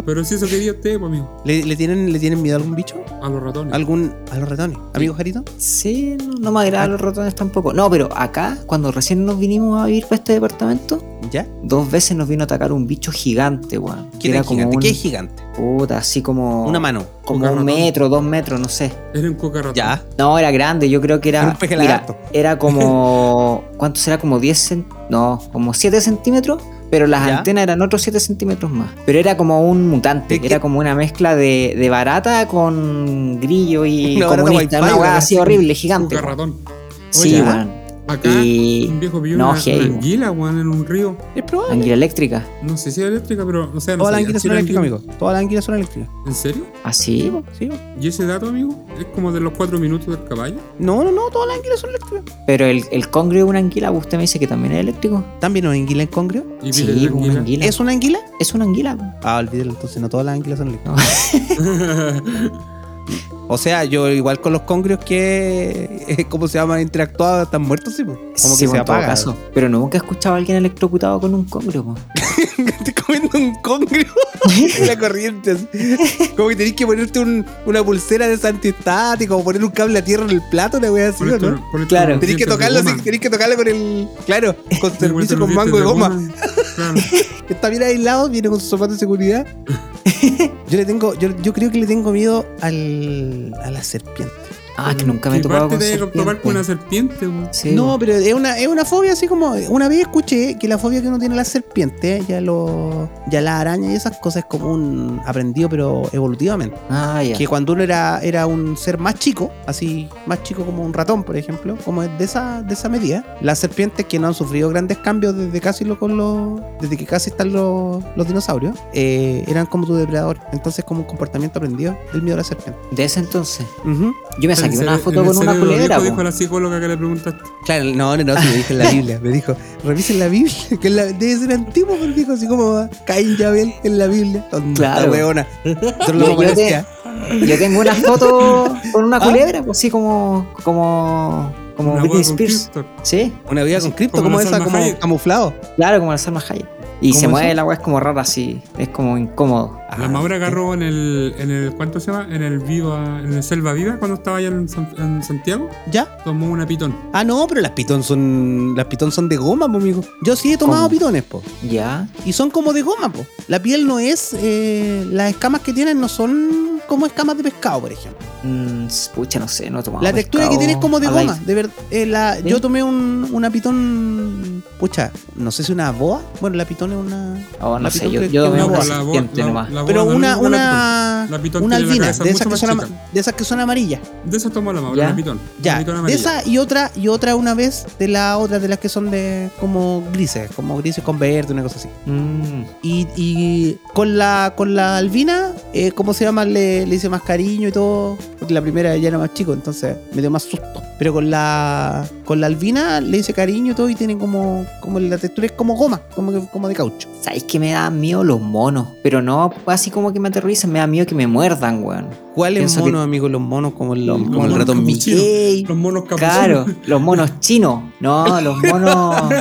Speaker 1: pero si eso quería usted, pues, amigo.
Speaker 2: ¿Le, le tienen, ¿Le tienen miedo a algún bicho?
Speaker 1: A los ratones.
Speaker 2: ¿Algún, ¿A los ratones? ¿Amigo Jarito?
Speaker 3: Sí, no, no me agradan los ratones tampoco. No, pero acá, cuando recién nos vinimos a vivir para este departamento,
Speaker 2: ¿Ya?
Speaker 3: dos veces nos vino a atacar un bicho gigante, weón.
Speaker 2: ¿Qué
Speaker 3: Que era
Speaker 2: tan
Speaker 3: como
Speaker 2: gigante? ¿Qué
Speaker 3: un-
Speaker 2: es gigante?
Speaker 3: puta, así como.
Speaker 2: Una mano.
Speaker 3: Como un
Speaker 1: Cocarratón.
Speaker 3: metro, dos metros, no sé.
Speaker 1: Era un coca
Speaker 3: Oh.
Speaker 1: ratón.
Speaker 2: Ya.
Speaker 3: No, era grande, yo creo que era.
Speaker 2: Era un peje
Speaker 3: mira,
Speaker 2: lagarto.
Speaker 3: era como. ¿Cuánto será? Como 10 cen- No, como 7 centímetros. Pero las
Speaker 2: Ya.
Speaker 3: antenas eran otros 7 centímetros más. Pero era como un mutante.
Speaker 2: ¿De qué?
Speaker 3: Era como una mezcla de, de barata con grillo y
Speaker 2: Una barata
Speaker 3: comunista.
Speaker 2: Wi-Fi,
Speaker 3: Una
Speaker 2: ¿verdad?
Speaker 3: weá así horrible, gigante.
Speaker 1: Coca
Speaker 3: weón.
Speaker 2: pues.
Speaker 1: ratón.
Speaker 3: Sí,
Speaker 1: Oye,
Speaker 3: weón.
Speaker 2: Ah.
Speaker 1: Acá
Speaker 3: Y.
Speaker 1: un viejo pilló
Speaker 3: no,
Speaker 1: una,
Speaker 3: heavy,
Speaker 1: una
Speaker 3: weón.
Speaker 1: anguila, weón, en un río.
Speaker 2: Es probable.
Speaker 3: Anguila eléctrica.
Speaker 1: No sé si era eléctrica, pero, o sea, no
Speaker 2: Todas las
Speaker 1: sé,
Speaker 2: anguilas
Speaker 1: si
Speaker 2: son
Speaker 1: era
Speaker 2: eléctricas,
Speaker 1: anguila.
Speaker 2: amigo. Todas las anguilas son eléctricas.
Speaker 1: ¿En serio?
Speaker 3: Así.
Speaker 2: po, sí. po.
Speaker 1: ¿Y ese dato, amigo? ¿Es como de los cuatro minutos del caballo?
Speaker 2: No, no, no, todas las anguilas son eléctricas.
Speaker 3: Pero el, el congrio de una anguila, Pues usted me dice que también es eléctrico.
Speaker 2: ¿También una anguila en congrio?
Speaker 1: Y pide
Speaker 3: Sí,
Speaker 1: la
Speaker 3: una anguila.
Speaker 2: ¿Es una anguila?
Speaker 3: Es una anguila. pues. weón.
Speaker 2: Ah, olvídalo, entonces no todas las anguilas son eléctricas.
Speaker 1: anguila.
Speaker 2: O sea, yo igual con los congrios que, eh, ¿cómo se llama? Interactuado, están muertos, sí, po. Como que
Speaker 3: Sí, po,
Speaker 2: se
Speaker 3: en todo
Speaker 2: apaga.
Speaker 3: caso. Pero nunca he escuchado a alguien electrocutado con un congrio. pues. po.
Speaker 2: Te comiendo un congrio en la corriente. así. Como que tenés que ponerte un- una pulsera de esas antiestático o poner un cable a tierra en el plato, una wea así,
Speaker 1: Por
Speaker 2: ¿o
Speaker 1: esto-
Speaker 2: ¿no?
Speaker 1: por esto
Speaker 3: Claro.
Speaker 1: los
Speaker 2: Tenés que
Speaker 1: dientes de
Speaker 2: tocarlo,
Speaker 1: goma.
Speaker 2: así, tenés que tocarlo con el. Claro, con
Speaker 1: Sí, por
Speaker 2: servicio
Speaker 1: esto
Speaker 2: con
Speaker 1: los
Speaker 2: mango de
Speaker 1: dientes
Speaker 2: goma.
Speaker 1: Claro.
Speaker 2: Está bien aislado, viene con su zapato de seguridad. yo le tengo, yo, yo creo que le tengo miedo al, a la serpiente.
Speaker 3: Ah, que nunca me he
Speaker 1: Y
Speaker 3: topado
Speaker 1: Mm, parte
Speaker 3: con
Speaker 1: de topar con una
Speaker 3: serpiente.
Speaker 1: serpiente, weón.
Speaker 3: Sí,
Speaker 2: No, pero es una, es una fobia así como. Una vez escuché que la fobia que uno tiene a las serpientes, ya lo, ya las arañas y esas cosas es como un aprendido, pero evolutivamente.
Speaker 3: Ah, ya.
Speaker 2: Que cuando uno era, era un ser más chico, así, más chico como un ratón, por ejemplo, como es de esa, de esa medida, las serpientes que no han sufrido grandes cambios desde casi lo, con los, desde que casi están los, los dinosaurios, eh, eran como tu depredador. Entonces, como un comportamiento aprendido del miedo a la serpiente.
Speaker 3: De ese entonces.
Speaker 2: Ujú.
Speaker 3: Yo me saqué
Speaker 1: En
Speaker 3: una
Speaker 1: cere-
Speaker 3: foto
Speaker 1: en el
Speaker 3: con una
Speaker 1: cerebro
Speaker 3: culebra.
Speaker 1: viejo dijo
Speaker 3: po.
Speaker 1: a la psicóloga que le preguntaste.
Speaker 2: Claro, no, no, no, si me dijo en la Biblia, me dijo, revisen la Biblia, que la, debe ser antiguo, pero dijo así como va, Caín y Abel en la Biblia. Tonta
Speaker 3: Claro.
Speaker 2: weona. Solo
Speaker 3: Yo-
Speaker 2: lo
Speaker 3: yo te-
Speaker 2: molestia.
Speaker 3: Yo tengo una foto con una
Speaker 2: Ah.
Speaker 3: culebra, pues, así como. Como. Como
Speaker 1: Una
Speaker 3: Britney
Speaker 1: hueá con
Speaker 3: Spears.
Speaker 1: Cristo.
Speaker 3: Sí,
Speaker 2: Una vida con cripto,
Speaker 1: Como
Speaker 2: como
Speaker 1: la
Speaker 2: esa,
Speaker 1: Salma
Speaker 2: como
Speaker 1: Hayek.
Speaker 2: camuflado.
Speaker 3: claro, como la Salma Hayek. Y
Speaker 2: ¿Cómo
Speaker 3: se mueve
Speaker 2: eso?
Speaker 3: la agua, es como rara, así. Es como incómodo.
Speaker 1: La Maura agarró en el, en el. ¿Cuánto se llama? En el Viva. En el Selva Viva, cuando estaba allá en, San- en Santiago.
Speaker 2: Ah, ¿Ya?
Speaker 1: Tomó una pitón.
Speaker 2: Ah, no, pero las pitón son. Las pitón son de goma, po, amigo. Yo sí he tomado
Speaker 3: ¿Cómo?
Speaker 2: pitones, po.
Speaker 3: Ya.
Speaker 2: Y son como de goma, po. La piel no es. eh, las escamas que tienen no son como escamas de pescado, por ejemplo.
Speaker 3: Mm, pucha, no sé, no he
Speaker 1: Ah,
Speaker 3: tomado.
Speaker 2: la textura que
Speaker 3: pescado
Speaker 2: tiene es como de
Speaker 3: alive.
Speaker 2: goma. De verdad. la,
Speaker 3: ¿Sí?
Speaker 2: Yo tomé un, una pitón. Pucha, no sé si una boa. Bueno, la pitón es una.
Speaker 3: Oh,
Speaker 2: La
Speaker 3: no sé,
Speaker 2: pitón
Speaker 3: yo,
Speaker 2: que-
Speaker 3: yo
Speaker 2: que
Speaker 3: tomé
Speaker 2: una
Speaker 3: una
Speaker 2: bola,
Speaker 1: la bo-
Speaker 3: serpiente
Speaker 1: la-
Speaker 3: nomás.
Speaker 1: la boa
Speaker 2: pero
Speaker 1: Ah, no es
Speaker 2: una.
Speaker 1: como la
Speaker 2: Una,
Speaker 1: pitón. La pitón
Speaker 2: una
Speaker 1: tiene la
Speaker 2: albina.
Speaker 1: cabeza
Speaker 2: De
Speaker 1: mucho
Speaker 2: esas, que
Speaker 1: más
Speaker 2: son ama-
Speaker 1: chica.
Speaker 2: de esas que son amarillas.
Speaker 1: pitón. De esa tomó la Maura,
Speaker 3: Ya.
Speaker 1: una pitón. Una
Speaker 2: Ya,
Speaker 1: pitón
Speaker 2: de
Speaker 1: amarilla.
Speaker 2: esa y otra, y otra una vez de la otra, de las que son de como grises, como grises con verde, una cosa así.
Speaker 3: Mm,
Speaker 2: Y, y con la con la albina, eh, ¿cómo se llama? Le, le hice más cariño y todo. Porque la primera ya era más chico, entonces me dio más susto. Pero con la con la albina le hice cariño y todo y tiene como, como la textura es como goma, como, que- como de caucho.
Speaker 3: ¿Sabéis que me da miedo los monos? Pero no así como que me aterricen, me da miedo que me muerdan, weón.
Speaker 2: ¿Cuáles
Speaker 3: Pienso
Speaker 2: monos, amigo? Los monos como el,
Speaker 3: Los
Speaker 2: como
Speaker 3: monos
Speaker 2: el ratón
Speaker 1: como
Speaker 2: Mickey.
Speaker 1: chino.
Speaker 3: Ey,
Speaker 1: Los monos capuchinos.
Speaker 3: claro, los monos chinos. No, los monos.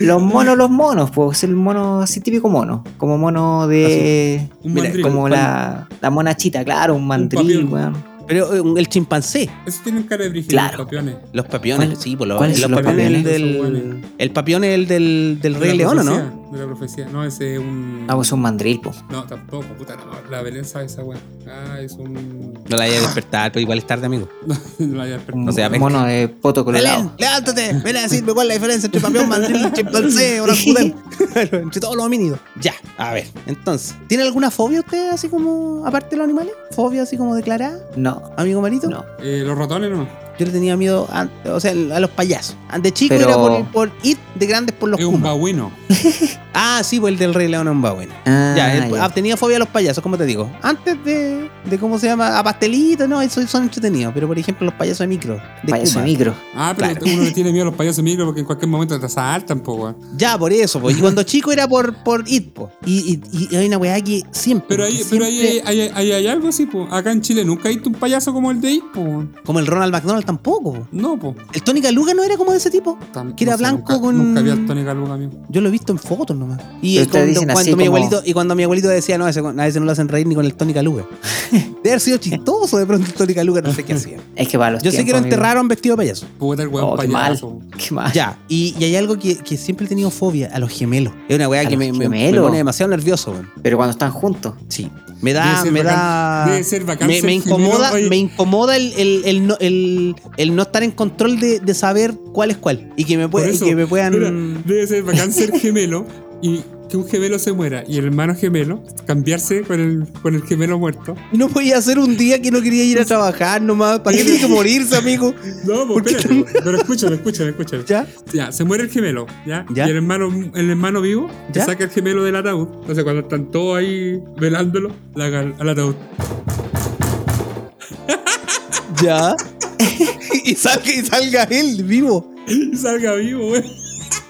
Speaker 3: Los monos, los monos, pues el mono así típico mono. Como mono de.
Speaker 1: Un
Speaker 3: Mira,
Speaker 1: mandril.
Speaker 3: como la, la mona chita, claro, un mandril,
Speaker 1: papión.
Speaker 3: weón.
Speaker 2: Pero eh, el chimpancé.
Speaker 1: Esos tienen cara de brígido,
Speaker 3: Claro.
Speaker 1: los campeones.
Speaker 2: Los papiones,
Speaker 3: ¿Cuál-
Speaker 2: sí, por los,
Speaker 3: cuáles
Speaker 2: los
Speaker 3: son los
Speaker 2: papiones. El,
Speaker 1: papiones?
Speaker 2: del, el papión es el del, del Rey León, ¿o no?
Speaker 1: De la profecía. No, ese es un.
Speaker 3: Ah, pues un mandril, pues.
Speaker 1: No, tampoco, puta, no, la Belén sabe esa weá. Ah, es un.
Speaker 2: No la vaya a despertar, pero igual es tarde, amigo.
Speaker 1: No la haya
Speaker 3: Un
Speaker 2: O
Speaker 1: despertado.
Speaker 2: sea, ven-
Speaker 3: mono de poto
Speaker 2: Belén,
Speaker 3: colorado.
Speaker 2: levántate, ven a decirme cuál es la diferencia entre papión, mandril, chimpancé, orangután. Claro, entre todos los homínidos. Ya, a ver. Entonces, ¿tiene alguna fobia usted, así como, aparte de los animales? ¿Fobia así como declarada,
Speaker 3: No,
Speaker 2: amigo Marito?
Speaker 3: no.
Speaker 1: Eh, los ratones no.
Speaker 2: Yo le tenía miedo a, o sea, a los payasos. Ah, De chico
Speaker 3: Pero-
Speaker 2: era por, por It, de grandes por los
Speaker 1: Es un
Speaker 2: Kuma.
Speaker 1: babuino.
Speaker 2: Ah, sí, pues el del Rey León es un babuino.
Speaker 3: Ah,
Speaker 2: ya, él tenía fobia a los payasos, como te digo. Antes de, de ¿cómo se llama? A pastelitos, no, esos son entretenidos. Pero por ejemplo, los payasos de micro. De
Speaker 3: Payaso
Speaker 2: Kuma.
Speaker 3: micro.
Speaker 1: Ah, pero
Speaker 2: Claro.
Speaker 1: uno le tiene miedo a los payasos micro porque en cualquier momento te asaltan, po, weón.
Speaker 2: Ya, por eso, pues. Y cuando chico era por, por It, po. Y, y- y hay una weá que siempre.
Speaker 1: Pero ahí, pero ahí,
Speaker 2: siempre-
Speaker 1: hay- hay- hay- hay algo así, po. Acá en Chile nunca hay un payaso como el de ahí, po. weón.
Speaker 2: Como el Ronald McDonald tampoco, po.
Speaker 1: No, po.
Speaker 2: El Tony Caluga no era como de ese tipo.
Speaker 1: Tam-
Speaker 2: Que era
Speaker 1: no sé,
Speaker 2: blanco
Speaker 1: nunca-
Speaker 2: con-
Speaker 1: Nunca vi al Tony Galuga, amigo.
Speaker 2: Yo lo he visto en fotos nomás. Y
Speaker 3: Pero
Speaker 2: es
Speaker 3: ustedes
Speaker 2: cuando,
Speaker 3: dicen así
Speaker 2: cuando mi
Speaker 3: como-
Speaker 2: abuelito, y cuando mi abuelito decía, no, ese- a ese no lo hacen reír ni con el Tony Caluga. Debe haber sido chistoso de pronto el Tony Caluga, no sé qué hacía.
Speaker 3: Es que para los
Speaker 2: Yo sé que lo
Speaker 3: tiempos, amigo. Ah.
Speaker 2: enterraron vestido de payaso.
Speaker 1: Puta el weón
Speaker 3: Oh, qué
Speaker 1: payaso.
Speaker 3: Qué mal.
Speaker 2: Ya, y, y hay algo que, que siempre he tenido fobia, a los gemelos. Es una
Speaker 3: ¿A
Speaker 2: weá que
Speaker 3: los
Speaker 2: me, me- me
Speaker 3: gemelos?
Speaker 2: pone demasiado nervioso, weón.
Speaker 3: Pero cuando están juntos.
Speaker 2: Sí. Me
Speaker 1: Debe
Speaker 2: da,
Speaker 1: ser
Speaker 2: Ah, me
Speaker 1: bacán-
Speaker 2: da.
Speaker 1: debe ser bacán
Speaker 2: me,
Speaker 1: ser
Speaker 2: me incomoda,
Speaker 1: gemelo, oye.
Speaker 2: me incomoda el, el- el no, el- el no estar en control de, de saber cuál es cuál. Y que me,
Speaker 1: Por
Speaker 2: puede- y
Speaker 1: eso,
Speaker 2: que me puedan.
Speaker 1: mira, debe ser bacán ser gemelo y que un gemelo se muera y el hermano gemelo cambiarse con el, con el gemelo muerto.
Speaker 2: Y no podía hacer un día que no quería ir a trabajar nomás. ¿Para qué tiene que morirse, amigo?
Speaker 1: No,
Speaker 2: ¿Por
Speaker 1: pues
Speaker 2: qué
Speaker 1: espérate, po. pero escúchalo, escúchalo, escúchalo.
Speaker 2: ¿Ya?
Speaker 1: Ya, se muere el gemelo, ¿ya?
Speaker 2: Ya.
Speaker 1: Y el hermano, el hermano vivo te
Speaker 2: Ya.
Speaker 1: saca el gemelo del ataúd. Entonces, cuando están todos ahí velándolo, la, hagan al ataúd.
Speaker 2: ¿Ya? y, salga, y salga él vivo.
Speaker 1: Y salga vivo, güey.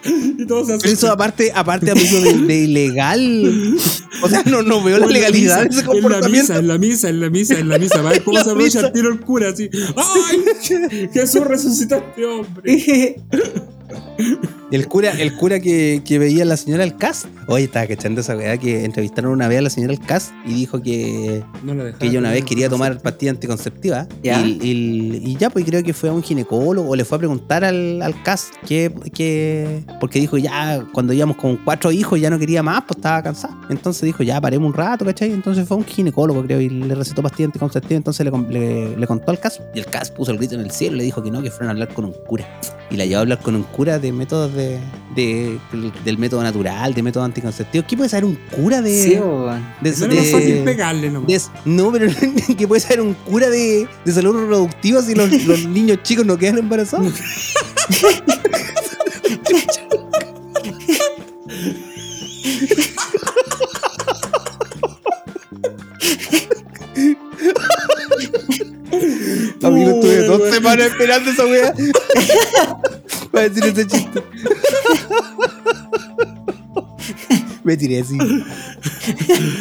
Speaker 1: Y todos se
Speaker 2: Pero eso
Speaker 1: asustan.
Speaker 2: aparte, aparte amigo, de, de ilegal. O sea, no, no veo la
Speaker 1: O en
Speaker 2: legalidad de
Speaker 1: misa,
Speaker 2: ese comportamiento.
Speaker 1: En la misa, en la misa, en la misa, en la misa. ¿Cómo
Speaker 2: la
Speaker 1: se aprovecha
Speaker 2: misa.
Speaker 1: el tiro el cura así? ¡Ay! Jesús resucitó a este hombre.
Speaker 2: El cura, el cura que, que veía a la señora Alcaz. Oye, estaba cachando esa weá que entrevistaron una vez a la señora Alcaz y dijo que,
Speaker 1: No la dejaron.
Speaker 2: que ella una vez quería tomar pastilla anticonceptiva.
Speaker 3: Ya.
Speaker 2: Y, y- y ya, pues creo que fue a un ginecólogo o le fue a preguntar al Alcaz que, que. Porque dijo, ya, cuando íbamos con cuatro hijos ya no quería más, pues estaba cansada. Entonces dijo, ya, paremos un rato, ¿cachai? Entonces fue a un ginecólogo, creo, y le recetó pastilla anticonceptiva. Entonces le, con- le- le contó al Alcaz y el Alcaz puso el grito en el cielo y le dijo que no, que fueron a hablar con un cura y la llevó a hablar con un cura de métodos de, de- del, del método natural, de método anticonceptivo. ¿Qué puede saber un cura de.?
Speaker 3: Sí, weón.
Speaker 2: de-
Speaker 1: No
Speaker 2: de-
Speaker 1: era más fácil pegarle nomás.
Speaker 2: de- no, pero ¿qué puede saber un cura de, de salud reproductiva si los, los niños chicos no quedan embarazados? Amigo, estuve
Speaker 1: Puta,
Speaker 2: dos
Speaker 1: weón.
Speaker 2: semanas esperando esa weá. Para decir ese chiste. Me tiré así. Me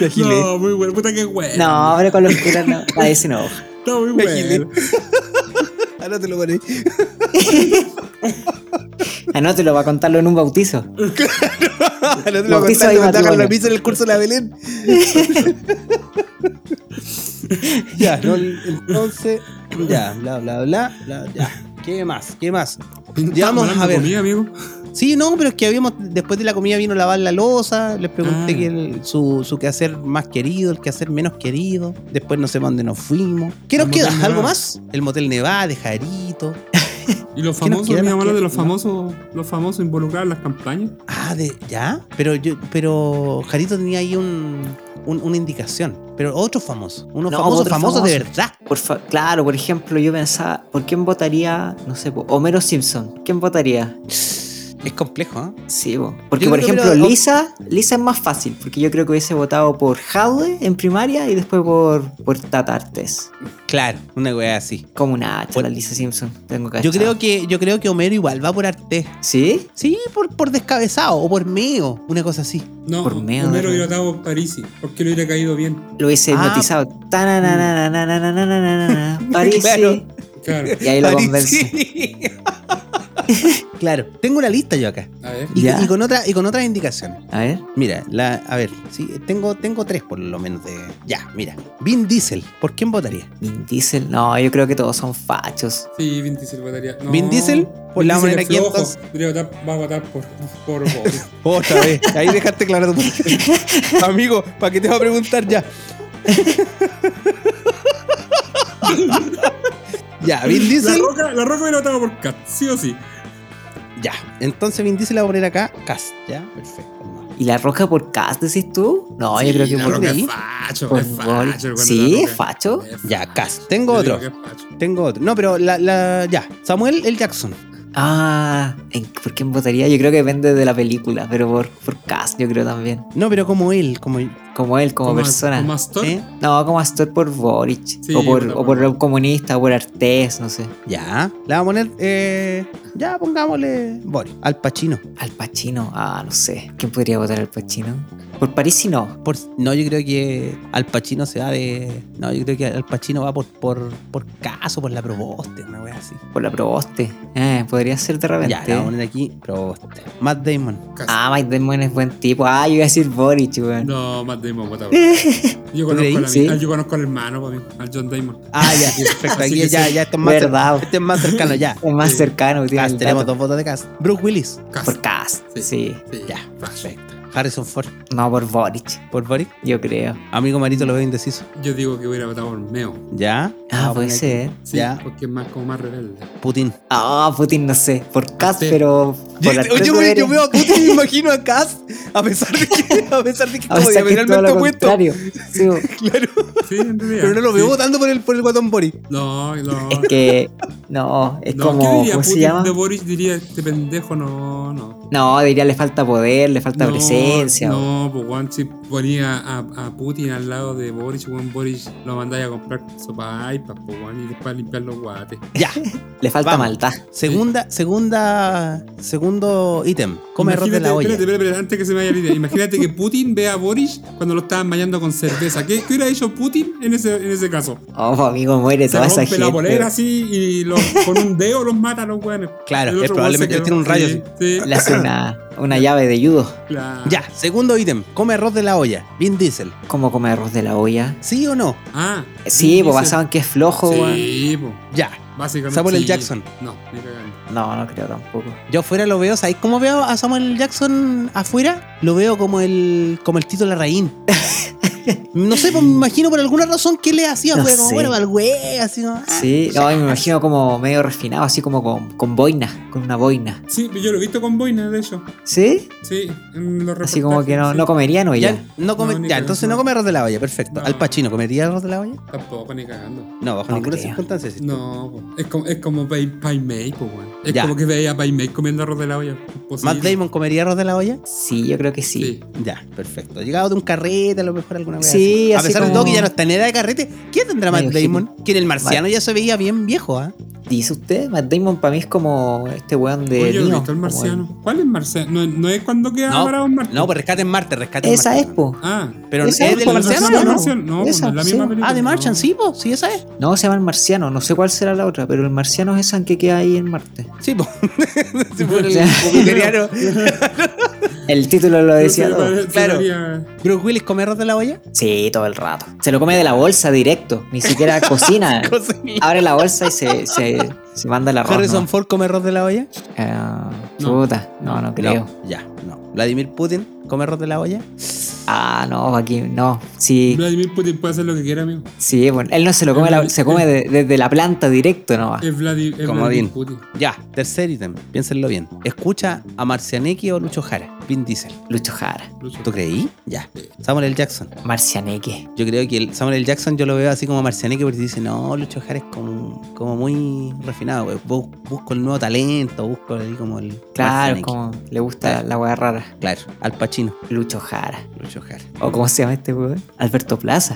Speaker 2: agilé.
Speaker 1: No, muy bueno. Puta que bueno.
Speaker 3: No, ahora con los curas no. Nadie se enoja.
Speaker 1: Está muy
Speaker 2: me agilé.
Speaker 1: bueno.
Speaker 2: Ahora te lo pones.
Speaker 3: Ah, no, te lo va a contarlo en un bautizo.
Speaker 2: Ahora te lo
Speaker 3: Bautizo
Speaker 2: contaste
Speaker 3: y
Speaker 2: cuando
Speaker 3: matrimonio.
Speaker 2: hagan la pizza en el curso de la Belén. ya, no, entonces. Ya, bla, bla, bla, bla, ya. ¿Qué más? ¿Qué más? Llevamos,
Speaker 1: Estamos
Speaker 2: a ver.
Speaker 1: hablando de comida, amigo.
Speaker 2: Sí, no, pero es que habíamos, después de la comida vino a lavar la losa, les pregunté
Speaker 1: Ah.
Speaker 2: que el- su, su quehacer más querido, el quehacer menos querido, después no sé para dónde nos fuimos. ¿Qué
Speaker 1: El
Speaker 2: nos queda?
Speaker 1: Motel
Speaker 2: ¿Algo
Speaker 1: Nevada.
Speaker 2: más? El Motel Nevada, de Jarito.
Speaker 1: Y los
Speaker 2: ¿Qué nos
Speaker 1: famosos,
Speaker 2: queda?
Speaker 1: mi
Speaker 2: ¿Nos
Speaker 1: mamá habla
Speaker 2: queda?
Speaker 1: de los
Speaker 2: No.
Speaker 1: famosos, los famosos involucrados en las campañas.
Speaker 2: Ah, de, ¿ya? Pero yo, pero Jarito tenía ahí un, un- una indicación. Pero otro famoso, unos
Speaker 3: No,
Speaker 2: famosos,
Speaker 3: otro
Speaker 2: famosos de
Speaker 3: famoso.
Speaker 2: verdad.
Speaker 3: Por fa- claro, por ejemplo, yo pensaba, ¿por quién votaría, no sé, po, Homero Simpson? ¿Quién votaría?
Speaker 2: Es complejo, ¿eh?
Speaker 3: Sí, po. porque
Speaker 2: Yo
Speaker 3: por
Speaker 2: creo que
Speaker 3: ejemplo,
Speaker 2: lo-
Speaker 3: Lisa, Lisa es más fácil, porque yo creo que hubiese votado por Jaude en primaria y después por, por Tata Artés.
Speaker 2: Claro, una wea así.
Speaker 3: Como una hacha,
Speaker 2: Bueno,
Speaker 3: la Lisa Simpson. Tengo
Speaker 2: Yo
Speaker 3: cachado.
Speaker 2: creo que, yo creo que Homero igual va por arte.
Speaker 3: ¿Sí?
Speaker 2: Sí, por, por descabezado o por meo, una cosa así.
Speaker 1: No,
Speaker 3: Por miedo,
Speaker 1: Homero
Speaker 3: ¿no?
Speaker 1: hubiera estado Parisi, porque le hubiera caído bien.
Speaker 3: Lo hubiese
Speaker 2: Ah.
Speaker 3: hipnotizado. Tanananananananana, Parisi.
Speaker 2: Claro.
Speaker 1: Claro.
Speaker 3: Y ahí lo
Speaker 2: París,
Speaker 3: convence.
Speaker 2: sí. claro, tengo una lista yo acá.
Speaker 1: A ver.
Speaker 2: Y,
Speaker 3: Ya.
Speaker 2: y con otra, y con otras indicaciones.
Speaker 3: A ver.
Speaker 2: Mira, la, a ver, sí, tengo, tengo tres por lo menos de. Ya, mira. Vin Diesel, ¿por quién votaría?
Speaker 3: Vin Diesel. No, yo creo que todos son fachos.
Speaker 1: Sí, Vin Diesel votaría. No,
Speaker 2: Vin Diesel, por
Speaker 1: Vin
Speaker 2: la
Speaker 1: Diesel
Speaker 2: manera
Speaker 1: es
Speaker 2: que
Speaker 1: flojo.
Speaker 2: entonces-
Speaker 1: Debería votar- Va a votar por, por Bobby.
Speaker 2: Otra vez, ahí dejaste claro tu Amigo, ¿para qué te va a preguntar ya? ya, Vin
Speaker 1: la,
Speaker 2: Diesel.
Speaker 1: roca, la roca hubiera votado por Cat, sí o sí.
Speaker 2: Ya, entonces Vin Diesel la va a poner acá, cast, ya, perfecto. no.
Speaker 3: ¿Y la roja por cast, decís tú? No,
Speaker 1: Sí,
Speaker 3: yo creo que
Speaker 1: la
Speaker 3: por
Speaker 1: Roca es
Speaker 3: ahí.
Speaker 1: facho,
Speaker 3: Por
Speaker 1: es
Speaker 3: gol.
Speaker 1: facho, el
Speaker 3: Sí,
Speaker 1: Guanajuato.
Speaker 3: es facho.
Speaker 1: Es
Speaker 2: Ya,
Speaker 1: facho.
Speaker 2: Cas. Tengo
Speaker 1: Yo
Speaker 2: otro.
Speaker 1: digo que es facho.
Speaker 2: Tengo otro. No, pero la, la. Ya. Samuel L. Jackson.
Speaker 3: Ah, ¿en- ¿por quién votaría? Yo creo que depende de la película, pero por, por cast, yo creo también.
Speaker 2: No, pero como él, como.
Speaker 3: Como él, como,
Speaker 1: Como-
Speaker 3: persona.
Speaker 1: como Astor.
Speaker 2: ¿eh?
Speaker 3: No, como actor por Boric.
Speaker 1: Sí,
Speaker 3: o por,
Speaker 1: yo
Speaker 3: o por
Speaker 1: tampoco.
Speaker 3: un comunista, o por Artés, no sé.
Speaker 2: Ya. Le vamos a poner. eh, ya, pongámosle. Boris. Al Pacino.
Speaker 3: Al Pacino, ah, no sé. ¿Quién podría votar al Pacino? Por París y no.
Speaker 2: Por, no, yo creo que Al Pacino se va de. No, yo creo que Al Pacino va por, por, por caso, por la proboste, una wea así.
Speaker 3: Por la Proboste. Eh, podría ser de repente.
Speaker 2: Ya, le vamos a poner aquí proboste. Matt Damon.
Speaker 1: Casi.
Speaker 3: ah, Mike Damon es buen tipo. Ah, yo iba a decir Boric, weón.
Speaker 1: No, Matt Damon, vota por él. Yo conozco,
Speaker 2: creí?
Speaker 1: al ami-
Speaker 3: Sí.
Speaker 1: ah, yo conozco al hermano, para mí, al John Damon.
Speaker 2: Ah, ya, perfecto.
Speaker 1: Así
Speaker 2: Aquí
Speaker 1: que
Speaker 2: ya,
Speaker 1: sí.
Speaker 2: ya, este es más, cer-
Speaker 3: Verdad.
Speaker 2: este es más cercano, ya.
Speaker 3: Es más
Speaker 1: Sí.
Speaker 3: cercano, tiene
Speaker 2: Cast,
Speaker 3: el
Speaker 2: tenemos
Speaker 3: dato.
Speaker 2: dos votos de Cast. Bruce Willis.
Speaker 1: Casi.
Speaker 3: Por Cast, sí.
Speaker 1: Sí. Sí,
Speaker 2: Ya,
Speaker 1: facho.
Speaker 2: perfecto. Harrison Ford.
Speaker 3: No, por Boric,
Speaker 2: Por Boris.
Speaker 3: yo creo.
Speaker 2: Amigo Marito lo veo indeciso.
Speaker 1: Yo digo que hubiera votado por Meo.
Speaker 2: Ya. Vamos
Speaker 3: Ah,
Speaker 2: a
Speaker 3: puede
Speaker 2: poner aquí.
Speaker 3: ser.
Speaker 1: Sí,
Speaker 2: Ya.
Speaker 1: porque es más como más rebelde.
Speaker 2: Putin.
Speaker 3: Ah, Putin, no sé. Por Cast,
Speaker 1: Sí.
Speaker 3: pero. Por Artés
Speaker 2: yo,
Speaker 3: debería-
Speaker 2: yo veo a Putin y me imagino a Cass, a pesar de que, a pesar de que
Speaker 3: A
Speaker 2: como
Speaker 3: pesar Ah, que es
Speaker 2: diametralmente
Speaker 3: todo lo
Speaker 2: opuesto.
Speaker 3: contrario. Sí, bo.
Speaker 2: Claro,
Speaker 1: Sí, en realidad.
Speaker 2: pero no lo veo
Speaker 1: Sí.
Speaker 2: votando por el, por el guatón Boris.
Speaker 1: No, no.
Speaker 3: es que. No, es
Speaker 1: No,
Speaker 3: como.
Speaker 1: ¿Qué diría
Speaker 3: ¿Cómo se
Speaker 1: Putin
Speaker 3: llama?
Speaker 1: de Boris? Diría, este pendejo no, no.
Speaker 3: No, diría le falta poder, le falta
Speaker 1: no,
Speaker 3: presencia. bo.
Speaker 1: No, pues Juan, si ponía a, a Putin al lado de Boris, Juan Boris lo mandáis a comprar sopa y pues Juan, y después limpiar los guates.
Speaker 2: Ya.
Speaker 3: Le falta
Speaker 2: Vamos.
Speaker 3: maldad.
Speaker 2: Segunda, segunda, segundo ítem. Come arroz de la
Speaker 1: Imagínate-
Speaker 2: olla.
Speaker 1: espérate, espérate, espérate, antes que se me vaya la idea. Imagínate que Putin ve a Boris cuando lo estaban bañando con cerveza. ¿Qué, qué hubiera hecho Putin en ese, en ese caso?
Speaker 3: Oh, amigo, muere
Speaker 1: Se
Speaker 3: toda esa
Speaker 1: rompe
Speaker 3: gente.
Speaker 1: la bolera así y los- con un dedo los mata a los weones.
Speaker 2: Claro,
Speaker 1: El otro
Speaker 2: él
Speaker 1: weón
Speaker 2: probablemente
Speaker 1: se quedó-
Speaker 2: tiene un rayo
Speaker 1: sí, sí,
Speaker 3: Le hace una, una llave de judo.
Speaker 1: claro.
Speaker 2: Ya, segundo ítem. Come arroz de la olla. Vin Diesel.
Speaker 3: ¿Cómo come arroz de la olla?
Speaker 2: ¿Sí o no?
Speaker 1: Ah,
Speaker 3: Sí,
Speaker 1: dice-
Speaker 3: pues basado en que es flojo, weón.
Speaker 1: Sí, po,
Speaker 2: Ya.
Speaker 1: básicamente.
Speaker 2: Samuel L.
Speaker 1: sí.
Speaker 2: Jackson.
Speaker 1: No, ni cagando.
Speaker 3: No, no creo tampoco.
Speaker 1: Ah.
Speaker 2: Yo afuera lo veo, ¿sabéis cómo veo a Samuel Jackson afuera? Lo veo como el como el Tito Larraín. No sé, pues me imagino por alguna razón que le hacía
Speaker 3: No
Speaker 2: afuera, como
Speaker 3: sé.
Speaker 2: bueno, al güey, así como, ah,
Speaker 3: Sí, no, y me imagino como medio refinado, así como con, con boina, con una boina.
Speaker 1: Sí, yo lo he visto con boina, de hecho.
Speaker 3: ¿Sí?
Speaker 1: Sí, en los
Speaker 3: Así como que no,
Speaker 1: reportajes,
Speaker 3: no comerían o
Speaker 2: Ya,
Speaker 3: pues, ya.
Speaker 2: no come-
Speaker 1: No, ni
Speaker 2: ya,
Speaker 1: cagando.
Speaker 2: entonces no come arroz de la olla, perfecto.
Speaker 1: No.
Speaker 2: Al Pachino, ¿comería arroz de la olla?
Speaker 1: sí. Tampoco, ni cagando.
Speaker 2: No, bajo
Speaker 3: No
Speaker 2: ninguna
Speaker 3: creo.
Speaker 2: circunstancia. sí.
Speaker 1: No, po. es como, es como Pai, Pai Mei, po, weón. Es
Speaker 2: Ya.
Speaker 1: como que veía a Pai Mei comiendo arroz de la olla. Imposible.
Speaker 2: ¿Matt Damon comería arroz de la olla?
Speaker 3: Sí, yo creo que sí.
Speaker 1: Sí.
Speaker 2: Ya, perfecto. Llegado de un carrete, a lo mejor alguna vez.
Speaker 3: Sí,
Speaker 2: a
Speaker 3: así
Speaker 2: pesar de
Speaker 3: como-
Speaker 2: todo que ya no está en edad de carrete, ¿qué tendrá Matt
Speaker 3: Medio
Speaker 2: Damon? Que en el marciano ya se veía bien viejo, ¿ah?
Speaker 3: ¿Dice usted? Matt Damon para mí es como este weón de.
Speaker 1: Oye, yo he
Speaker 3: Neo,
Speaker 1: visto el
Speaker 3: como
Speaker 1: marciano. ¿Cuál es marciano? No, no es cuando queda
Speaker 2: No,
Speaker 1: parado en Marte.
Speaker 2: No, pues rescate en Marte, rescate en
Speaker 3: Esa
Speaker 2: Marte.
Speaker 3: es, po.
Speaker 1: Ah,
Speaker 2: Pero
Speaker 3: Esa
Speaker 2: es
Speaker 3: es,
Speaker 2: del
Speaker 3: po,
Speaker 1: ¿pero
Speaker 2: marciano,
Speaker 1: no es
Speaker 2: ¿no?
Speaker 1: marciano? No,
Speaker 3: Esa,
Speaker 1: no es la
Speaker 3: sí.
Speaker 1: misma película.
Speaker 2: Ah, de
Speaker 1: no.
Speaker 2: Martian, sí, po, sí, esa es.
Speaker 3: No, se llama el marciano, no sé cuál será la otra, pero el marciano es esa que queda ahí en Marte.
Speaker 2: Sí, po. Sí, po,
Speaker 3: O
Speaker 2: el
Speaker 3: sea,
Speaker 2: comiteriano.
Speaker 3: El título lo
Speaker 1: Pero
Speaker 3: decía
Speaker 1: se
Speaker 3: todo.
Speaker 1: pare- se
Speaker 2: claro.
Speaker 1: vería-
Speaker 2: Bruce Willis come arroz de la olla.
Speaker 3: Sí, todo el rato. Se lo come de la bolsa directo, ni siquiera cocina. Abre la bolsa y se, se, se manda el arroz.
Speaker 2: Harrison
Speaker 3: ¿no?
Speaker 2: Ford come arroz de la olla.
Speaker 3: Ah,
Speaker 1: No.
Speaker 3: puta, no, no creo.
Speaker 2: No, ya, no. Vladimir Putin come arroz de la olla.
Speaker 3: Ah, no, aquí no. Sí,
Speaker 1: Vladimir Putin puede hacer lo que quiera, amigo.
Speaker 3: sí, bueno, él no se lo come, la- se come de- desde la planta directo nomás.
Speaker 1: Es Vladi- es
Speaker 2: Ah, Como
Speaker 1: Vladimir Putin.
Speaker 2: Odín. Ya, tercer ítem, piénsenlo bien. Escucha a Marcianeki o Lucho Jara, Vin Diesel.
Speaker 3: Lucho Jara,
Speaker 1: Lucho.
Speaker 2: ¿Tú creí? Ya. Samuel L. Jackson.
Speaker 3: Marcianeque.
Speaker 2: Yo creo que el Samuel L. Jackson yo lo veo así como Marcianeque porque dice, no, Lucho Jara es como, como muy refinado, güey. Bu- Busco el nuevo talento, busco ahí como el...
Speaker 3: Claro,
Speaker 2: Marcianeque".
Speaker 3: como le gusta la hueá rara.
Speaker 2: Claro, Al Pacino,
Speaker 3: Lucho Jara.
Speaker 2: Lucho Jara.
Speaker 3: ¿O cómo se llama este weón? Alberto Plaza.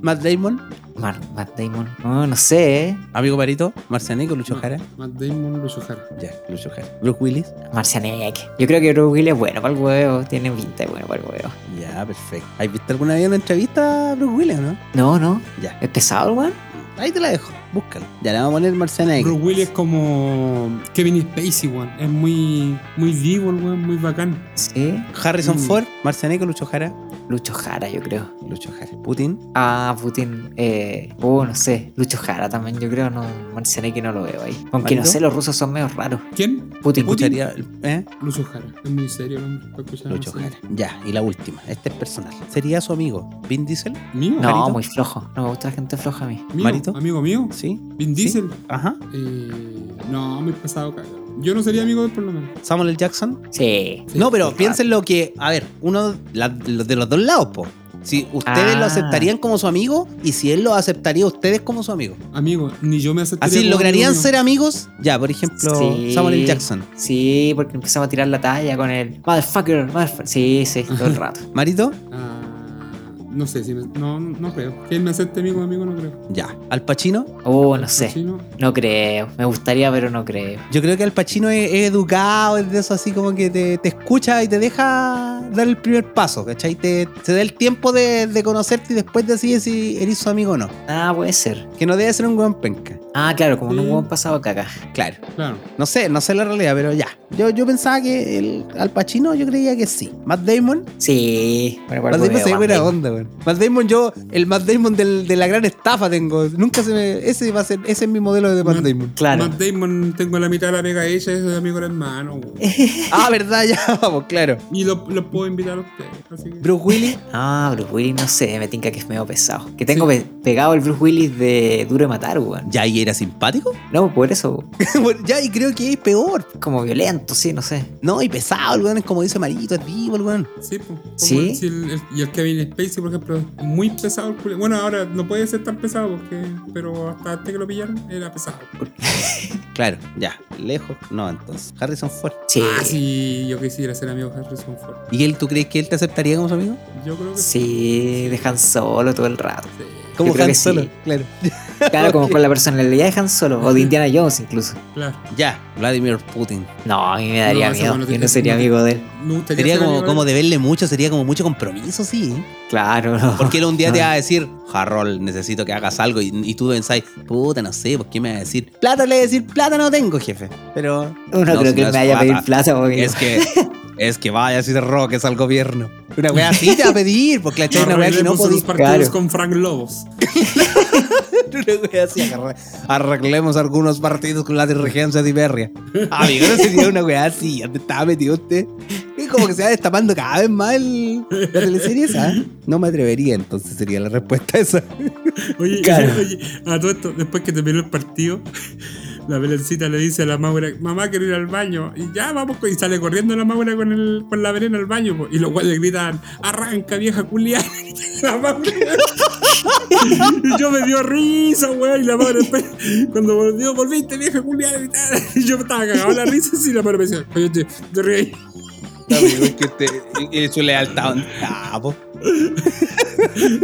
Speaker 2: Matt Damon,
Speaker 3: Mar- Matt Damon. No, no sé, ¿eh?
Speaker 2: amigo Parito, Marcianeque o Lucho
Speaker 1: Ma-
Speaker 2: Jara.
Speaker 1: Matt Damon, Lucho Jara.
Speaker 2: Ya, Lucho Jara. Bruce Willis.
Speaker 3: Marcianek. Yo creo que Bruce Willis es bueno para el huevo. Tiene pinta de bueno para el huevo.
Speaker 2: Ya, perfecto. ¿Has visto alguna vez una entrevista a Bruce Willis, no?
Speaker 3: No, no.
Speaker 2: Ya,
Speaker 3: ¿Es pesado el weón?
Speaker 2: ahí te la dejo, búscalo. Ya le vamos a poner Marcianeque.
Speaker 1: Bruce Willis es como Kevin Spacey, weón. Es muy, muy vivo, el weón, muy bacán.
Speaker 3: Sí.
Speaker 2: Harrison
Speaker 1: Mm.
Speaker 2: Ford, Marcianeque o Lucho Jara.
Speaker 3: Lucho Jara, yo creo.
Speaker 2: Lucho Jara. Putin.
Speaker 3: Ah, Putin. Eh, oh, no sé. Lucho Jara también, yo creo. No, Marcianek no lo veo ahí. Aunque no
Speaker 2: ¿Marito?
Speaker 3: sé, los rusos son medio raros.
Speaker 1: ¿Quién?
Speaker 3: Putin.
Speaker 2: Escucharía... ¿Eh?
Speaker 1: Lucho Jara. Es muy serio el hombre. para escuchar
Speaker 2: Lucho
Speaker 1: así.
Speaker 2: Jara. Ya, y la última. Este es personal. ¿Sería su amigo Vin Diesel?
Speaker 1: ¿Mío?
Speaker 3: No,
Speaker 2: ¿Marito?
Speaker 3: muy flojo. No me gusta la gente floja a mí.
Speaker 1: ¿Mío?
Speaker 2: Ah, Marito.
Speaker 1: ¿Amigo mío?
Speaker 2: ¿Sí?
Speaker 1: ¿Vin
Speaker 2: Sí.
Speaker 1: Diesel?
Speaker 2: Ajá.
Speaker 1: Eh, no, muy pesado, cagado. Yo no sería amigo de él, por lo menos.
Speaker 2: Samuel L. Jackson.
Speaker 3: Sí.
Speaker 2: no, pero piensen lo que, a ver, uno la- lo- de los dos lados, po. Si ustedes
Speaker 3: Ah.
Speaker 2: lo aceptarían como su amigo y si él lo aceptaría a ustedes como su amigo.
Speaker 1: Amigo, ni yo me aceptaría.
Speaker 2: Así
Speaker 1: como
Speaker 2: lograrían
Speaker 1: amigo mío.
Speaker 2: ser amigos. Ya, por ejemplo,
Speaker 3: Sí.
Speaker 2: Samuel L. Jackson.
Speaker 3: Sí, porque empezamos a tirar la talla con el motherfucker, motherfucker. Sí, sí, todo el rato.
Speaker 2: Marito,
Speaker 1: Ah, no sé si me- no, no creo. Que él me acepte amigo, amigo, no creo.
Speaker 2: ya. Al Pacino,
Speaker 3: Oh, no sé.
Speaker 1: Chino,
Speaker 3: No creo. Me gustaría, pero no creo.
Speaker 2: yo creo que Al Pacino es, es educado, es de eso así como que te, te escucha y te deja dar el primer paso, ¿cachai? Te, te da el tiempo de, de conocerte y después decides si eres su amigo o no.
Speaker 3: Ah, puede ser.
Speaker 2: Que no debe ser un buen penca.
Speaker 3: Ah, claro, como en un
Speaker 1: Sí.
Speaker 3: buen pasado caca.
Speaker 2: Claro.
Speaker 1: claro.
Speaker 2: No sé, no sé la realidad, pero ya. Yo, yo pensaba que el Al Pacino yo creía que sí. Matt Damon.
Speaker 3: Sí. Bueno, igual
Speaker 2: Matt Damon
Speaker 3: veo
Speaker 2: se
Speaker 3: Van
Speaker 2: buena
Speaker 3: Damme.
Speaker 2: onda, weón. Matt Damon, yo, el Matt Damon del- de la gran estafa tengo. Nunca se me. Ese va a ser, ese es mi modelo de Matt
Speaker 1: Matt-
Speaker 2: Damon.
Speaker 3: Claro.
Speaker 1: Matt Damon, tengo la mitad de la pega hecha, es amigo del hermano. güey.
Speaker 2: Ah, verdad, ya vamos, claro.
Speaker 1: Y lo, lo puedo invitar a ustedes. Así que...
Speaker 2: Bruce Willis,
Speaker 3: Ah, Bruce Willis, no sé, me tinca que es medio pesado. Que tengo
Speaker 1: Sí.
Speaker 3: pe- pegado el Bruce Willis de Duro de Matar, weón.
Speaker 2: ya y era simpático.
Speaker 3: No, por eso,
Speaker 2: Bueno, ya y creo que es peor.
Speaker 3: como violento, sí, no sé.
Speaker 2: No, y pesado, el weón, es como dice Marito, es vivo, el weón.
Speaker 1: Sí, po. Como
Speaker 3: ¿Sí?
Speaker 1: el- si el- el- y el Kevin Spacey, por ejemplo, es muy pesado. el culo. Bueno, ahora no puede ser tan pesado, porque, pero hasta antes que lo pillaron era pesado.
Speaker 2: Ah, Claro, ya, lejos, no, entonces. Harrison Ford.
Speaker 3: Sí.
Speaker 1: Ah, sí, yo quisiera ser amigo de Harrison Ford.
Speaker 2: ¿Y él, tú crees que él te aceptaría como su amigo?
Speaker 1: Yo creo que
Speaker 3: Sí, dejan solo todo el rato.
Speaker 1: sí.
Speaker 2: Como
Speaker 3: creo
Speaker 2: Han
Speaker 3: que sí.
Speaker 2: Solo, claro.
Speaker 3: Claro, como con la personalidad de Han Solo o de Indiana Jones incluso.
Speaker 1: Claro.
Speaker 2: Ya, Vladimir Putin.
Speaker 3: No, a mí me daría
Speaker 1: No, ese
Speaker 3: miedo.
Speaker 1: bueno
Speaker 3: Yo no
Speaker 1: tiene-
Speaker 3: sería
Speaker 1: no-
Speaker 3: amigo de él.
Speaker 1: Me gustaría
Speaker 2: Sería
Speaker 1: ser
Speaker 2: como,
Speaker 1: amigo
Speaker 2: como
Speaker 1: de...
Speaker 2: deberle mucho, sería como mucho compromiso, sí. ¿eh?
Speaker 3: Claro, no.
Speaker 2: Porque él un día te
Speaker 3: No.
Speaker 2: va a decir, Jarrol, necesito que hagas algo. Y, y tú pensás, puta, no sé, ¿por qué me va a decir? Plata le voy a decir, plata no tengo, jefe. Pero.
Speaker 3: No,
Speaker 2: No,
Speaker 3: creo
Speaker 2: si
Speaker 3: que
Speaker 2: no es
Speaker 3: él me vaya a pedir
Speaker 2: plata.
Speaker 3: plata porque
Speaker 2: Es que. Es que vaya si te roques al gobierno. Una wea así te va a pedir, porque la chai es una wea que no
Speaker 1: Arreglemos
Speaker 2: podía.
Speaker 1: los partidos
Speaker 3: Claro.
Speaker 1: con Frank Lobos.
Speaker 2: Una wea así, agarra- arreglemos algunos partidos con la dirigencia de Iberia. Amigo, no sería una wea así, ¿dónde estaba metido usted? Es como que se va destapando cada vez más el- la teleserie esa. ¿eh? No me atrevería, entonces sería la respuesta esa.
Speaker 1: Oye,
Speaker 3: Claro.
Speaker 1: oye, a todo esto, después que terminó el partido, la Belencita le dice a la Maura, mamá quiero ir al baño. Y ya vamos, co- y sale corriendo la Maura con, el, con la Belén al baño. po. Y los guayas gritan, arranca vieja culiada. la Maura. y yo me dio risa, weón. Y la Maura después, cuando volvió, volviste vieja culiada. Y tal. Y yo me estaba cagado en la risa y la Maura me decía, oye, te, te reí.
Speaker 2: Amigo, es que usted. Y, y su lealtad. Ah, po.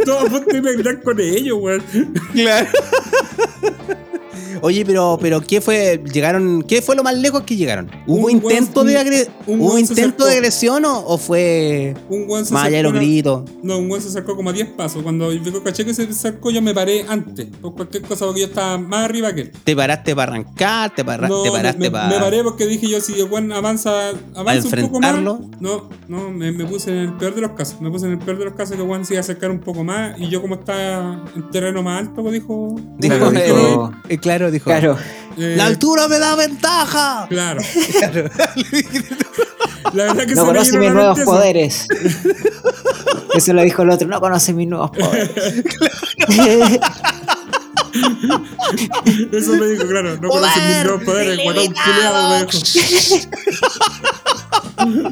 Speaker 1: Todo punto iba a gritar con ellos, weón.
Speaker 2: Claro. Oye, pero, pero ¿qué fue? ¿Llegaron? ¿Qué fue lo más lejos que llegaron? ¿Hubo
Speaker 1: Un
Speaker 2: intento
Speaker 1: weón-
Speaker 2: de agre-
Speaker 1: un
Speaker 2: ¿Hubo
Speaker 1: weón se
Speaker 2: intento
Speaker 1: acercó.
Speaker 2: de agresión o, o fue
Speaker 1: Un weón se
Speaker 2: más allá de
Speaker 1: acercó
Speaker 2: los
Speaker 1: a la-
Speaker 2: gritos?
Speaker 1: No, un weón se acercó como a 10 pasos. Cuando yo caché que se acercó, yo me paré antes. Por cualquier cosa, porque yo estaba más arriba que él.
Speaker 2: ¿Te paraste para arrancar? ¿Te, parra-
Speaker 1: No,
Speaker 2: te paraste
Speaker 1: me,
Speaker 2: para.?
Speaker 1: me paré porque dije yo, si el weón avanza, avanza un poco más.
Speaker 2: enfrentarlo?
Speaker 1: No, no, me, me puse en el peor de los casos. Me puse en el peor de los casos que el weón se iba a acercar un poco más. Y yo, como estaba en terreno más alto, pues, dijo.
Speaker 2: Dijo, eh, eh, claro,
Speaker 3: Claro, dijo-
Speaker 2: dijo.
Speaker 3: Claro.
Speaker 1: eh,
Speaker 2: ¡La altura me da ventaja!
Speaker 1: Claro.
Speaker 2: Claro.
Speaker 1: La verdad que se
Speaker 3: No
Speaker 1: me
Speaker 3: conoce
Speaker 1: dieron la
Speaker 3: mis nuevos
Speaker 1: mente eso.
Speaker 3: poderes. Eso lo dijo el otro, no conoce mis nuevos poderes.
Speaker 1: Eso me dijo, claro. No conocen mis nuevos poderes. Guatón culiado, me dijo.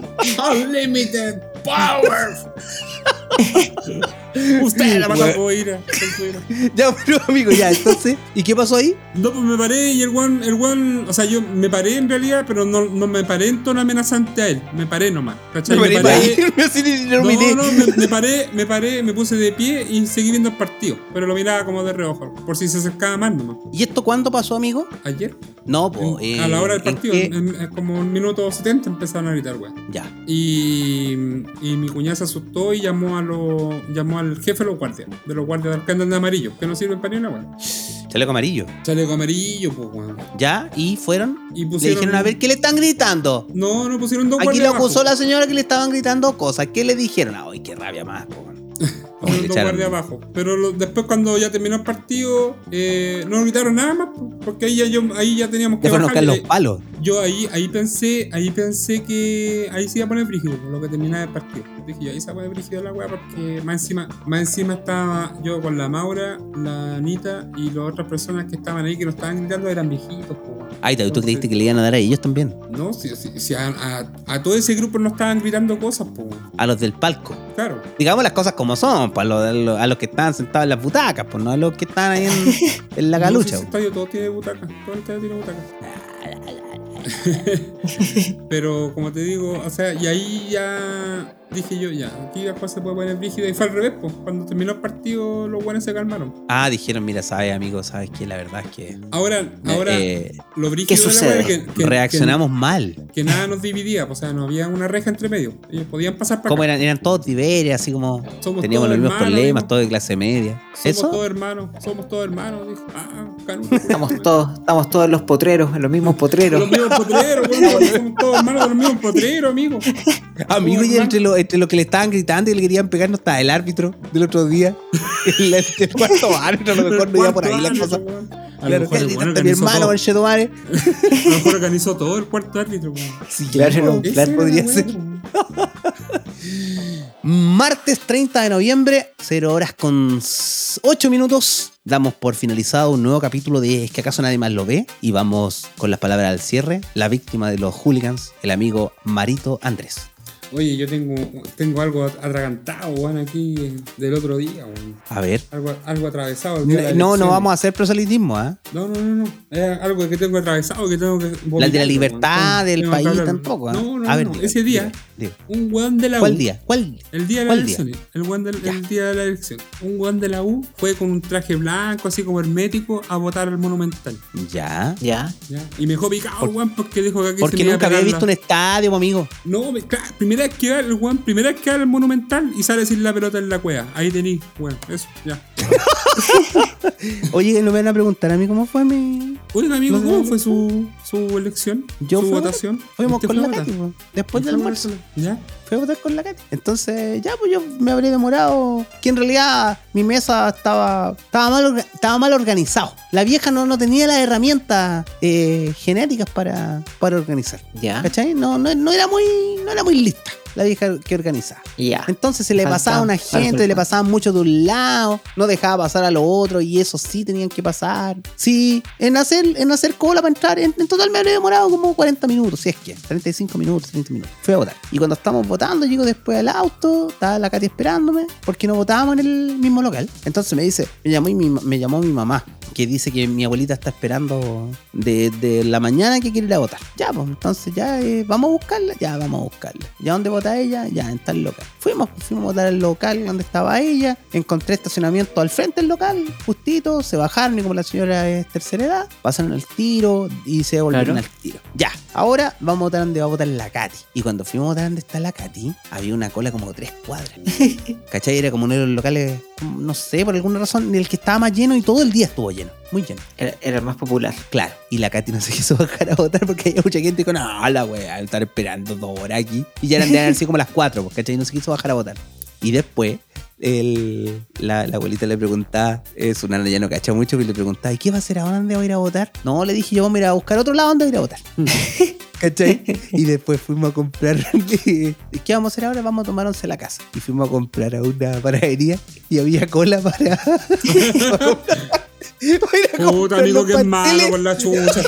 Speaker 1: Unlimited power. Usted la mató
Speaker 2: Bueno.
Speaker 1: por ira, por su ira.
Speaker 2: ya, pero amigo, ya, entonces. ¿Y qué pasó ahí?
Speaker 1: No, pues me paré y el one, el one, o sea, yo me paré en realidad, pero no, no me paré en tono amenazante a él. Me paré nomás. ¿Cachai?
Speaker 2: me
Speaker 1: Me
Speaker 2: paré para
Speaker 1: paré.
Speaker 2: irme así, ni- ni lo
Speaker 1: No,
Speaker 2: miré.
Speaker 1: no, me, me paré, me paré, me puse de pie y seguí viendo el partido. Pero lo miraba como de reojo, por si se acercaba más nomás.
Speaker 2: ¿Y esto cuándo pasó, amigo?
Speaker 1: Ayer,
Speaker 2: No, pues.
Speaker 1: en- a la hora del partido,
Speaker 2: ¿en qué?
Speaker 1: en- en- como un minuto 70 empezaron a gritar, weón.
Speaker 2: Ya.
Speaker 1: Y, y mi cuñada se asustó y llamó a los llamó al jefe de los guardias, de los guardias que andan de amarillo, que no sirven para ni una weón.
Speaker 2: Chaleco amarillo.
Speaker 1: Chaleco amarillo, pues weón.
Speaker 2: Ya, y fueron.
Speaker 1: Y
Speaker 2: Le dijeron, a ver, ¿qué le están gritando?
Speaker 1: No, no pusieron dos
Speaker 2: Aquí
Speaker 1: guardias.
Speaker 2: le
Speaker 1: abajo.
Speaker 2: acusó la señora que le estaban gritando cosas. ¿Qué le dijeron? Ay, qué rabia más, po, weón. Oye,
Speaker 1: Pusieron
Speaker 2: le
Speaker 1: dos
Speaker 2: echaron-
Speaker 1: guardias abajo. Pero lo- después cuando ya terminó el partido, eh, no gritaron nada más, pues, porque ahí ya, yo, ahí ya teníamos
Speaker 2: Le
Speaker 1: que
Speaker 2: fueron a buscar
Speaker 1: bajar.
Speaker 2: los palos.
Speaker 1: Yo ahí, ahí pensé, ahí pensé que ahí se iba a poner frígido, por lo que terminaba el partido. brígido. Esa weá es brígida la weá porque más encima, más encima estaba yo con la Maura, la Anita y las otras personas que estaban ahí que nos estaban gritando eran viejitos, po, weón.
Speaker 2: Ay, ¿tú tú creíste que le iban a dar a ellos también?
Speaker 1: No, si, si- si a, a- a todo ese grupo nos estaban gritando cosas, po, weón.
Speaker 2: A los del palco.
Speaker 1: claro.
Speaker 2: Digamos las cosas como son, pues, a, los, a los- a los que están sentados en las butacas, pues no a los que están ahí en, en la
Speaker 1: No,
Speaker 2: galucha.
Speaker 1: si ese
Speaker 2: pues.
Speaker 1: estadio todo tiene butaca. Todo el estadio tiene butaca. Pero como te digo, o sea, y ahí ya dije yo, ya, aquí la cosa se puede poner brígida. Y fue al revés, pues. Cuando terminó el partido, los buenos se calmaron.
Speaker 2: Ah, dijeron, mira, sabes, amigo, sabes que la verdad es que
Speaker 1: Ahora, ahora,
Speaker 2: eh,
Speaker 1: lo brígido
Speaker 3: ¿qué
Speaker 1: de la
Speaker 3: sucede?
Speaker 1: wea es que, que-
Speaker 2: reaccionamos mal.
Speaker 1: Que, que nada nos dividía, pues, o sea, no había una reja entre medio. Ellos podían pasar para
Speaker 2: Como
Speaker 1: acá.
Speaker 2: eran, eran todos diversos, así como
Speaker 1: Somos todos
Speaker 2: teníamos los mismos
Speaker 1: hermanos,
Speaker 2: problemas,
Speaker 1: dijo.
Speaker 2: todos de clase media.
Speaker 1: Somos
Speaker 2: Eso,
Speaker 1: todos hermanos, somos todos hermanos. Dijo, ah, canuto.
Speaker 3: Estamos todos, estamos todos en los potreros, en los mismos potreros.
Speaker 1: Los mismos potreros, weón, somos todos hermanos de los mismos potreros, amigo.
Speaker 2: amigo, y
Speaker 1: hermanos.
Speaker 2: entre los entre lo que le estaban gritando y le querían pegar, no estaba el árbitro del otro día. El, el cuarto árbitro, a lo mejor no iba por ahí la
Speaker 1: Cuarto
Speaker 2: cosa.
Speaker 1: árbitro, weón. A lo mejor
Speaker 2: Claro, que
Speaker 1: el weón
Speaker 2: gritaste a mi
Speaker 1: organizó
Speaker 2: hermano,
Speaker 1: todo.
Speaker 2: Barchedomare.
Speaker 1: A lo mejor organizó todo el cuarto árbitro, weón.
Speaker 2: Sí, claro, era un
Speaker 1: Ese
Speaker 2: plan
Speaker 1: era,
Speaker 2: podría
Speaker 1: weón,
Speaker 2: ser.
Speaker 1: weón.
Speaker 2: Martes 30 de noviembre, 0 horas con 8 minutos. Damos por finalizado un nuevo capítulo de Es que acaso nadie más lo ve. Y vamos con las palabras al cierre. La víctima de los hooligans, el amigo Marito Andrés.
Speaker 1: Oye, yo tengo, tengo algo atragantado, weón, aquí eh, del otro día, weón.
Speaker 2: A ver.
Speaker 1: Algo, algo atravesado. el día de la
Speaker 2: No, no
Speaker 1: elección.
Speaker 2: vamos a hacer proselitismo, ¿ah?
Speaker 1: No, no, no, no. Es algo que tengo atravesado, que tengo que.
Speaker 2: La
Speaker 1: vomitar,
Speaker 2: de la
Speaker 1: weón.
Speaker 2: libertad
Speaker 1: Tengo-
Speaker 2: del
Speaker 1: tengo que
Speaker 2: país
Speaker 1: hablar.
Speaker 2: tampoco, ¿ah?
Speaker 1: No, no,
Speaker 2: A ver,
Speaker 1: no.
Speaker 2: diga,
Speaker 1: Ese día,
Speaker 2: diga, diga.
Speaker 1: un weón de la U.
Speaker 2: ¿Cuál día? ¿Cuál?
Speaker 1: El día de la
Speaker 2: ¿Cuál día?
Speaker 1: elección. El, weón del-
Speaker 2: Ya.
Speaker 1: el día de la elección. Un weón de la U fue con un traje blanco, así como hermético, a votar al Monumental.
Speaker 2: Ya.
Speaker 3: Ya.
Speaker 1: ¿ya? Y me dejó picado,
Speaker 2: Por-
Speaker 1: weón, porque dijo que aquí
Speaker 2: Porque
Speaker 1: se me iba a
Speaker 2: nunca había
Speaker 1: pegar
Speaker 2: visto
Speaker 1: la-
Speaker 2: un estadio, amigo.
Speaker 1: No, me- claro, primera vez que va el weón, primera vez que va al Monumental y sale sin la pelota en la cueva. Ahí tení, weón, eso, ya.
Speaker 2: Oye, no me van a preguntar a mí cómo fue mi.
Speaker 1: Oiga, amigo,
Speaker 2: No,
Speaker 1: ¿cómo
Speaker 2: no,
Speaker 1: fue su, su elección?
Speaker 2: Yo
Speaker 1: ¿Su
Speaker 2: fui a votar.
Speaker 1: votación?
Speaker 2: Fuimos
Speaker 1: ¿Usted
Speaker 2: con
Speaker 1: fue a
Speaker 2: la
Speaker 1: votar?
Speaker 2: Katy, po. después del
Speaker 1: Fue a
Speaker 2: almuerzo.
Speaker 1: votar. ¿Ya?
Speaker 2: fui a votar con la Katy. Entonces, ya, pues yo me habré demorado. Que en realidad mi mesa estaba, estaba, mal, orga- estaba mal organizado. La vieja no, no tenía las herramientas eh, genéticas para, para organizar.
Speaker 3: Ya.
Speaker 2: ¿Cachai? No, no, no era muy, no era muy lista la vieja que organizaba.
Speaker 3: Ya.
Speaker 2: Entonces se le
Speaker 3: Faltaba,
Speaker 2: pasaba a una gente,
Speaker 3: faltaba.
Speaker 2: le pasaban mucho de un lado, no dejaba pasar a lo otro y eso sí tenían que pasar. Sí, en hacer, en hacer cola para entrar, en, en total me habré demorado como 40 minutos, si es que, 35 minutos, 30 minutos. Fui a votar. Y cuando estábamos votando, llego después al auto, estaba la Katy esperándome, porque no votábamos en el mismo local. Entonces me dice, me llamó, y mi, ma- me llamó mi mamá, que dice que mi abuelita está esperando desde la mañana que quiere ir a votar. Ya, pues entonces ya eh, vamos a buscarla, ya vamos a buscarla. ¿Ya dónde vota ella? Ya, en tal local. Fuimos, pues, fuimos a votar al local donde estaba ella, encontré estacionamiento al frente del local, justito, se bajaron y como la señora es tercera edad, pasaron el tiro y se volvieron
Speaker 3: Claro.
Speaker 2: al tiro. Ya, ahora vamos a votar donde va a votar la Katy. Y cuando fuimos a votar donde está la Katy, había una cola como de tres cuadras. ¿Cachai? Era como uno de los locales, no sé, por alguna razón, el que estaba más lleno y todo el día estuvo lleno, muy lleno.
Speaker 3: Era, era el más popular.
Speaker 2: Claro, y la Katy no se quiso bajar a votar porque había mucha gente con, ah, la wea, estar esperando dos horas aquí. Y ya eran de haber sido como las cuatro, pues, ¿cachai? Y no se quiso bajar a votar. Y después, el- la, la abuelita le preguntaba, eh, su nana ya no cacha mucho, y le preguntaba, ¿y qué va a hacer ahora? ¿Dónde va a ir a votar? No, le dije yo, vamos a ir a buscar otro lado donde voy a ir a votar.
Speaker 1: Mm.
Speaker 2: ¿Cachai? Y después fuimos a comprar. ¿Qué vamos a hacer ahora? Vamos a tomar once a la casa. Y fuimos a comprar a una panadería y había cola para. para ir a
Speaker 1: Puta,
Speaker 2: comprar
Speaker 1: amigo,
Speaker 2: los
Speaker 1: que es malo
Speaker 2: pasteles.
Speaker 1: con la chucha.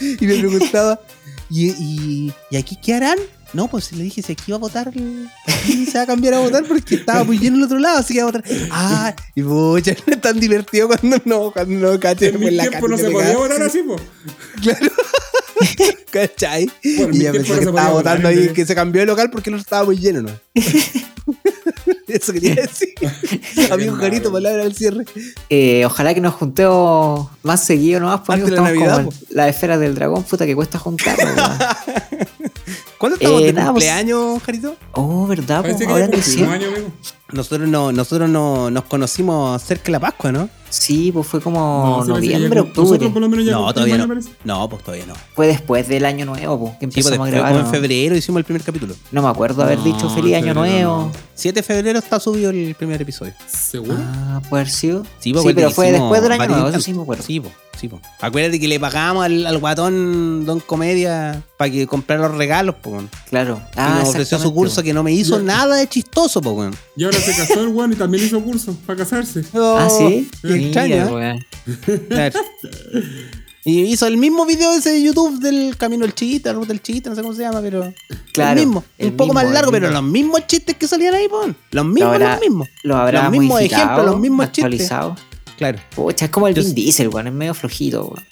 Speaker 2: Y me preguntaba, ¿y, y, y aquí qué harán? No, pues le dije, si aquí va a votar, aquí se va a cambiar a votar porque estaba muy lleno el otro lado, así que va a votar. Ah, y pucha, no es tan divertido cuando no, cuando no caché.
Speaker 1: En mi tiempo no se podía votar así, po.
Speaker 2: Ah, ¿Cachai?
Speaker 1: Bueno, en
Speaker 2: y
Speaker 1: mi
Speaker 2: ya
Speaker 1: tiempo
Speaker 2: pensé
Speaker 1: no
Speaker 2: que
Speaker 1: se podía
Speaker 2: estaba
Speaker 1: votar,
Speaker 2: votando ahí,
Speaker 1: entonces.
Speaker 2: que se cambió de local porque el otro estaba muy lleno, ¿no? Eso quería decir. Amigo Carito, palabra al cierre.
Speaker 3: Eh, ojalá que nos juntemos más seguido nomás porque
Speaker 2: Antes de la
Speaker 3: estamos como
Speaker 2: Navidad,
Speaker 3: en la esfera del dragón, puta que cuesta juntar.
Speaker 2: ¿Cuándo estamos
Speaker 3: Eh,
Speaker 2: de
Speaker 3: nada, pues-
Speaker 2: cumpleaños, Carito?
Speaker 3: oh, ¿verdad? po?
Speaker 1: Parece que
Speaker 3: Ahora
Speaker 1: ya
Speaker 3: que
Speaker 1: cumplí
Speaker 3: sí.
Speaker 1: un año, amigo.
Speaker 2: Nosotros, no, nosotros no, nos conocimos cerca de la Pascua, ¿no?
Speaker 3: Sí, pues fue como
Speaker 1: No, sí, parece que ya
Speaker 3: noviembre,
Speaker 1: con- nosotros
Speaker 3: octubre.
Speaker 1: por lo menos ya
Speaker 2: No,
Speaker 1: cumplimos,
Speaker 2: todavía no.
Speaker 1: me parece.
Speaker 2: No, pues todavía no.
Speaker 3: Fue después del año nuevo, pues, que
Speaker 2: Sí, pues
Speaker 3: empezamos a
Speaker 2: después,
Speaker 3: grabar.
Speaker 2: como
Speaker 3: ¿no?
Speaker 2: en febrero hicimos el primer capítulo.
Speaker 3: No me acuerdo haber
Speaker 1: No,
Speaker 3: dicho feliz
Speaker 1: en
Speaker 3: año
Speaker 1: febrero
Speaker 3: nuevo.
Speaker 1: no.
Speaker 2: 7 de febrero está subido el primer episodio.
Speaker 1: ¿Seguro?
Speaker 3: Ah, puede haber sido.
Speaker 2: Uh. Sí,
Speaker 3: Sí,
Speaker 2: pues, acuérdate
Speaker 3: pero
Speaker 2: que
Speaker 3: fue
Speaker 2: hicimos
Speaker 3: después del año
Speaker 2: varios
Speaker 3: nuevo, eso
Speaker 2: intentos.
Speaker 3: sí me acuerdo.
Speaker 2: Sí, po, sí, po. Acuérdate que le pagamos al, al guatón Don Comedia para que comprara los regalos, po, weón.
Speaker 3: Claro.
Speaker 2: Y
Speaker 3: Ah,
Speaker 2: nos ofreció su curso que no me hizo
Speaker 1: Ya.
Speaker 2: nada de chistoso, po, weón.
Speaker 1: Y ahora se casó el weón y también hizo curso para casarse.
Speaker 3: Ah, sí.
Speaker 2: Qué extraño,
Speaker 3: Mira,
Speaker 2: ¿eh?
Speaker 3: weón.
Speaker 2: Claro. Y hizo el mismo video ese de YouTube del Camino del Chiste, la Ruta del Chiste, no sé cómo se llama, pero.
Speaker 3: Claro,
Speaker 2: El mismo.
Speaker 3: el
Speaker 2: un poco más
Speaker 3: mismo, el
Speaker 2: largo, pero
Speaker 3: mismo.
Speaker 2: los mismos chistes que salían ahí, po. weón. Los mismos,
Speaker 3: Ahora-
Speaker 2: los mismos.
Speaker 3: Lo habrá
Speaker 2: Los mismos
Speaker 3: modificado,
Speaker 2: ejemplos, los mismos chistes.
Speaker 3: actualizado.
Speaker 2: Claro.
Speaker 3: Pucha, es como el
Speaker 2: Yo-
Speaker 3: Vin Diesel, weón, es medio flojito, weón.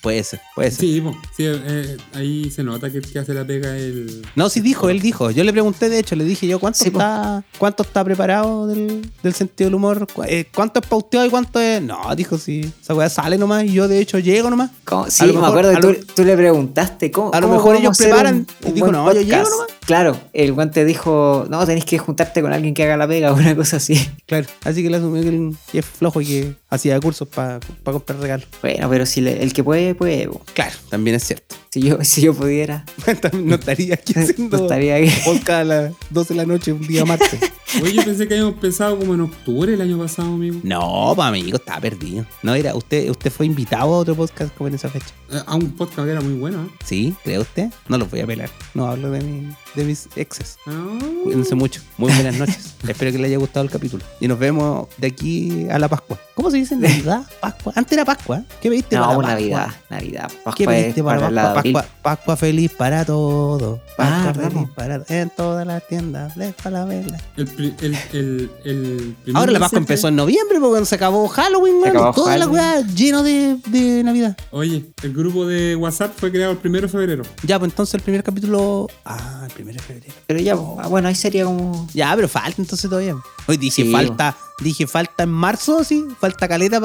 Speaker 2: Puede ser, puede ser.
Speaker 1: Sí, po. sí eh, eh, ahí se nota que, que hace la pega el.
Speaker 2: No, sí dijo, él dijo. Yo le pregunté, de hecho, le dije yo cuánto
Speaker 3: Sí, po.
Speaker 2: está cuánto está preparado del, del sentido del humor, cu- eh, cuánto es pauteado y cuánto es. No, dijo, sí. Esa weá sale nomás y yo de hecho llego nomás.
Speaker 3: ¿Cómo? Sí,
Speaker 2: lo
Speaker 3: me
Speaker 2: mejor-
Speaker 3: acuerdo que
Speaker 2: a
Speaker 3: tú,
Speaker 2: lo-
Speaker 3: tú le preguntaste cómo.
Speaker 2: a lo
Speaker 3: cómo
Speaker 2: mejor
Speaker 3: podemos
Speaker 2: ellos
Speaker 3: hacer
Speaker 2: preparan y dijo,
Speaker 3: buen
Speaker 2: no, yo llego
Speaker 3: podcast?
Speaker 2: nomás.
Speaker 3: Claro, el guante te dijo, no, tenés que juntarte con alguien que haga la pega o una cosa así.
Speaker 2: Claro. Así que le asumió que, él- que es flojo y que hacía cursos para comprar regalos.
Speaker 3: Bueno, pero si le- el que puede, puede. po.
Speaker 2: Claro, también es cierto.
Speaker 3: Si yo, si yo pudiera,
Speaker 2: no estaría aquí haciendo
Speaker 3: no estaría aquí.
Speaker 2: podcast a las 12 de la noche un día martes.
Speaker 1: Oye, yo pensé que habíamos empezado como en octubre el año pasado, amigo.
Speaker 2: no, pa, amigo, estaba perdido. No, era, usted, usted fue invitado a otro podcast como en esa fecha.
Speaker 1: Eh, A un podcast que era muy bueno, ¿eh?
Speaker 2: ¿Sí? ¿Cree usted? No los voy a pelar. No hablo de, mi- de mis exes.
Speaker 1: Ah.
Speaker 2: Cuídense mucho. Muy buenas noches. Espero que les haya gustado el capítulo. Y nos vemos de aquí a la Pascua. ¿Cómo se dice Navidad? Pascua. Antes era Pascua. ¿Qué pediste para
Speaker 3: No,
Speaker 2: la Pascua?
Speaker 3: Navidad, Navidad.
Speaker 2: ¿Qué
Speaker 3: Pascua es
Speaker 2: pediste para,
Speaker 3: para
Speaker 2: la
Speaker 3: la
Speaker 2: Pascua?
Speaker 3: abril.
Speaker 2: Pascua, Pascua feliz para todos. Pascua
Speaker 3: Ah,
Speaker 2: feliz
Speaker 3: vamos.
Speaker 2: para En todas las tiendas. de Falabella.
Speaker 1: El, pri- el, el, el primer
Speaker 2: Ahora la Pascua
Speaker 1: mensaje-
Speaker 2: empezó en noviembre porque se acabó Halloween, weón.
Speaker 3: acabó
Speaker 2: y Toda la weá lleno de, de Navidad.
Speaker 1: Oye, el grupo de WhatsApp fue creado el primero de febrero.
Speaker 2: Ya, pues entonces el primer capítulo. Ah, el primero de febrero.
Speaker 3: Pero ya, po, ah, bueno, ahí sería como.
Speaker 2: Ya, pero falta entonces todavía. Hoy dije
Speaker 3: Sí,
Speaker 2: falta, dije falta en marzo, sí, falta caleta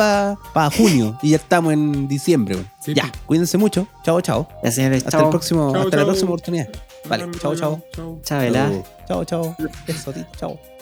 Speaker 2: para junio. y ya estamos en diciembre, weón.
Speaker 1: Sí,
Speaker 2: Ya,
Speaker 1: pues.
Speaker 2: cuídense mucho. Chao, chao.
Speaker 3: La señora
Speaker 2: Hasta
Speaker 3: Chao.
Speaker 2: el próximo,
Speaker 1: Chao,
Speaker 2: hasta la
Speaker 1: chao. Ah,
Speaker 2: próxima oportunidad. Vale, chao, chao.
Speaker 3: Ừ.
Speaker 1: Chao.
Speaker 3: Chao, ¿verdad?
Speaker 2: Chao, chao. Eso, tío, chao.